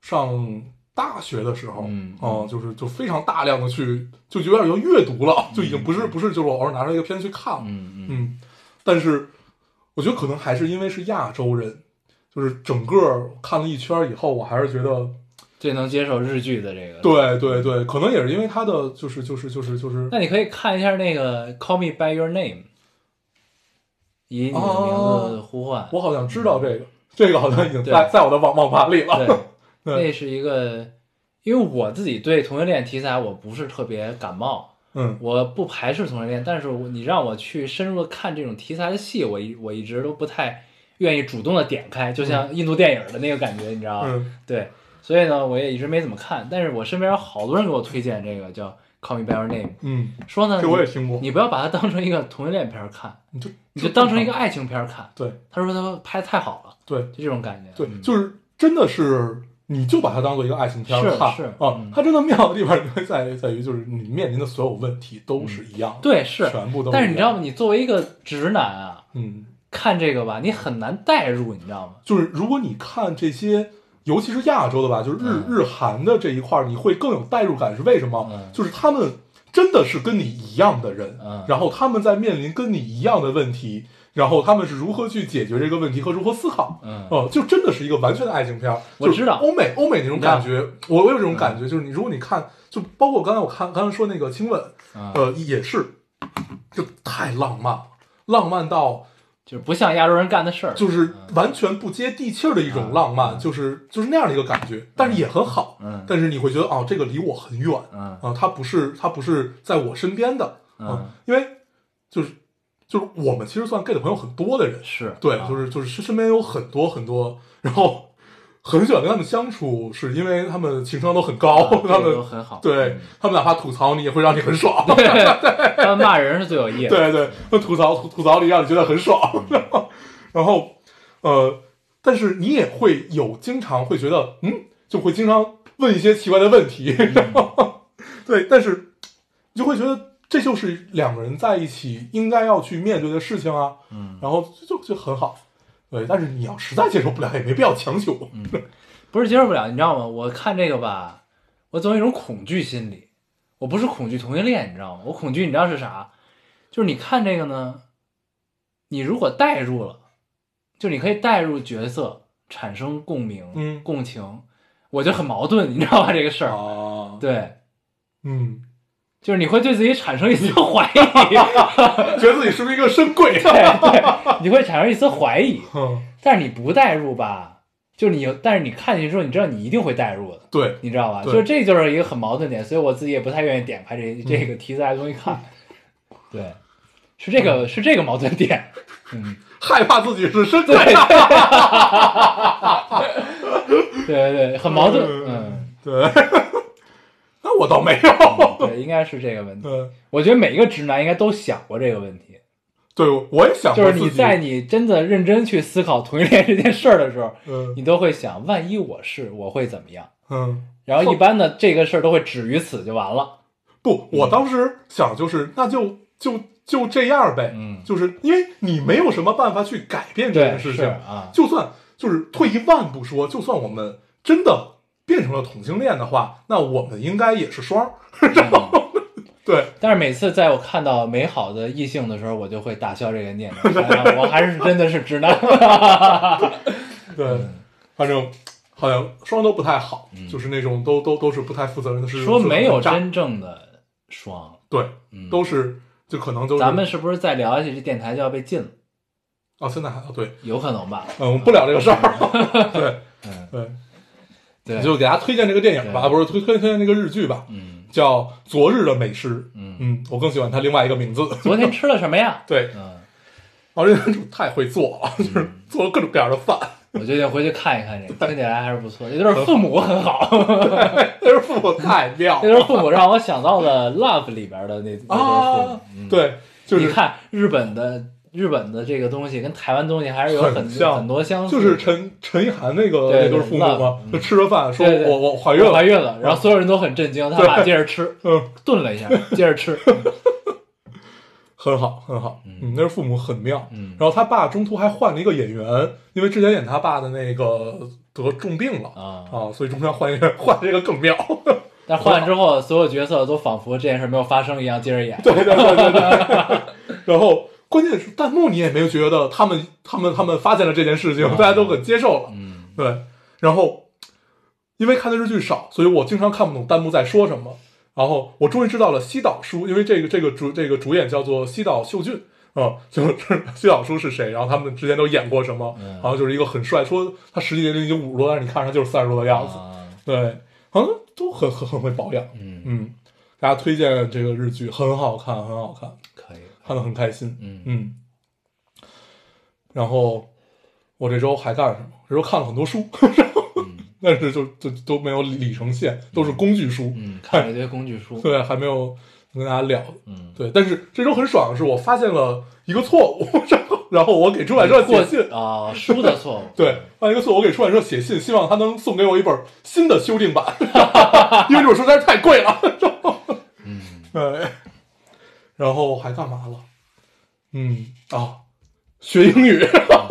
Speaker 2: 上大学的时候，
Speaker 1: 嗯
Speaker 2: 呃就是就非常大量的去，就有点要阅读了，就已经不是不是就是我偶尔拿出一个片子去看了，
Speaker 1: 嗯嗯
Speaker 2: 嗯，但是我觉得可能还是因为是亚洲人，就是整个看了一圈儿以后，我还是觉得，
Speaker 1: 最能接受日剧的这个。。
Speaker 2: 对对对，可能也是因为他的就是就是就是就是
Speaker 1: 那你可以看一下那个《Call Me by Your Name》，以你的名字
Speaker 2: 哦
Speaker 1: 呼唤。
Speaker 2: 我好像知道这个，这个好像已经
Speaker 1: 对
Speaker 2: 在在我的网网盘里了。
Speaker 1: 对，
Speaker 2: 对
Speaker 1: 那是一个，因为我自己对同性恋题材我不是特别感冒，
Speaker 2: 嗯
Speaker 1: 我不排斥同性恋，但是我你让我去深入地看这种题材的戏，我一我一直都不太愿意主动的点开，就像印度电影的那个感觉，你知道吗？
Speaker 2: 嗯
Speaker 1: 对，所以呢，我也一直没怎么看，但是我身边有好多人给我推荐这个叫《Call Me by Your Name
Speaker 2: 嗯，》，
Speaker 1: 说呢，
Speaker 2: 这我也
Speaker 1: 你
Speaker 2: 听过。
Speaker 1: 你不要把它当成一个同性恋片儿看，
Speaker 2: 你就
Speaker 1: 你就当成一个爱情片儿看。
Speaker 2: 对
Speaker 1: 他说他拍得太好了，
Speaker 2: 对
Speaker 1: 就这种感觉。
Speaker 2: 对，
Speaker 1: 嗯
Speaker 2: 就是真的是，你就把它当做一个爱情片儿
Speaker 1: 是
Speaker 2: 看
Speaker 1: 是
Speaker 2: 啊
Speaker 1: 嗯。
Speaker 2: 它真的妙的地方就在于在于就是你面临的所有问题都是一样的，
Speaker 1: 嗯对是，
Speaker 2: 全部都。
Speaker 1: 但是你知道吗？，你作为一个直男啊，
Speaker 2: 嗯，
Speaker 1: 看这个吧，你很难代入，你知道吗？
Speaker 2: 就是如果你看这些，尤其是亚洲的吧，就是日、
Speaker 1: 嗯
Speaker 2: 日韩的这一块儿，你会更有代入感，是为什么？
Speaker 1: 嗯
Speaker 2: 就是他们真的是跟你一样的人，
Speaker 1: 嗯
Speaker 2: 然后他们在面临跟你一样的问题，然后他们是如何去解决这个问题和如何思考。
Speaker 1: 嗯
Speaker 2: 哦、就真的是一个完全的爱情片儿。
Speaker 1: 我
Speaker 2: 就是
Speaker 1: 知道嗯
Speaker 2: 欧美欧美那种感
Speaker 1: 你
Speaker 2: 觉，我我有这种感觉，就是你如果你看，就包括刚才我看刚才说那个亲吻，
Speaker 1: 嗯，
Speaker 2: 呃，也是，就太浪漫了，浪漫到
Speaker 1: 就是不像亚洲人干的事儿，
Speaker 2: 就是完全不接地气儿的一种浪漫，就是就是那样的一个感觉，但是也很好。
Speaker 1: 嗯
Speaker 2: 但是你会觉得哦，这个离我很远
Speaker 1: 嗯
Speaker 2: 啊，它不是它不是在我身边的啊
Speaker 1: 嗯，
Speaker 2: 因为就是就是我们其实算 gay 的朋友很多的人，
Speaker 1: 是
Speaker 2: 对，
Speaker 1: 啊
Speaker 2: 就是就是身边有很多很多，然后很喜欢跟他们相处，是因为他们情商都很高，
Speaker 1: 啊嗯这个
Speaker 2: 他们
Speaker 1: 都很好，
Speaker 2: 对他们哪怕吐槽你也会让你很爽，
Speaker 1: 嗯， 他们骂人是最有意思的，
Speaker 2: 对对，那吐槽吐吐槽你让你觉得很爽，然后然后呃，但是你也会有经常会觉得嗯，就会经常问一些奇怪的问题， 然
Speaker 1: 嗯
Speaker 2: 后对，但是你就会觉得这就是两个人在一起应该要去面对的事情啊，
Speaker 1: 嗯，
Speaker 2: 然后就就很好，对，但是你要实在接受不了也没必要强求，
Speaker 1: 不是接受不了，你知道吗？我看这个吧，我总有一种恐惧心理，我不是恐惧同性恋，你知道吗？我恐惧你知道是啥？就是你看这个呢，你如果代入了，就你可以代入角色，产生共鸣、
Speaker 2: 嗯
Speaker 1: 共情，我就很矛盾，你知道吧？这个事儿，
Speaker 2: 啊，
Speaker 1: 对，
Speaker 2: 嗯，
Speaker 1: 就是你会对自己产生一丝怀疑，
Speaker 2: 觉得自己是不是一个深柜？
Speaker 1: 对对，你会产生一丝怀疑，
Speaker 2: 嗯，
Speaker 1: 但是你不代入吧，就是你有，但是你看进去之后，你知道你一定会代入的。
Speaker 2: 对，
Speaker 1: 你知道吧？
Speaker 2: 对嗯
Speaker 1: 就这就是一个很矛盾点，所以我自己也不太愿意点开这这个题材的东西 看。对，是这
Speaker 2: 嗯
Speaker 1: 个是这个矛盾 点。嗯，
Speaker 2: 害怕自己是深啊柜
Speaker 1: 对，，对对对，很矛盾。嗯，
Speaker 2: 对，那我倒没有。
Speaker 1: 对，应该是这个问题。
Speaker 2: 嗯，
Speaker 1: 我觉得每一个直男应该都想过这个问题，
Speaker 2: 对，我也想
Speaker 1: 就
Speaker 2: 过
Speaker 1: 是
Speaker 2: 自己。
Speaker 1: 你在你真的认真去思考同性恋这件事儿的时候，
Speaker 2: 嗯
Speaker 1: 你都会想，万一我是，我会怎么样？
Speaker 2: 嗯，
Speaker 1: 然后一般的这个事儿都会止于此就完了。
Speaker 2: 不，我当时想就是，那就就就这样呗。
Speaker 1: 嗯
Speaker 2: 就是因为你没有什么办法去改变这
Speaker 1: 对，
Speaker 2: 件事
Speaker 1: 是
Speaker 2: 情。
Speaker 1: 啊，
Speaker 2: 就算就是退一万步说，就算我们真的变成了同性恋的话，那我们应该也是双儿。
Speaker 1: 嗯
Speaker 2: 对，
Speaker 1: 但是每次在我看到美好的异性的时候，我就会打消这个念头，想想我还是真的是直 男。嗯
Speaker 2: 对，反正好像双都不太好，就是那种都都都是不太负责任的事情。
Speaker 1: 说没有
Speaker 2: 很渣
Speaker 1: 真正的双，
Speaker 2: 对，
Speaker 1: 嗯，
Speaker 2: 都是就可能就是
Speaker 1: 咱们是不是再聊下去，这电台就要被禁了？
Speaker 2: 啊，现在还对，
Speaker 1: 有可能吧？
Speaker 2: 嗯，我们不聊这个事儿。对，
Speaker 1: 嗯，
Speaker 2: 对，
Speaker 1: 对，
Speaker 2: 就给大家推荐这个电影吧，
Speaker 1: 对
Speaker 2: 不是推推推荐这个日剧吧，
Speaker 1: 嗯
Speaker 2: 叫《昨日的美食》。
Speaker 1: 嗯，
Speaker 2: 嗯，我更喜欢它另外一个名字。？
Speaker 1: 昨天吃了什么呀
Speaker 2: 对，哦
Speaker 1: 嗯，
Speaker 2: 而且男主太会做了， 就是做了各种各样的饭，
Speaker 1: 我决定回去看一看这个，听起来还是不错。这都是父母很好，
Speaker 2: 但是父母太妙
Speaker 1: 这都是父母让我想到了《Love》里边的那那对父母嗯
Speaker 2: 啊。！对，就
Speaker 1: 你
Speaker 2: 是
Speaker 1: 看日本的日本的这个东西跟台湾东西还是有
Speaker 2: 很
Speaker 1: 很
Speaker 2: 像
Speaker 1: 很多相似
Speaker 2: 就
Speaker 1: 的，
Speaker 2: 是陈陈意涵那个
Speaker 1: 对
Speaker 2: 那对
Speaker 1: 对
Speaker 2: 父母嘛，
Speaker 1: 那嗯
Speaker 2: 就吃着饭说
Speaker 1: 对对
Speaker 2: 我我
Speaker 1: 怀
Speaker 2: 怀孕了，嗯
Speaker 1: 怀孕了，然后所有人都很震惊，他俩
Speaker 2: 对
Speaker 1: 接着吃，
Speaker 2: 嗯，
Speaker 1: 顿了一 下，接着吃，
Speaker 2: 很好很好，嗯，那是父母很妙。
Speaker 1: 嗯
Speaker 2: 然后他爸中途还换了一个演员，因为之前演他爸的那个得重病了
Speaker 1: 啊
Speaker 2: 啊，所以中间换一个 换这个更妙。
Speaker 1: 但换完之后，所有角色都仿佛这件事没有发生一样，接着演，
Speaker 2: 对对对对对。然后关键是弹幕你也没觉得他们他们他们发现了这件事情，大家都很接受了。
Speaker 1: 嗯
Speaker 2: 对，然后因为看的日剧少，所以我经常看不懂弹幕在说什么。然后我终于知道了西岛叔，因为这个这个主这个主演叫做西岛秀俊。嗯，就是 最早说是谁，然后他们之前都演过什么，
Speaker 1: 嗯
Speaker 2: 好像就是一个很帅，说他实际年龄已经五十多，但是你看上去就是三十多的样子，
Speaker 1: 啊，
Speaker 2: 对，好像都很很很会保养，
Speaker 1: 嗯，
Speaker 2: 嗯，大家推荐这个日剧，很好看，很好看，
Speaker 1: 可以，
Speaker 2: 看得很开心，
Speaker 1: 嗯
Speaker 2: 嗯。然后我这周还干什么？这周看了很多书，
Speaker 1: 嗯
Speaker 2: 但是就就都没有里程线，都是工具书，
Speaker 1: 嗯，看了一堆工具书，
Speaker 2: 对，还没有跟大家聊。
Speaker 1: 嗯，
Speaker 2: 对，但是这周很爽的是，我发现了一个错误， 然后然后我给出版社
Speaker 1: 过
Speaker 2: 写信，
Speaker 1: 啊，书的错误，
Speaker 2: 对，发现一个错误，我给出版社写信，希望他能送给我一本新的修订版， 因为这本书实在是太贵了。
Speaker 1: 嗯，
Speaker 2: 对，然后还干嘛了？嗯啊，学英语。
Speaker 1: 啊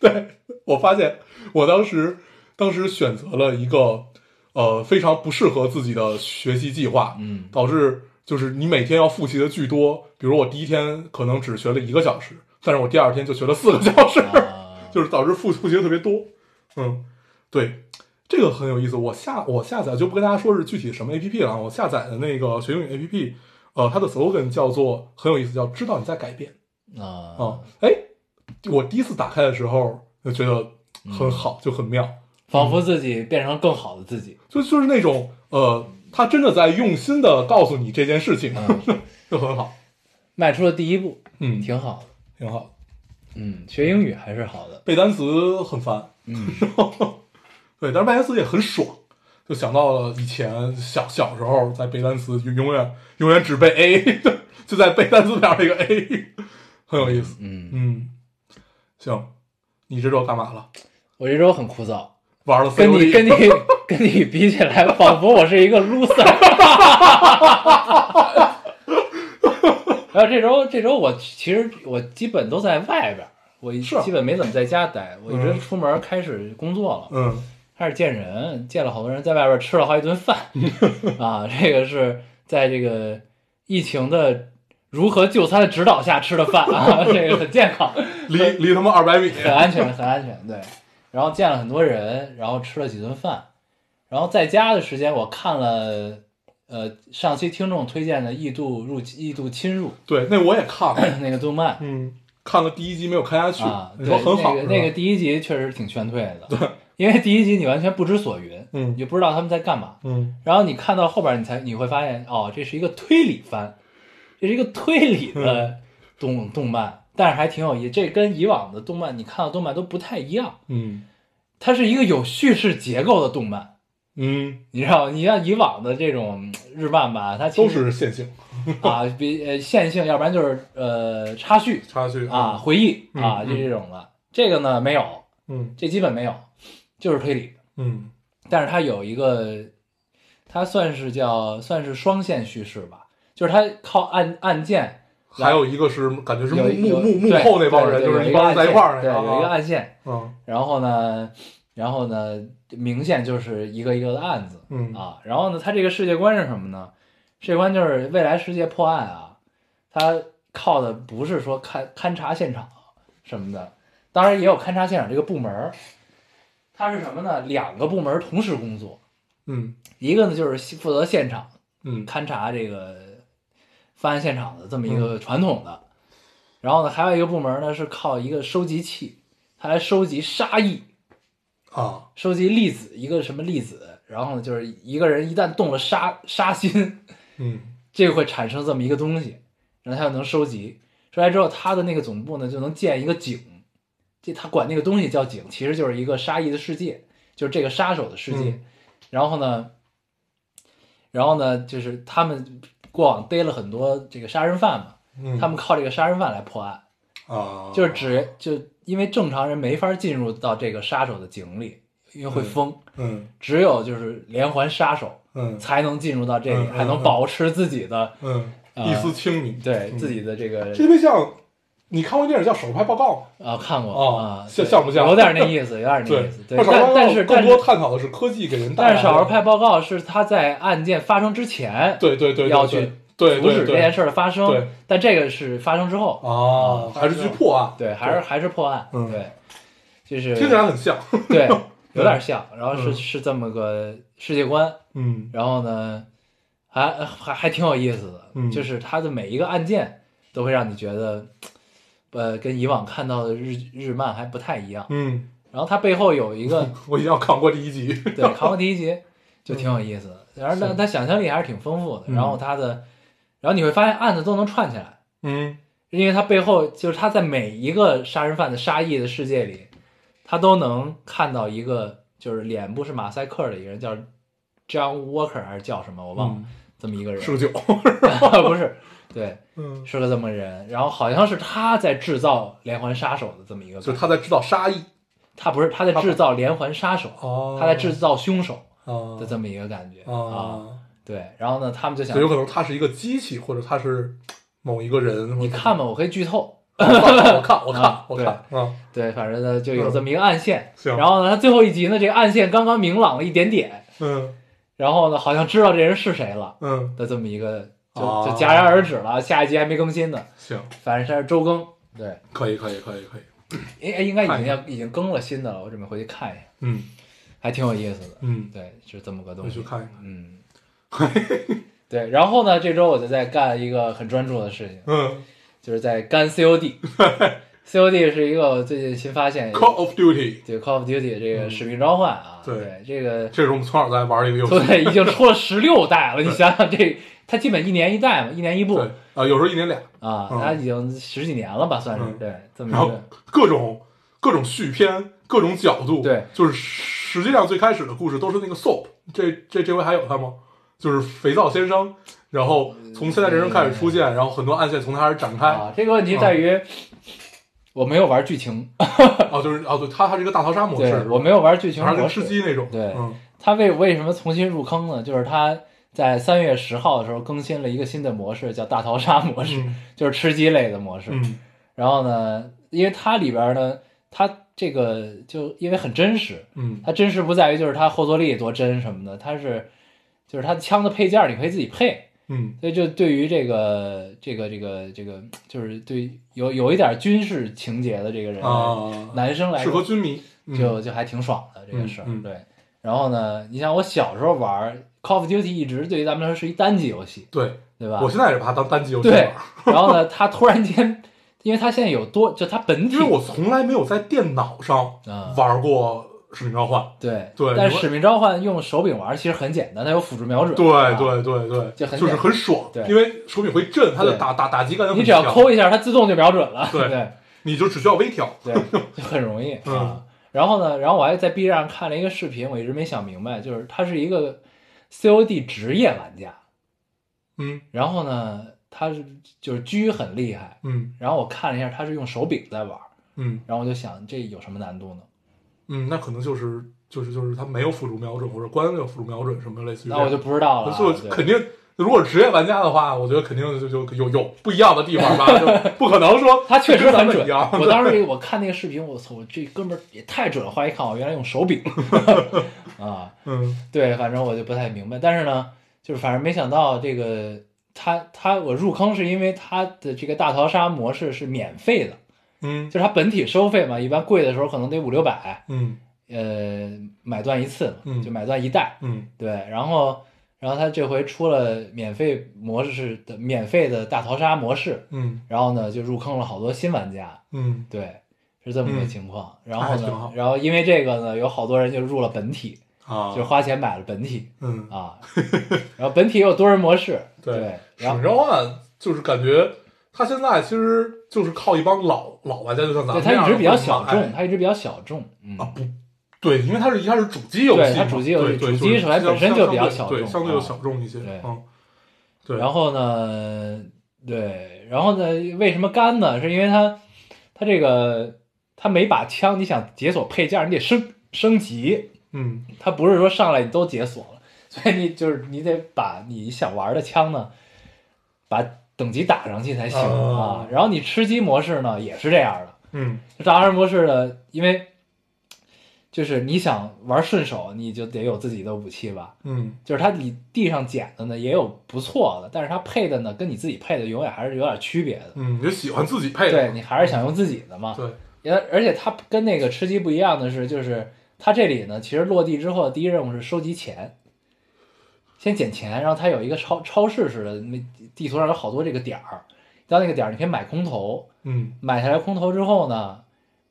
Speaker 2: 对我发现，我当时当时选择了一个呃非常不适合自己的学习计划，
Speaker 1: 嗯
Speaker 2: 导致就是你每天要复习的巨多。比如我第一天可能只学了一个小时，但是我第二天就学了四个小时，
Speaker 1: 啊
Speaker 2: 就是导致复复习的特别多。嗯，对，这个很有意思。我下我下载就不跟大家说是具体什么 A P P 了啊，我下载的那个学英语 A P P，呃，它的 slogan 叫做很有意思，叫知道你在改变。啊
Speaker 1: 啊，，
Speaker 2: 哎，我第一次打开的时候就觉得很好，就很妙，
Speaker 1: 仿佛自己变成更好的自己，
Speaker 2: 就就是那种呃，他真的在用心的告诉你这件事情，
Speaker 1: 嗯，
Speaker 2: 就很好，
Speaker 1: 迈出了第一步，
Speaker 2: 嗯，
Speaker 1: 挺好的，
Speaker 2: 挺好。
Speaker 1: 嗯，学英语还是好的，
Speaker 2: 背单词很烦，
Speaker 1: 嗯
Speaker 2: 对，但是背单词也很爽，就想到了以前小小时候在背单词，就永远永远只背 A，就 在背单词表上一个 A，很 有意思。
Speaker 1: 嗯，
Speaker 2: 嗯，行，你这周干嘛了？
Speaker 1: 我这周很枯燥，
Speaker 2: 玩了 E？ COD，
Speaker 1: 跟你跟你 跟你比起来，仿佛我是一个 loser。然后这周这周我其实我基本都在外边儿，我
Speaker 2: 是
Speaker 1: 基本没怎么在家待，我一直出门开始工作了，
Speaker 2: 嗯
Speaker 1: 开始见人，见了好多人，在外边吃了好几顿饭啊，这个是在这个疫情的如何就餐的指导下吃的饭啊，这个很健康。
Speaker 2: 离离他们二百米，
Speaker 1: 很安全，很安全，对。然后见了很多人，然后吃了几顿饭，然后在家的时间我看了，呃，上期听众推荐的《异度入异度侵入
Speaker 2: 对，那我也看》了，
Speaker 1: 那个动漫
Speaker 2: 嗯，看了第一集没有看下去，
Speaker 1: 啊，
Speaker 2: 你
Speaker 1: 对，
Speaker 2: 说很好，
Speaker 1: 那个那
Speaker 2: 是
Speaker 1: 个
Speaker 2: 吧
Speaker 1: 第一集确实挺劝退的，对，因为第一集你完全不知所云，你
Speaker 2: 嗯
Speaker 1: 就不知道他们在干嘛。
Speaker 2: 嗯
Speaker 1: 然后你看到后边，你才你会发现，哦，这是一个推理番，这是一个推理
Speaker 2: 嗯
Speaker 1: 的动、动漫，但是还挺有意思。这跟以往的动漫你看到动漫都不太一样。
Speaker 2: 嗯
Speaker 1: 它是一个有叙事结构的动漫。
Speaker 2: 嗯，
Speaker 1: 你知道，你像以往的这种嗯日漫吧，它其
Speaker 2: 都
Speaker 1: 实
Speaker 2: 是线性
Speaker 1: 啊，比呃线性，要不然就是呃插叙
Speaker 2: 插叙
Speaker 1: 啊，，回忆
Speaker 2: 嗯
Speaker 1: 啊，
Speaker 2: 嗯
Speaker 1: 就这种的。这个呢没有，
Speaker 2: 嗯
Speaker 1: 这基本没有，就是推理。
Speaker 2: 嗯
Speaker 1: 但是它有一个，它算是叫算是双线叙事吧，就是它靠案案件
Speaker 2: 还有一个是感觉是幕
Speaker 1: 有
Speaker 2: 幕
Speaker 1: 有
Speaker 2: 幕幕
Speaker 1: 对
Speaker 2: 后那帮
Speaker 1: 对
Speaker 2: 人，
Speaker 1: 对
Speaker 2: 就是
Speaker 1: 有
Speaker 2: 一
Speaker 1: 个
Speaker 2: 帮人在一块
Speaker 1: 案
Speaker 2: 儿
Speaker 1: 件
Speaker 2: 那
Speaker 1: 对，有一个
Speaker 2: 个啊，
Speaker 1: 案件，
Speaker 2: 嗯
Speaker 1: 然后呢，然后呢，明线就是一个一个的案子，
Speaker 2: 嗯
Speaker 1: 啊，然后呢，它这个世界观是什么呢？世界观就是未来世界破案啊，它靠的不是说勘勘察现场什么的，当然也有勘察现场这个部门儿，它是什么呢？两个部门儿同时工作，
Speaker 2: 嗯
Speaker 1: 一个呢就是负责现场
Speaker 2: 嗯
Speaker 1: 勘察这个发案现场的这么一个传统的，然后呢，还有一个部门呢是靠一个收集器，它来收集沙溢。
Speaker 2: 啊，
Speaker 1: 收集粒子，一个什么粒子，然后呢，就是一个人一旦动了杀杀心，
Speaker 2: 嗯
Speaker 1: 这个会产生这么一个东西，然后他就能收集。收来之后，他的那个总部呢就能建一个井，这他管那个东西叫井，其实就是一个杀意的世界，就是这个杀手的世界。
Speaker 2: 嗯
Speaker 1: 然后呢，然后呢，就是他们过往逮了很多这个杀人犯嘛，
Speaker 2: 嗯，
Speaker 1: 他们靠这个杀人犯来破案。
Speaker 2: 啊，
Speaker 1: 就是只就因为正常人没法进入到这个杀手的井里，因为会疯，
Speaker 2: 嗯
Speaker 1: 只有就是连环杀手
Speaker 2: 嗯
Speaker 1: 才能进入到这里，
Speaker 2: 嗯嗯
Speaker 1: 还能保持自己的
Speaker 2: 嗯，
Speaker 1: 呃
Speaker 2: 一丝清明，
Speaker 1: 对
Speaker 2: 嗯
Speaker 1: 自己的这个
Speaker 2: 这特别像你看过电影叫《手拍报告》吗？
Speaker 1: 啊看过
Speaker 2: 哦
Speaker 1: 啊，
Speaker 2: 像
Speaker 1: 对
Speaker 2: 像不像
Speaker 1: 有点那意思，有点那意思。对，
Speaker 2: 但手拍
Speaker 1: 但
Speaker 2: 报
Speaker 1: 但是
Speaker 2: 告
Speaker 1: 但
Speaker 2: 更多
Speaker 1: 是
Speaker 2: 探讨的是科技给人带来
Speaker 1: 但
Speaker 2: 的，
Speaker 1: 是少儿派报告是他在案件发生之前
Speaker 2: 对对对对
Speaker 1: 要
Speaker 2: 对
Speaker 1: 去
Speaker 2: 对
Speaker 1: 阻
Speaker 2: 对
Speaker 1: 止这
Speaker 2: 对
Speaker 1: 件事儿的发
Speaker 2: 对
Speaker 1: 生，但这个是发生之后，
Speaker 2: 啊，还是去破案，
Speaker 1: 对，还是还是破案，
Speaker 2: 嗯
Speaker 1: 对，就是
Speaker 2: 听起来很像，
Speaker 1: 对，有点像。然后是、
Speaker 2: 嗯
Speaker 1: 是这么个世界观，
Speaker 2: 嗯
Speaker 1: 然后呢，还还还挺有意思的，
Speaker 2: 嗯
Speaker 1: 就是它的每一个案件都会让你觉得，呃，跟以往看到的日日漫还不太一样。
Speaker 2: 嗯，
Speaker 1: 然后它背后有一 个
Speaker 2: 我已经要看过第一集，
Speaker 1: 对，考过第一集就挺有意思的。然后他
Speaker 2: 是
Speaker 1: 他想象力还是挺丰富的，
Speaker 2: 嗯
Speaker 1: 然后他的，然后你会发现案子都能串起来，
Speaker 2: 嗯
Speaker 1: 因为他背后就是他在每一个杀人犯的杀意的世界里，他都能看到一个就是脸部是马赛克的一个人，叫 John Walker 还是叫什么我
Speaker 2: 嗯
Speaker 1: 忘了，这么一个人，
Speaker 2: 是个酒，
Speaker 1: 不是？对，
Speaker 2: 嗯，
Speaker 1: 是个这么个人，然后好像是他在制造连环杀手的这么一个，
Speaker 2: 就是他在制造杀意，
Speaker 1: 他不是他在
Speaker 2: 他不
Speaker 1: 制造连环杀手，
Speaker 2: 哦
Speaker 1: 他在制造凶手
Speaker 2: 啊
Speaker 1: 的这么一个感觉啊。
Speaker 2: 啊，
Speaker 1: 对，然后呢，他们就想
Speaker 2: 就，有可能他是一个机器，或者他是某一个人，
Speaker 1: 你看吧，我可以剧透。
Speaker 2: 我看，我看，我
Speaker 1: 啊
Speaker 2: 看，我看，啊，
Speaker 1: 对，反正呢
Speaker 2: 嗯
Speaker 1: 就有这么一个暗线。
Speaker 2: 行
Speaker 1: 然后呢，他最后一集呢，这个暗线刚刚明朗了一点点，
Speaker 2: 嗯
Speaker 1: 然后呢，好像知道这人是谁了
Speaker 2: 嗯，
Speaker 1: 的这么一个，就
Speaker 2: 哦
Speaker 1: 就戛然而止了。下一集还没更新呢，
Speaker 2: 行，
Speaker 1: 反正它是周更。对，
Speaker 2: 可以，可以，可以，可以，
Speaker 1: 应哎应该已
Speaker 2: 看
Speaker 1: 经
Speaker 2: 一
Speaker 1: 要已经更了新的了，我准备回去看一下，
Speaker 2: 嗯
Speaker 1: 还挺有意思的。
Speaker 2: 嗯，
Speaker 1: 对，是这么个东
Speaker 2: 我去
Speaker 1: 西。
Speaker 2: 看一看，
Speaker 1: 嗯，对。然后呢，这周我就在干一个很专注的事情，
Speaker 2: 嗯
Speaker 1: 就是在干 COD。COD 是一个我最近新发现
Speaker 2: ，Call of Duty，嗯
Speaker 1: 对《Call of Duty》这个《使命召唤》啊，
Speaker 2: 对
Speaker 1: 这个
Speaker 2: 这是我们从小在玩的一个游 戏，
Speaker 1: 对已经出了十六代了，你想 想这它基本一年一代嘛，一年一部
Speaker 2: 对啊，有时候一年俩，
Speaker 1: 啊，
Speaker 2: 嗯
Speaker 1: 它已经十几年了吧，算是
Speaker 2: 嗯
Speaker 1: 对这么
Speaker 2: 然
Speaker 1: 一
Speaker 2: 后
Speaker 1: 个
Speaker 2: 各种各种续篇，各种角度，
Speaker 1: 对，
Speaker 2: 就是实际上最开始的故事都是那个 soap，这这这回还有他吗？就是肥皂先生，然后从现在这人开始出现，然后很多暗线从他开始展开，
Speaker 1: 嗯
Speaker 2: 嗯
Speaker 1: 啊，这个问题在于我没有玩剧情，
Speaker 2: 哦，就是哦，对，他他是一个大逃杀模
Speaker 1: 对
Speaker 2: 式，
Speaker 1: 我没有玩剧情
Speaker 2: 全是
Speaker 1: 模
Speaker 2: 跟吃
Speaker 1: 式。
Speaker 2: 鸡那种，
Speaker 1: 对
Speaker 2: 嗯
Speaker 1: 它为为什么重新入坑呢？就是它在三月十号的时候更新了一个新的模式，叫大逃杀模式，
Speaker 2: 嗯
Speaker 1: 就是吃鸡类的模式。
Speaker 2: 嗯
Speaker 1: 然后呢，因为它里边呢，它这个就因为很真实，
Speaker 2: 嗯
Speaker 1: 它真实不在于就是它后坐力多真什么的，它是就是它的枪的配件儿你可以自己配，
Speaker 2: 嗯
Speaker 1: 所以就对于这个这个这个这个就是对有有一点军事情节的这个人，
Speaker 2: 啊，
Speaker 1: 男生来
Speaker 2: 适合
Speaker 1: 说
Speaker 2: 军迷，嗯
Speaker 1: 就就还挺爽的这个
Speaker 2: 嗯
Speaker 1: 事儿，
Speaker 2: 嗯
Speaker 1: 对。然后呢，你像我小时候玩儿 Call of Duty，一直对于咱们来说是一单机游戏，
Speaker 2: 对
Speaker 1: 对吧
Speaker 2: 我？现在也是把它当单机游戏
Speaker 1: 对
Speaker 2: 玩，。
Speaker 1: 然后呢，它突然间，因为它现在有多，就它本体
Speaker 2: 因为我从来没有在电脑上
Speaker 1: 啊
Speaker 2: 玩过《使命召唤》，
Speaker 1: 对
Speaker 2: 对
Speaker 1: 但
Speaker 2: 你
Speaker 1: 是
Speaker 2: 会
Speaker 1: 使命召唤用手柄玩儿其实很简单，它有辅助瞄准，
Speaker 2: 对
Speaker 1: 吧
Speaker 2: 对对对，
Speaker 1: 就很
Speaker 2: 是
Speaker 1: 简单
Speaker 2: 很爽，
Speaker 1: 对
Speaker 2: 因为手柄会震，它的
Speaker 1: 对
Speaker 2: 打打打击感觉很
Speaker 1: 你只要
Speaker 2: 强，
Speaker 1: 抠一下，它自动就瞄准了。
Speaker 2: 对
Speaker 1: 对
Speaker 2: 你就只需要微调。
Speaker 1: 对， 就很容易
Speaker 2: 嗯
Speaker 1: 啊。然后呢，然后我还在 B 站上看了一个视频，我一直没想明白，就是他是一个 COD 职业玩家，
Speaker 2: 嗯
Speaker 1: 然后呢，他是就是狙很厉害，
Speaker 2: 嗯
Speaker 1: 然后我看了一下，他是用手柄在玩，
Speaker 2: 嗯
Speaker 1: 然后我就想这有什么难度呢？
Speaker 2: 嗯，那可能就是就是就是它没有辅助瞄准，或者关了辅助瞄准什么类似于这
Speaker 1: 那
Speaker 2: 样。
Speaker 1: 我就不知道了啊。
Speaker 2: 所以
Speaker 1: 对
Speaker 2: 肯定，如果职业玩家的话，我觉得肯定就就有有不一样的地 方吧，就不可能说
Speaker 1: 他确实很
Speaker 2: 就
Speaker 1: 准
Speaker 2: 跟咱们一样，
Speaker 1: 我当时我看那个视频，我操，我这哥们儿也太准了！后来一看，我原来用手柄 啊，
Speaker 2: 嗯
Speaker 1: 对，反正我就不太明白。但是呢，就是反正没想到这个他他我入坑是因为他的这个大逃杀模式是免费的，
Speaker 2: 嗯
Speaker 1: 就是它本体收费嘛，一般贵的时候可能得五六百，
Speaker 2: 嗯
Speaker 1: 呃，买断一次嘛，
Speaker 2: 嗯
Speaker 1: 就买断一代。
Speaker 2: 嗯
Speaker 1: 对，然后然后他这回出了免费模式的免费的大逃杀模式，
Speaker 2: 嗯
Speaker 1: 然后呢就入坑了好多新玩家，
Speaker 2: 嗯
Speaker 1: 对，是这么个
Speaker 2: 嗯
Speaker 1: 情况。然
Speaker 2: 那
Speaker 1: 后
Speaker 2: 还挺
Speaker 1: 呢
Speaker 2: 好，
Speaker 1: 然后因为这个呢，有好多人就入了本体，
Speaker 2: 啊
Speaker 1: 就，花钱买了本 体。
Speaker 2: 嗯，
Speaker 1: 啊，然后本体也有多人模式，
Speaker 2: 对
Speaker 1: 对，
Speaker 2: 使
Speaker 1: 然
Speaker 2: 命
Speaker 1: 后
Speaker 2: 召唤就是感觉他现在其实就是靠一帮老老玩家，就像咱
Speaker 1: 对
Speaker 2: 们
Speaker 1: 它
Speaker 2: 这
Speaker 1: 一
Speaker 2: 样的
Speaker 1: 直比较小
Speaker 2: 会买
Speaker 1: 众，它一直比较小众，嗯，
Speaker 2: 啊哎不。对，因为它是一开始主机游戏嘛，
Speaker 1: 对它主机游戏
Speaker 2: 对
Speaker 1: 主
Speaker 2: 对
Speaker 1: 机
Speaker 2: 就是
Speaker 1: 首先本身就比较小
Speaker 2: 相
Speaker 1: 众
Speaker 2: 对对，相对就
Speaker 1: 啊
Speaker 2: 小众一些，
Speaker 1: 对
Speaker 2: 嗯，对，
Speaker 1: 然后呢，对，然后呢，为什么干呢？是因为它它这个它每把枪你想解锁配件，你得升升级，
Speaker 2: 嗯
Speaker 1: 它不是说上来你都解锁了，所以你就是你得把你想玩的枪呢，把等级打上去才行啊
Speaker 2: 哦。
Speaker 1: 然后你吃鸡模式呢也是这样的。
Speaker 2: 嗯
Speaker 1: 大二模式呢，因为就是你想玩顺手，你就得有自己的武器吧。
Speaker 2: 嗯
Speaker 1: 就是它你地上捡的呢也有不错的，但是它配的呢跟你自己配的永远还是有点区别的。
Speaker 2: 嗯，就喜欢自己配
Speaker 1: 对
Speaker 2: 的，
Speaker 1: 你还是想用自己的嘛。
Speaker 2: 对，
Speaker 1: 也而且它跟那个吃鸡不一样的是，就是它这里呢，其实落地之后第一任务是收集钱，先捡钱，然后它有一个超超市似的，那地图上有好多这个点儿，到那个点儿，你可以买空投，
Speaker 2: 嗯
Speaker 1: 买下来空投之后呢，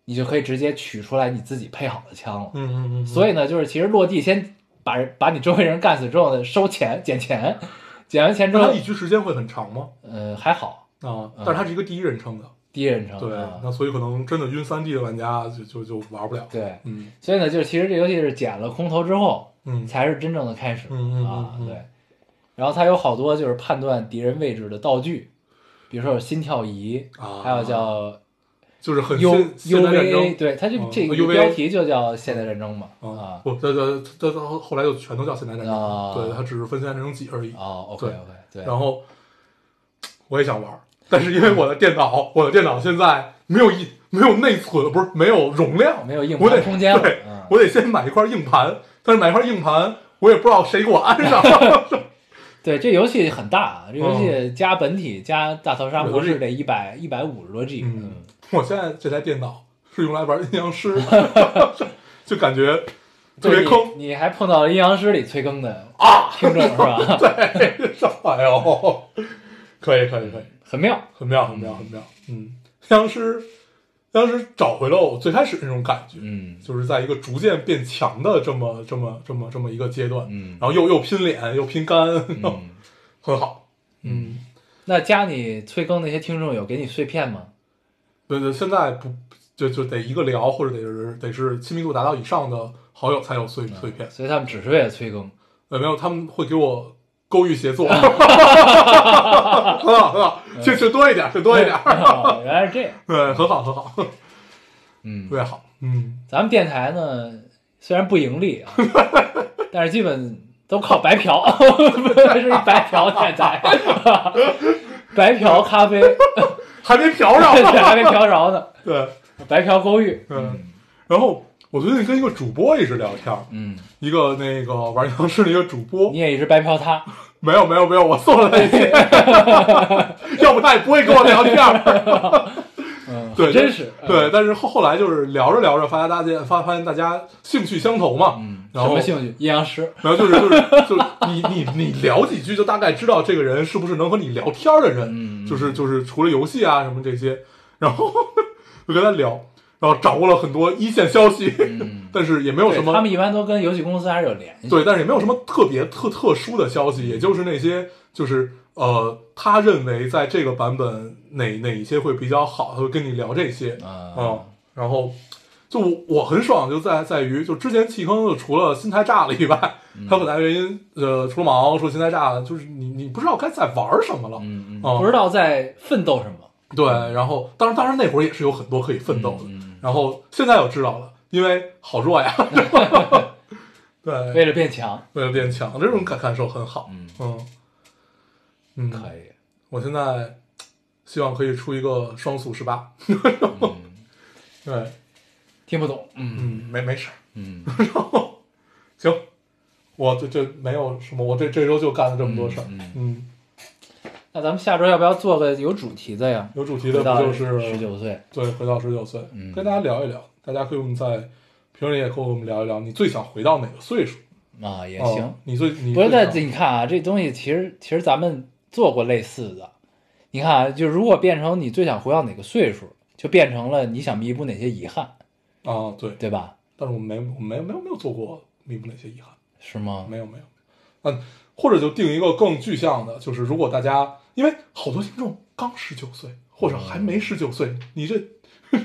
Speaker 1: 你就可以直接取出来你自己配好的枪了。
Speaker 2: 嗯嗯嗯，
Speaker 1: 所
Speaker 2: 以
Speaker 1: 以呢，就是其实落地先把人把你周围人干死之后呢，收钱捡钱，捡完钱之
Speaker 2: 那
Speaker 1: 后
Speaker 2: 它，一局时间会很长吗？
Speaker 1: 呃，还好，
Speaker 2: 啊，
Speaker 1: 嗯
Speaker 2: 但是它是一个第一人称的，
Speaker 1: 第一人称，
Speaker 2: 对
Speaker 1: 啊，
Speaker 2: 那所以可能真的晕三 D 的玩家就就就玩不了。
Speaker 1: 对，
Speaker 2: 嗯
Speaker 1: 所以呢，就是其实这游戏是捡了空投之后，
Speaker 2: 嗯
Speaker 1: 才是真正的开始、
Speaker 2: 嗯嗯
Speaker 1: 啊，
Speaker 2: 嗯嗯
Speaker 1: 对。然后它有好多就是判断敌人位置的道具，比如说有心跳仪，
Speaker 2: 啊，
Speaker 1: 还有叫
Speaker 2: 就是很
Speaker 1: U
Speaker 2: 现现代战
Speaker 1: UVA，
Speaker 2: 争
Speaker 1: 对，它就
Speaker 2: 嗯
Speaker 1: 这个
Speaker 2: UVA
Speaker 1: 标题就叫现代战争嘛，
Speaker 2: 啊
Speaker 1: 啊，，
Speaker 2: 不，这这这这后来就全都叫现代战争，
Speaker 1: 啊，
Speaker 2: 对，它只是分现代战争几而已。
Speaker 1: 哦，OK OK，对，
Speaker 2: 然后我也想玩，但是因为我的电脑，我的电脑现在没有一没有内存，不是没有容量，
Speaker 1: 没有硬
Speaker 2: 我得
Speaker 1: 盘空间了
Speaker 2: 对，
Speaker 1: 嗯
Speaker 2: 我得先买一块硬盘，但是买一块硬盘，我也不知道谁给我安上。
Speaker 1: 对，这游戏很大啊，这游戏
Speaker 2: 嗯
Speaker 1: 加本体加大逃杀模式得一百一百五十多 G，
Speaker 2: 嗯，我现在这台电脑是用来玩阴阳师， 就感觉特
Speaker 1: 对
Speaker 2: 别
Speaker 1: 你
Speaker 2: 坑
Speaker 1: 你还碰到了阴阳师里催更的啊听众是吧？
Speaker 2: 对，这哎呦， 可以可以可以，
Speaker 1: 很妙，
Speaker 2: 很妙很妙很妙，嗯，阴阳师，阴阳师找回了我最开始那种感觉，
Speaker 1: 嗯
Speaker 2: 就是在一个逐渐变强的这么这么这么这么一个阶段，
Speaker 1: 嗯
Speaker 2: 然后又又拼脸又拼肝，
Speaker 1: 嗯。
Speaker 2: 很好，嗯，
Speaker 1: 那加你催更那些听众有给你碎片吗？
Speaker 2: 对对，现在不就就得一个聊或者得是得是亲密度达到以上的好友才有碎
Speaker 1: 嗯
Speaker 2: 碎片，
Speaker 1: 所以他们只是为了催 更，
Speaker 2: 呃，没有，他们会给我勾 玉协作，很好很好，
Speaker 1: 嗯
Speaker 2: 就就多一点，就多一点，
Speaker 1: 哦原来是这样。
Speaker 2: 对，很好很好，特
Speaker 1: 嗯，
Speaker 2: 别好，嗯，
Speaker 1: 咱们电台呢虽然不盈利 啊，但是基本都靠白嫖，是一白嫖电台， 白嫖咖啡，
Speaker 2: 还没嫖
Speaker 1: 对，
Speaker 2: 上，
Speaker 1: 还没嫖着呢，
Speaker 2: 对，
Speaker 1: 白嫖公寓。
Speaker 2: 嗯，然后我最近跟一个主播一直聊天儿，
Speaker 1: 嗯，
Speaker 2: 一个那个玩阴阳师的一个主播
Speaker 1: 你，也一直白嫖他，
Speaker 2: 没有没有没有，我送了他一 天， 要不他也不会跟我聊天儿。
Speaker 1: 嗯，
Speaker 2: 对，
Speaker 1: 真是，
Speaker 2: 对，但是后后来就是聊着聊着，发现大家发发现大家兴趣相投嘛，
Speaker 1: 嗯，
Speaker 2: 然后
Speaker 1: 什么兴趣？阴阳师，
Speaker 2: 然后就是就是就是你你你聊几句，就大概知道这个人是不是能和你聊天儿的人，
Speaker 1: 嗯嗯
Speaker 2: 就是就是除了游戏啊什么这些，然后就跟他聊，然后掌握了很多一线消息，
Speaker 1: 嗯，
Speaker 2: 但是也没有什
Speaker 1: 对
Speaker 2: 么
Speaker 1: 他们一般都跟游戏公司还是有联系，
Speaker 2: 对，但是也没有什么特别特特殊的消息，也就是那些就是呃，他认为在这个版本哪哪一些会比较好，他会跟你聊这些
Speaker 1: 啊
Speaker 2: 嗯，然后就我我很爽，就在在于就之前弃坑就除了心态炸了以外，
Speaker 1: 嗯
Speaker 2: 还有很大原因呃，除了忙，除了心态炸，就是你你不知道该在玩什么了，
Speaker 1: 嗯嗯，
Speaker 2: 哦
Speaker 1: 不知道在奋斗什么，嗯
Speaker 2: 对，然后当然当然那会儿也是有很多可以奋斗的，然后现在我知道了，因为好弱 呀，对，
Speaker 1: 嗯为了变强，
Speaker 2: 为了变强，这种感感受很好。
Speaker 1: 嗯
Speaker 2: 嗯嗯，
Speaker 1: 可以，
Speaker 2: 我现在希望可以出一个双速十八。
Speaker 1: 嗯
Speaker 2: 对，
Speaker 1: 听不懂，嗯
Speaker 2: 嗯，没没事儿，
Speaker 1: 嗯，
Speaker 2: 行。我这这没有什么，我这这周就干了这么多事儿。
Speaker 1: 嗯
Speaker 2: 嗯，
Speaker 1: 那咱们下周要不要做个有主题的呀？
Speaker 2: 有主题的
Speaker 1: 回
Speaker 2: 不
Speaker 1: 到
Speaker 2: 就是
Speaker 1: 十九岁？
Speaker 2: 对回到十九岁，
Speaker 1: 嗯
Speaker 2: 跟大家聊一聊，大家可以我们在评论里也跟我们聊一聊，你最想回到哪个岁数？
Speaker 1: 啊，也
Speaker 2: 也
Speaker 1: 行。
Speaker 2: 你最哦你
Speaker 1: 不是，
Speaker 2: 最
Speaker 1: 但
Speaker 2: 想
Speaker 1: 你看啊，这东西其实其实咱们做过类似的。你看啊，就如果变成你最想回到哪个岁数，就变成了你想弥补哪些遗憾，
Speaker 2: 啊对，
Speaker 1: 对吧？
Speaker 2: 但是我们没我没没有没有做过弥补那些遗憾。
Speaker 1: 是吗？
Speaker 2: 没有没有，嗯，或者就定一个更具象的，就是如果大家因为好多听众刚十九岁，或者还没十九岁，你这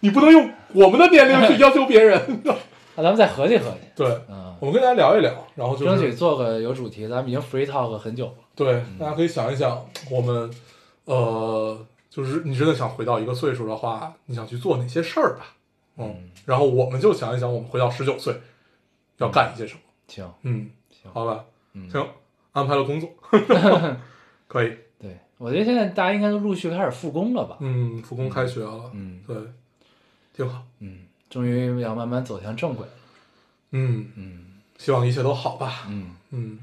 Speaker 2: 你不能用我们的年龄
Speaker 1: 嗯
Speaker 2: 去要求 别人。
Speaker 1: 那咱们再合计合计，
Speaker 2: 对，
Speaker 1: 嗯，
Speaker 2: 我们跟大家聊一聊，然后就
Speaker 1: 争取
Speaker 2: 是
Speaker 1: 做个有主题。咱们已经 free talk 很久了，
Speaker 2: 对大家可以想一想，我们呃，就是你真的想回到一个岁数的话，你想去做哪些事儿吧？嗯，然后我们就想一想，我们回到十九岁要干一些什么。
Speaker 1: 行，
Speaker 2: 嗯，
Speaker 1: 嗯行
Speaker 2: 好吧，
Speaker 1: 嗯
Speaker 2: 行，安排了 工作，可以。
Speaker 1: 对，我觉得现在大家应该都陆续开始复工了吧？
Speaker 2: 嗯，复工开学了，
Speaker 1: 嗯
Speaker 2: 对，挺好。
Speaker 1: 嗯，终于要慢慢走向正轨了。
Speaker 2: 嗯，
Speaker 1: 嗯
Speaker 2: 希望一切都好吧。
Speaker 1: 嗯，
Speaker 2: 嗯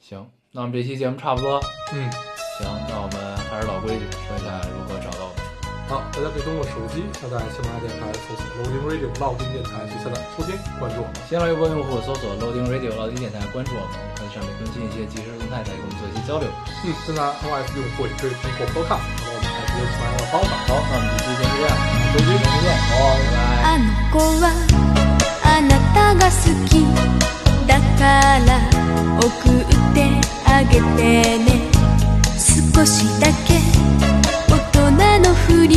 Speaker 1: 行，那我们这期节目差不多，
Speaker 2: 嗯，
Speaker 1: 行，那我们还是老规矩，说一下如何找到我们。
Speaker 2: 好，大家可以通过手机下载喜马拉雅电台，搜索 Loading Radio 老丁电台去下载收听，关注我们。
Speaker 1: 新浪微博用户搜索 Loading Radio 老丁电台，关注我们，我们可以在上面更新一些即时动态，来跟我们做一些交流。
Speaker 2: 嗯，现在 iOS 用户也可以通过 Podcast 和有喜欢的方法。
Speaker 1: 好，那我们这期先是这样，周期再见，拜拜。
Speaker 3: あの子はあなたが好きだから送ってあげてね少しだけ大人のふり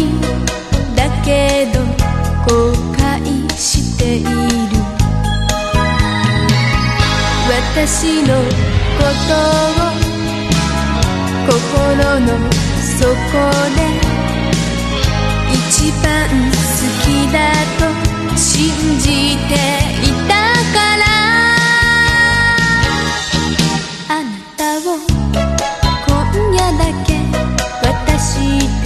Speaker 3: だけど後悔している私のことを心の底で一番好きだと信じていたからあなたを今夜だけ渡して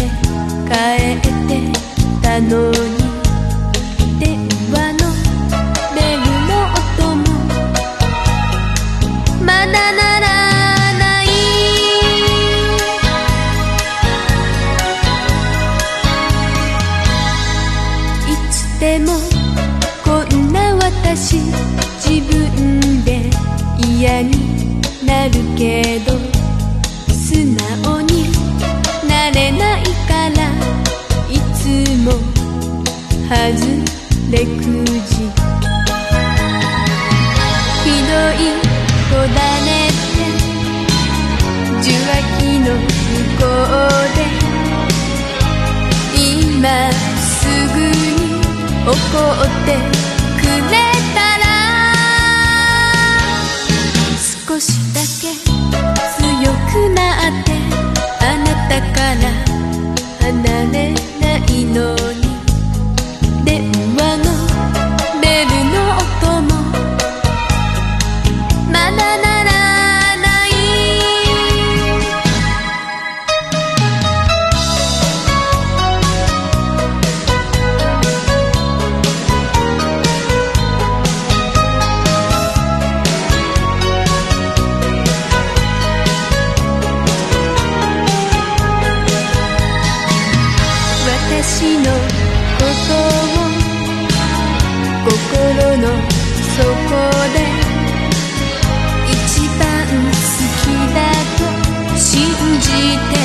Speaker 3: 帰ってきたのに電話のベルの音もまだならないいつでもこんな私自分で嫌になるけど素直になれないからいつも外れくじひどい子だねって受話器の向こうで今すぐに怒ってくれたら少しだけ強くなってあなたから離れないのに電話のベルの音もまだ鳴らない私のことを心の底で一番好きだと信じて